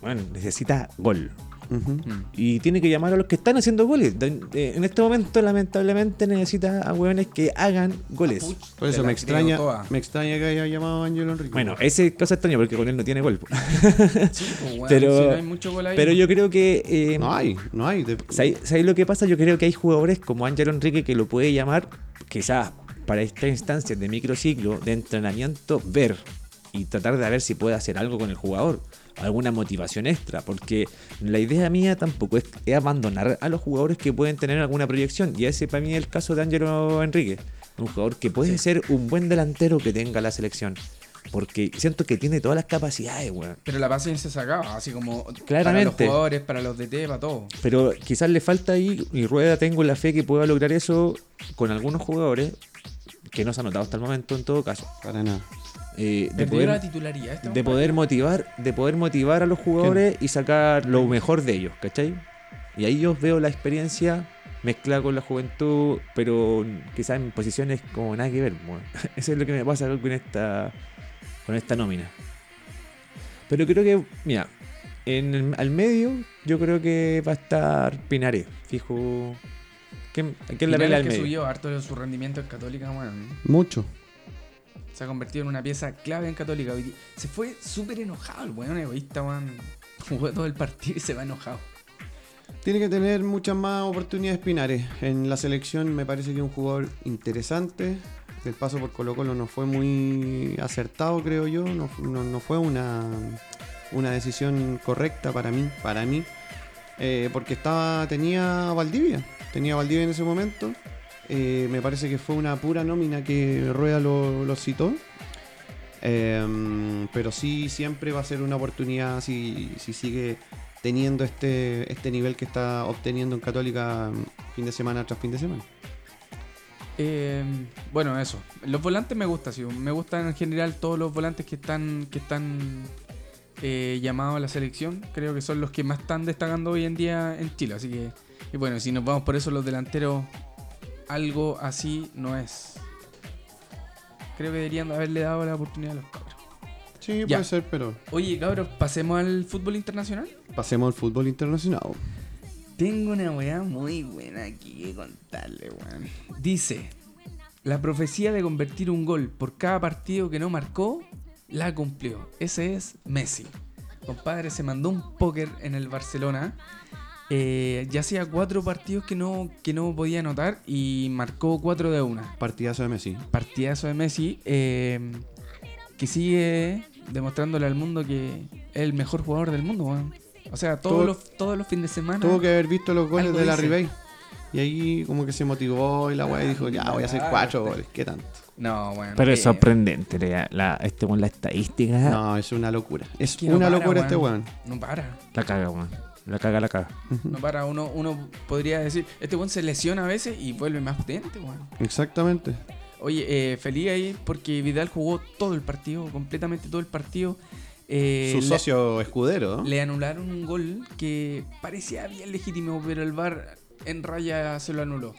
Bueno, necesita gol.
Ujú.
Y tiene que llamar a los que están haciendo goles. De- eh, En este momento, lamentablemente, necesita a hueones que hagan goles.
Por eso me extraña, me extraña que haya llamado a Ángel Enrique.
Bueno, ese caso extraño porque con él no tiene gol. po.
weón,
pero,
pues, si no hay mucho gol ahí.
pero yo creo que. eh,
no hay, no hay. de-
¿Sabéis sabéis lo que pasa? Yo creo que hay jugadores como Ángel Enrique que lo puede llamar, quizás para esta instancia de microciclo, de entrenamiento, ver y tratar de ver si puede hacer algo con el jugador, alguna motivación extra, porque la idea mía tampoco es, es abandonar a los jugadores que pueden tener alguna proyección, y ese para mí es el caso de Ángelo Enrique, un jugador que puede ser un buen delantero que tenga la selección, porque siento que tiene todas las capacidades, weón.
Pero la paciencia se acaba, así como para los
Claramente.
jugadores, para los DT, para todo.
Pero quizás le falta ahí, y Rueda tengo la fe que pueda lograr eso con algunos jugadores que no se han notado hasta el momento en todo caso.
Para nada.
Eh, de
Perdió la
poder,
titularidad. este
de
weón.
poder motivar, de poder motivar a los jugadores y sacar lo mejor de ellos, ¿cachai? Y ahí yo veo la experiencia mezclada con la juventud, pero quizás en posiciones como nada que ver. weón. Eso es lo que me pasa con esta con esta nómina. Pero creo que, mira, en el- al medio yo creo que va a estar Pinares, fijo. ¿Quién, a quién la
Linares
pelea al
que
medio?
subió harto de su rendimiento en Católica, weón.
Mucho.
Se ha convertido en una pieza clave en Católica. Hoy día- Se fue súper enojado el weón egoísta, weón. Jugó todo el partido y se va enojado.
Tiene que tener muchas más oportunidades Pinares. En la selección me parece que es un jugador interesante. El paso por Colo Colo no fue muy acertado, creo yo. No, fu- no- no fue una, una decisión correcta para mí, para mí. Eh, porque estaba, tenía a Valdivia. Tenía a Valdivia en ese momento. Eh, me parece que fue una pura nómina que Rueda lo, lo citó. Em, pero sí, siempre va a ser una oportunidad si, si sigue teniendo este, este nivel que está obteniendo en Católica mm, fin de semana tras fin de semana.
Eh, bueno, eso. Los volantes me gustan, sí. Me gustan en general todos los volantes que están, que están eh, llamados a la selección. Creo que son los que más están destacando hoy en día en Chile. Así que, y bueno, si nos vamos por eso, los delanteros, algo así no es. Creo que deberían haberle dado la oportunidad a los cabros.
Sí,
Ya.
puede ser, pero
Oye, cabros, pasemos al fútbol internacional.
pasemos al fútbol internacional.
Tengo una weá muy buena aquí que contarle, weón. Dice, la profecía de convertir un gol por cada partido que no marcó, la cumplió. Ese es Messi. Compadre, se mandó un póker en el Barcelona. Eh, ya hacía cuatro partidos que no, que no podía anotar y marcó cuatro de una
Partidazo de Messi.
Ah. partidazo de Messi, eh, que sigue demostrándole al mundo que es el mejor jugador del mundo, weón. O sea, todos
Tuvo-
los todos los fines de semana.
Tuvo que haber visto los goles
Algo
de la
dice.
Ribey. Y ahí como que se motivó y la weá y dijo, ya voy a hacer
claro,
cuatro
está-
goles, ¿qué tanto?
No, bueno.
Pero es
eh,
sorprendente la, la- este, con la estadística.
No, es una locura. Es
que no
una
para,
locura este
weón.
weón.
No para,
La caga, weón. La caga, la caga.
no para. Uno, uno podría decir, este weón se lesiona a veces y vuelve más potente, weón.
Exactamente.
Oye, eh, feliz ahí porque Vidal jugó todo el partido, completamente todo el partido. Eh,
Su
le-
socio escudero. ¿no?
Le anularon un gol que parecía bien legítimo, pero el VAR en raya se lo anuló.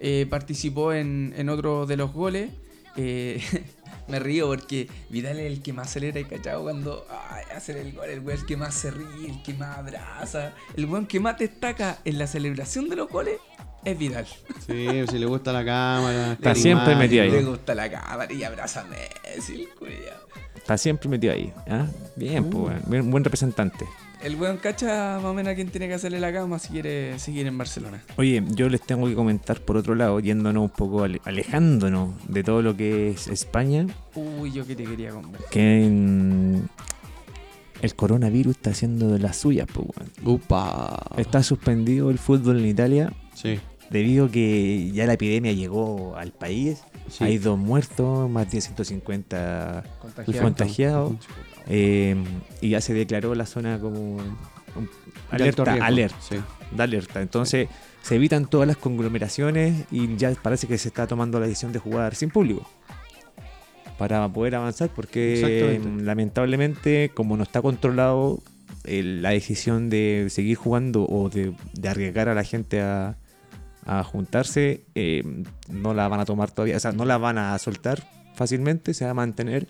Eh, participó en, en otro de los goles. Eh, me río porque Vidal es el que más celebra y cachado cuando ay, hace el gol, el güey el que más se ríe, el que más abraza, el buen que más destaca en la celebración de los goles es Vidal.
Sí, si le gusta la cámara.
Está
la
siempre
imagen.
metido ahí.
Le gusta la cámara y abraza a Messi, el culiao.
Está siempre metido ahí. ¿ah? Bien, pues, weón. Bien- buen representante.
El weón cacha más o menos a quién tiene que hacerle la cama si quiere seguir en Barcelona.
Oye, yo les tengo que comentar por otro lado, yéndonos un poco, ale- alejándonos de todo lo que es España,
Uy, yo que te quería conversar.
que en- el coronavirus está haciendo de las suyas, pues, weón.
Upa.
Está suspendido el fútbol en Italia
Sí.
debido a que ya la epidemia llegó al país.
Sí.
Hay dos muertos, más de 150
Contagiado.
contagiados. Eh, y ya se declaró la zona como un-
De alto
alerta,
riesgo.
alerta.
Sí.
de alerta. Entonces se evitan todas las conglomeraciones y ya parece que se está tomando la decisión de jugar sin público para poder avanzar porque
Exactamente.
lamentablemente como no está controlado eh, la decisión de seguir jugando o de, de arriesgar a la gente a, a juntarse eh, no la van a tomar todavía, o sea, no la van a soltar fácilmente, se va a mantener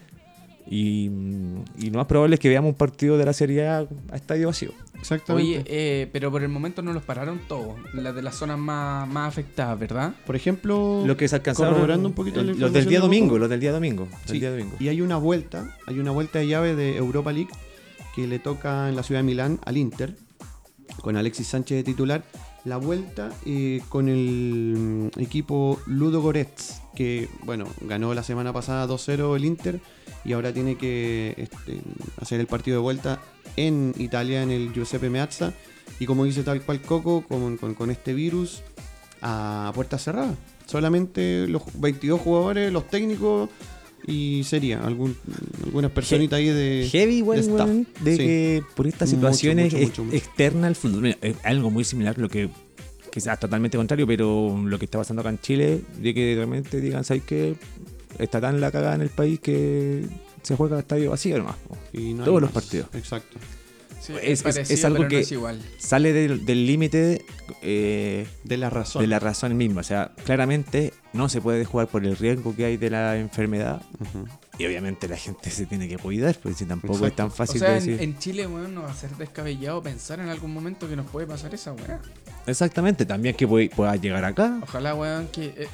y, mm, y lo más probable es que veamos un partido de la Serie A a estadio vacío.
Exactamente.
Oye, eh, pero por el momento no los pararon todos, las de las zonas más, más afectadas, ¿verdad?
Por ejemplo,
Lo que se alcanzaron
corroborando un poquito la
el- los del día
información de
domingo,
Copa.
los del día domingo, del
Sí,
día domingo.
Y hay una vuelta, hay una vuelta de llave de Europa League que le toca en la ciudad de Milán al Inter, con Alexis Sánchez de titular. La vuelta eh, con el mm, equipo Ludo Goretz, que bueno, ganó la semana pasada 2-0 el Inter y ahora tiene que este, hacer el partido de vuelta en Italia, en el Giuseppe Meazza. Y como dice tal cual Coco, con, con- con este virus a puerta cerrada. Solamente los 22 jugadores, los técnicos y sería algún, algunas personitas ahí de.
Heavy, igual,
de staff.
weón, de
Sí.
que por estas
Mucho,
situaciones
mucho, mucho,
ex-
mucho.
externa al fútbol, mira, es algo muy similar a lo que quizás totalmente contrario, pero lo que está pasando acá en Chile, de que realmente digan, ¿sabes qué? Está tan la cagada en el país que se juega a estadio vacío nomás. po".
Y no hay
Todos los
más.
partidos.
Exacto.
Sí,
Es, es-
parecido,
es algo
pero no
que
es igual.
sale del del límite eh,
De la razón.
de la razón misma. O sea, claramente no se puede jugar por el riesgo que hay de la enfermedad.
Ujú.
Y obviamente la gente se tiene que cuidar, porque si tampoco es
Exacto.
tan
O
fácil de
sea, en,
decir.
en Chile, weón, no va a ser descabellado pensar en algún momento que nos puede pasar esa weá.
Exactamente, también que puede- pueda llegar acá.
Ojalá, weón, que, eh,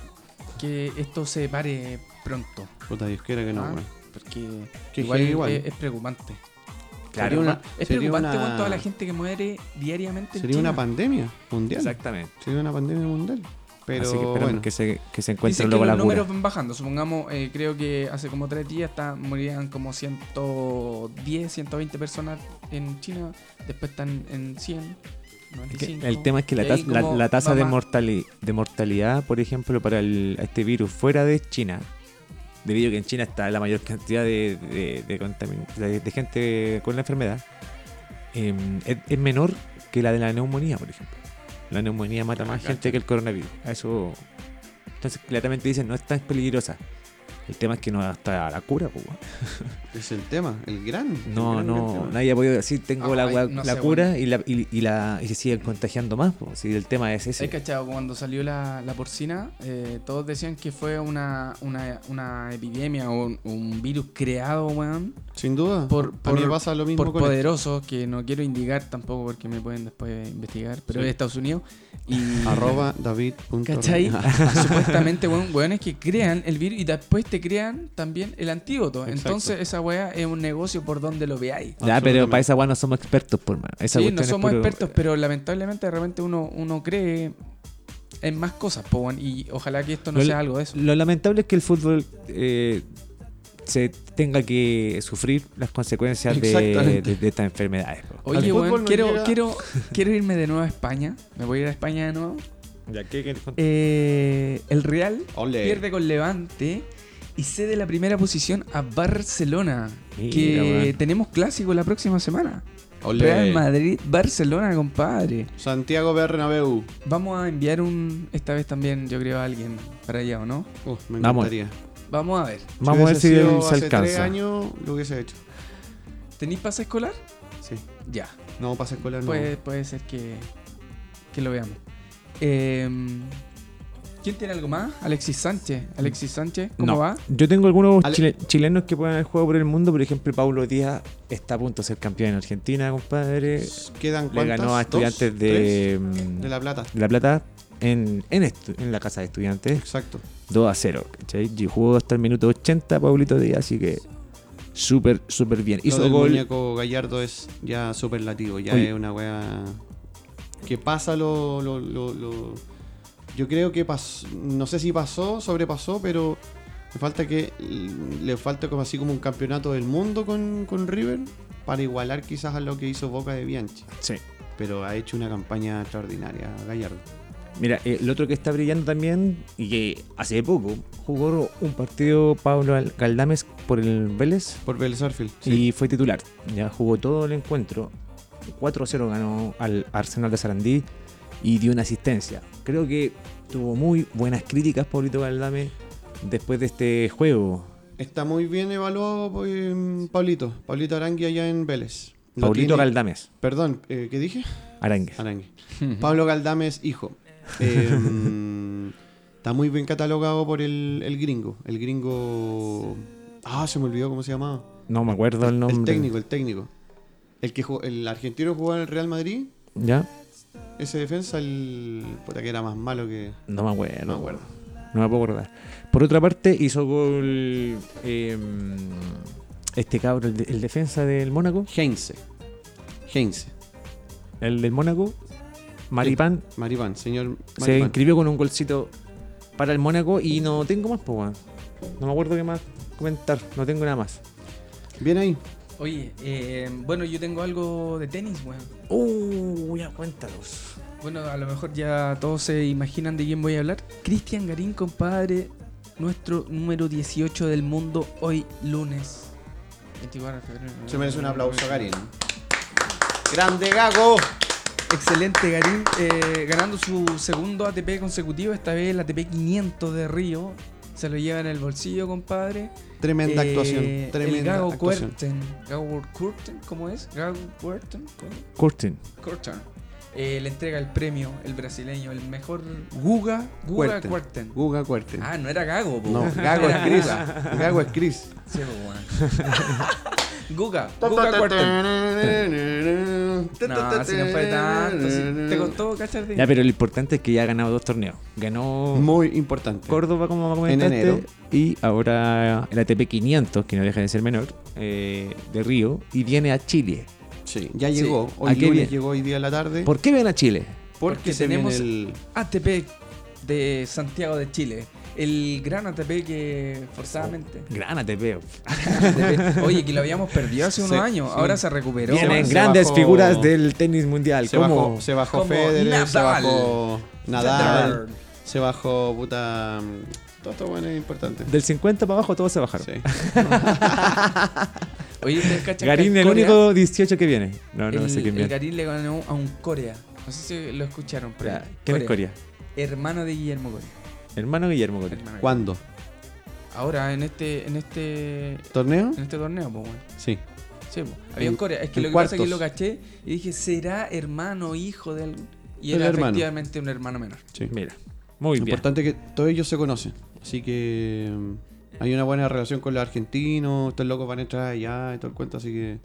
que esto se pare pronto.
Puta, Dios quiera que no,
Ah,
weón.
Porque
Que
igual,
heavy igual.
Es, es preocupante.
Claro,
Sería una- es
sería
preocupante
una-
con toda la gente que muere diariamente. en
Sería una
China.
pandemia mundial.
Exactamente.
Sería una pandemia mundial. Pero
Así que esperamos
bueno.
que, se, que se encuentre
Dicen que
luego
los
la
números
cura.
van bajando. Supongamos, eh, creo que hace como tres días está, morían como 110, 120 personas en China. Después están en 100.
Es que
95,
el tema es que la,
y ahí
tas- la-
como
la tasa
va
de,
más.
mortali- de mortalidad, por ejemplo, para el- este virus fuera de China, debido a que en China está la mayor cantidad de, de- de contamin- de- de gente con la enfermedad, eh, es, es menor que la de la neumonía, por ejemplo. La neumonía
Ah,
mata más gente que el coronavirus. A Eso, entonces, claramente dicen, no es tan peligrosa. El tema es que no está la cura, pues, weón.
Es el tema, el gran. el
No,
gran, gran
no,
tema.
nadie ha podido decir tengo
Ah,
la,
ay,
gua-
no
la
sé,
cura
bueno.
y, la, y, y la, y se siguen contagiando más. po. Si el tema es ese.
¿Hay cachado? Cuando salió la, la porcina, eh, todos decían que fue una, una, una epidemia o un, un virus creado, weón,
Sin duda.
Por-
a mí
por-
me pasa lo mismo
por
con esto.
poderosos, que no quiero indicar tampoco porque me pueden después investigar, pero
Sí.
es de Estados Unidos. Y
Arroba David. punto Ah.
¿Cachai?
Reyes.
Supuestamente, weón, weones que crean el virus y después te crean también el antídoto.
Exacto.
Entonces, esa weá es un negocio por donde lo veáis.
Ya, pero
absolutamente.
para esa weá no somos expertos, por mano. Esa
Sí,
cuestión
no
es
somos
puro- eh.
expertos, pero lamentablemente de repente uno, uno cree en más cosas, po, weón, y ojalá que esto no
Lo-
sea algo de eso.
Lo lamentable es que el fútbol eh, se tenga que sufrir las consecuencias de,
Exactamente.
de- de estas enfermedades. po.
Al
Oye,
fútbol
weón,
no
quiero,
llega-
quiero, quiero irme de nuevo a España. Me voy a ir a España de nuevo. Eh, el Real
Ole.
pierde con Levante y cede la primera posición a Barcelona.
Mira,
que
weón.
tenemos clásico la próxima semana.
Ole.
Real Madrid, Barcelona, compadre.
Santiago Bernabéu.
Vamos a enviar un. Esta vez también, yo creo, a alguien para allá, ¿o no?
Uh, me
Vamos.
encantaría.
Vamos a ver.
Vamos a ver si
hubiese
él
sido
se
hace tres
alcanza.
años lo hubiese hecho.
¿Tenéis pase escolar?
Sí.
Ya.
No, pasa escolar no.
Pues,
Puede, puede ser que, que lo veamos. Em, ¿Quién tiene algo más? Alexis Sánchez. Alexis Sánchez, ¿cómo
No.
va?
Yo tengo algunos
Ale-
chile- chilenos que pueden haber jugado por el mundo. Por ejemplo, Pablo Díaz está a punto de ser campeón en Argentina, compadre.
Quedan
Le
cuántas?
ganó a
¿Dos?
estudiantes
¿Tres?
de, mm,
De La Plata.
de La Plata en, en, estu- en la casa de estudiantes.
Exacto.
2 a 0. ¿cachai? Y jugó hasta el minuto 80 Pablito Díaz, así que súper, súper bien.
Lo
Hizo
del
gol.
muñeco Gallardo es ya superlativo, ya
Oye.
es una wea que pasa lo, lo- lo- lo- Yo creo que pasó, no sé si pasó, sobrepasó, pero me falta que le falta como así como un campeonato del mundo con, con River para igualar quizás a lo que hizo Boca de Bianchi.
Sí.
Pero ha hecho una campaña extraordinaria Gallardo.
Mira, eh, el otro que está brillando también y que hace poco jugó un partido Pablo Al- Galdames por el Vélez
Por Vélez Sarsfield,
y fue titular. Ya jugó todo el encuentro. 4 a 0 ganó al Arsenal de Sarandí. y dio una asistencia. Creo que tuvo muy buenas críticas Paulito Valdame después de este juego.
Está muy bien evaluado pues, Pablito, Pablito Arangui allá en Vélez. Lo
Paulito
tiene- Ah,
Galdames,
Perdón, eh, ¿qué dije?
Arangues.
Arangui. Pablo Galdames, hijo. Eh, está muy bien catalogado por el, el gringo. El gringo. Ah, se me olvidó cómo se llamaba.
No me acuerdo el nombre.
El técnico, el técnico. El que jugó- el argentino jugó en el Real Madrid.
¿Ya?
Ese defensa, el. Puta que era más malo que.
No me acuerdo.
No me acuerdo.
No me puedo acordar. Por otra parte, hizo gol eh, este cabro, el, de- el defensa del Mónaco.
Heinze. Heinze.
El del Mónaco, Maripán,
Maripán, señor
se
Maripán.
inscribió con un golcito para el Mónaco y no tengo más, pues, No me acuerdo qué más comentar, no tengo nada más.
Bien ahí.
Oye, eh, bueno, yo tengo algo de tenis, weón.
Uh, ya cuéntanos.
Bueno, a lo mejor ya todos se imaginan de quién voy a hablar. Cristian Garín, compadre, nuestro número 18 del mundo hoy lunes. 24 de febrero.
Se merece un aplauso, Karin. Grande Gago.
Excelente Garín, eh, ganando su segundo ATP consecutivo, esta vez el ATP 500 de Río. Se lo lleva en el bolsillo, compadre.
Tremenda
Eh,
actuación.
el
Tremenda
Gago
actuación.
Kuerten. Gago Kuerten, ¿cómo es? Gago Kuerten. ¿cómo?
Curtin.
Kuerten. Eh, le entrega el premio, el brasileño, el mejor Guga, Guga
Kuerten.
Kuerten.
Guga Cuerten.
Ah, no era Gago, po.
No, Gago es Chris. Gago es Chris.
Sí, po, weón. Guga, Guga Kuerten. No, si no fue tanto. si- te costó, cachar
Ya, pero lo importante es que ya ha ganado dos torneos. Ganó
Muy importante.
Córdoba, como comentaste,
enero.
y ahora el ATP 500, que no deja de ser menor, eh, de Río, y viene a Chile.
Sí, ya llegó.
¿A
Hoy
qué
lunes
viene?
llegó hoy día a la tarde.
¿Por qué viene a Chile?
porque
se
tenemos-
viene el-
ATP de Santiago de Chile. El gran ATP que forzadamente.
Gran ATP.
ATP. Oye, que lo habíamos perdido hace unos
Sí,
años.
sí.
Ahora se recuperó.
Vienen
se
grandes
bajó-
figuras del tenis mundial.
Se
como
bajó, se bajó
como
Federer, se
Nadal.
bajó Nadal,
Nadal.
se bajó puta. mm, Todo esto bueno es importante.
Del 50 para abajo todos se bajaron.
Sí.
Oye, ¿ustedes cachan
Garín,
que al
el
Corea,
único 18 que viene. No, no
el-
sé quién
el
viene.
Garín le ganó a un Corea. No sé si lo escucharon, pero.
Ya, ¿Quién es Corea?
Hermano de Guillermo Corea.
Hermano Guillermo Corea.
Hermano de-
¿Cuándo?
Ahora, en este, en este. En
¿Torneo?
este torneo, pues bueno.
Sí.
Sí, po. había un Corea. Es que
en
lo que pasa es que
cuartos.
lo caché y dije, ¿será hermano hijo de algo? Y
El
era
hermano.
efectivamente un hermano menor.
sí.
Mira, muy
Lo
bien.
importante es que todos ellos se conocen. Así que mm, hay una buena relación con los argentinos. Estos locos van a entrar allá y todo el cuento. Así que.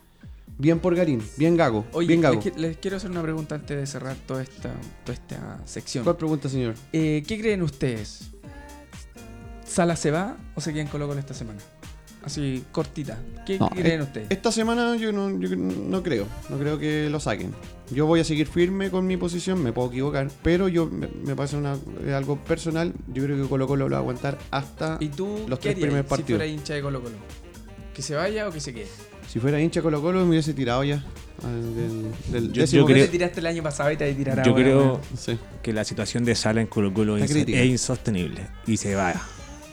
Bien por Garín, bien Gago.
Oye,
bien
les,
Gago.
qui- les quiero hacer una pregunta antes de cerrar toda esta, toda esta sección.
¿Cuál pregunta, señor?
Eh, ¿Qué creen ustedes? ¿Sala se va o se queda en Colo Colo esta semana? Así, cortita. ¿Qué
No,
creen
eh,
ustedes?
Esta semana yo no, yo no creo, no creo que lo saquen. Yo voy a seguir firme con mi posición, me puedo equivocar, pero yo me, me pasa una, eh, algo personal. Yo creo que Colo Colo lo va a aguantar hasta
¿Y tú
Ah. los
qué
tres primeros
harías si
partidos.
fuera hincha de Colo Colo? ¿Que se vaya o que se quede?
si fuera hincha Colo Colo me hubiese tirado ya al- del, del
Yo- yo
décimo
Tú
creo-
te tiraste el año pasado y te vas a tirar
Yo
ahora,
creo
weón.
Sí.
que la situación de Sala en Colo Colo
Está
es,
crítica.
es insostenible. Y se va.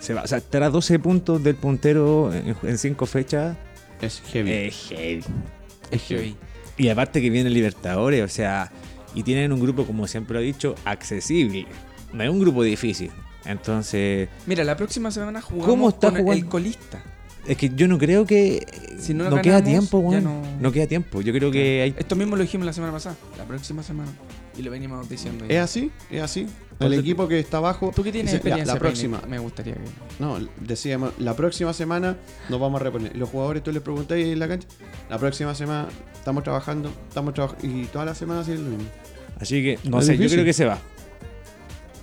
Se va. O sea, estará 12 puntos del puntero en- en 5 fechas.
Es heavy.
Es heavy.
es heavy.
Y aparte que vienen Libertadores, o sea, y tienen un grupo, como siempre lo he dicho, accesible. No es un grupo difícil. Entonces,
Mira, la próxima semana jugamos
¿Cómo está
con el
jugando?
colista.
es que yo no creo que.
Si no lo
no queda
ganamos,
tiempo,
ya
weón.
no-
No... queda tiempo. Yo creo que hay.
Esto mismo lo dijimos la semana pasada. La próxima semana. Y lo venimos diciendo.
Es así, es así. El equipo que está abajo.
¿Tú qué tienes
dice, ya,
experiencia?
La
Peine?
próxima.
Me gustaría que...
No, decíamos, la próxima semana nos vamos a reponer. Los jugadores, tú les preguntas en la cancha, la próxima semana estamos trabajando, estamos trabajando, y todas las semanas es lo mismo.
Así que, no
Es
sé,
difícil.
yo creo que se va.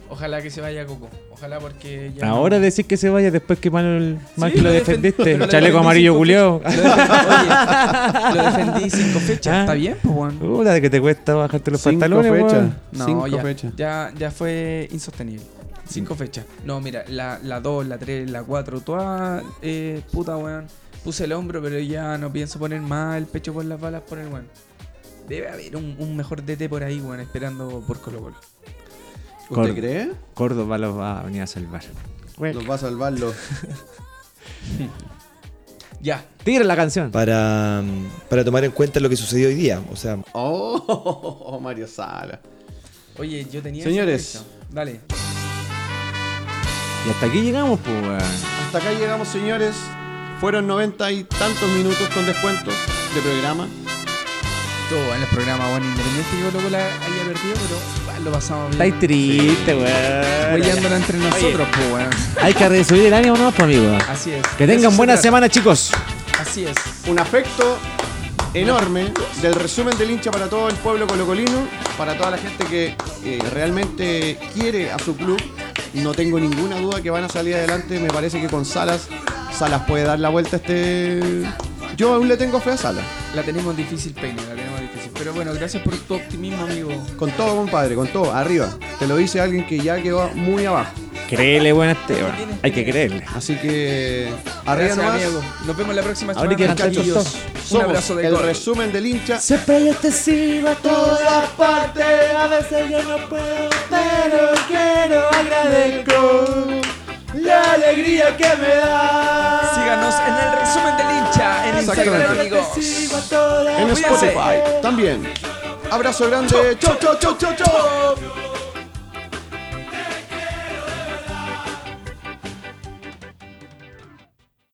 Ojalá que se vaya Coco. Ojalá porque ya...
Ahora
no-
decir que se vaya después que mal, mal
Sí,
que lo
lo
defendiste.
defendí.
Chaleco amarillo culiao.
Lo defendí, oye, lo defendí cinco fechas.
Ah.
¿Está bien, pues, weón?
Uh, la de que te cuesta bajarte los pantalones, weón.
No,
cinco
ya,
fechas.
Ya, ya fue insostenible.
Mm.
Cinco fechas. No, mira, la 2, la 3, la 4. Todas, eh, puta, weón. Puse el hombro, pero ya no pienso poner más el pecho por las balas por el weón. Debe haber un, un mejor DT por ahí, weón, esperando por Colo Colo.
¿Usted
Cor-
cree?
Córdoba los va a venir a salvar.
Los va a salvar los.
Ya,
Tira la canción.
para, para tomar en cuenta lo que sucedió hoy día. O sea,
Oh, Mario Sala.
Oye, yo tenía.
Señores.
eso hecho. Dale.
Y hasta aquí llegamos, pues, weón.
Hasta acá llegamos, señores. Fueron noventa y tantos minutos con descuento de programa.
Todo en el programa, bueno, independiente yo luego la haya perdido, pero ah, lo pasamos bien.
Estáis triste, weón.
Huellándola entre nosotros, pues, weón.
Hay que resubir el ánimo nomás, pues, amigo.
Así es.
Que
De
tengan
eso
buena
se trata.
semana, chicos.
Así es.
Un afecto enorme del resumen del hincha para todo el pueblo colocolino, para toda la gente que eh, realmente quiere a su club. No tengo ninguna duda que van a salir adelante. Me parece que con Salas, Salas puede dar la vuelta a este. Yo aún le tengo fe a Salas.
La tenemos difícil, Peine, la tenemos difícil. Pero bueno, gracias por tu optimismo, amigo.
Con todo, compadre, con todo, arriba. Te lo dice alguien que ya quedó muy abajo.
Créele, weón, Esteban. Hay que creerle.
Así que arriba
Gracias,
nomás.
amigo. Nos vemos la próxima
Ahora hay
semana,
que arrancar
muchachos.
estos
Un
Somos
abrazo de
el
gol.
resumen del hincha.
Siempre yo te sigo a todas partes. A veces yo no puedo, pero quiero agradezco la alegría que me da.
Síganos en el resumen del hincha en Instagram,
Exactamente.
amigos.
en
Cuídense.
Spotify también. Abrazo grande. Chau, chau, chau, chau, chau.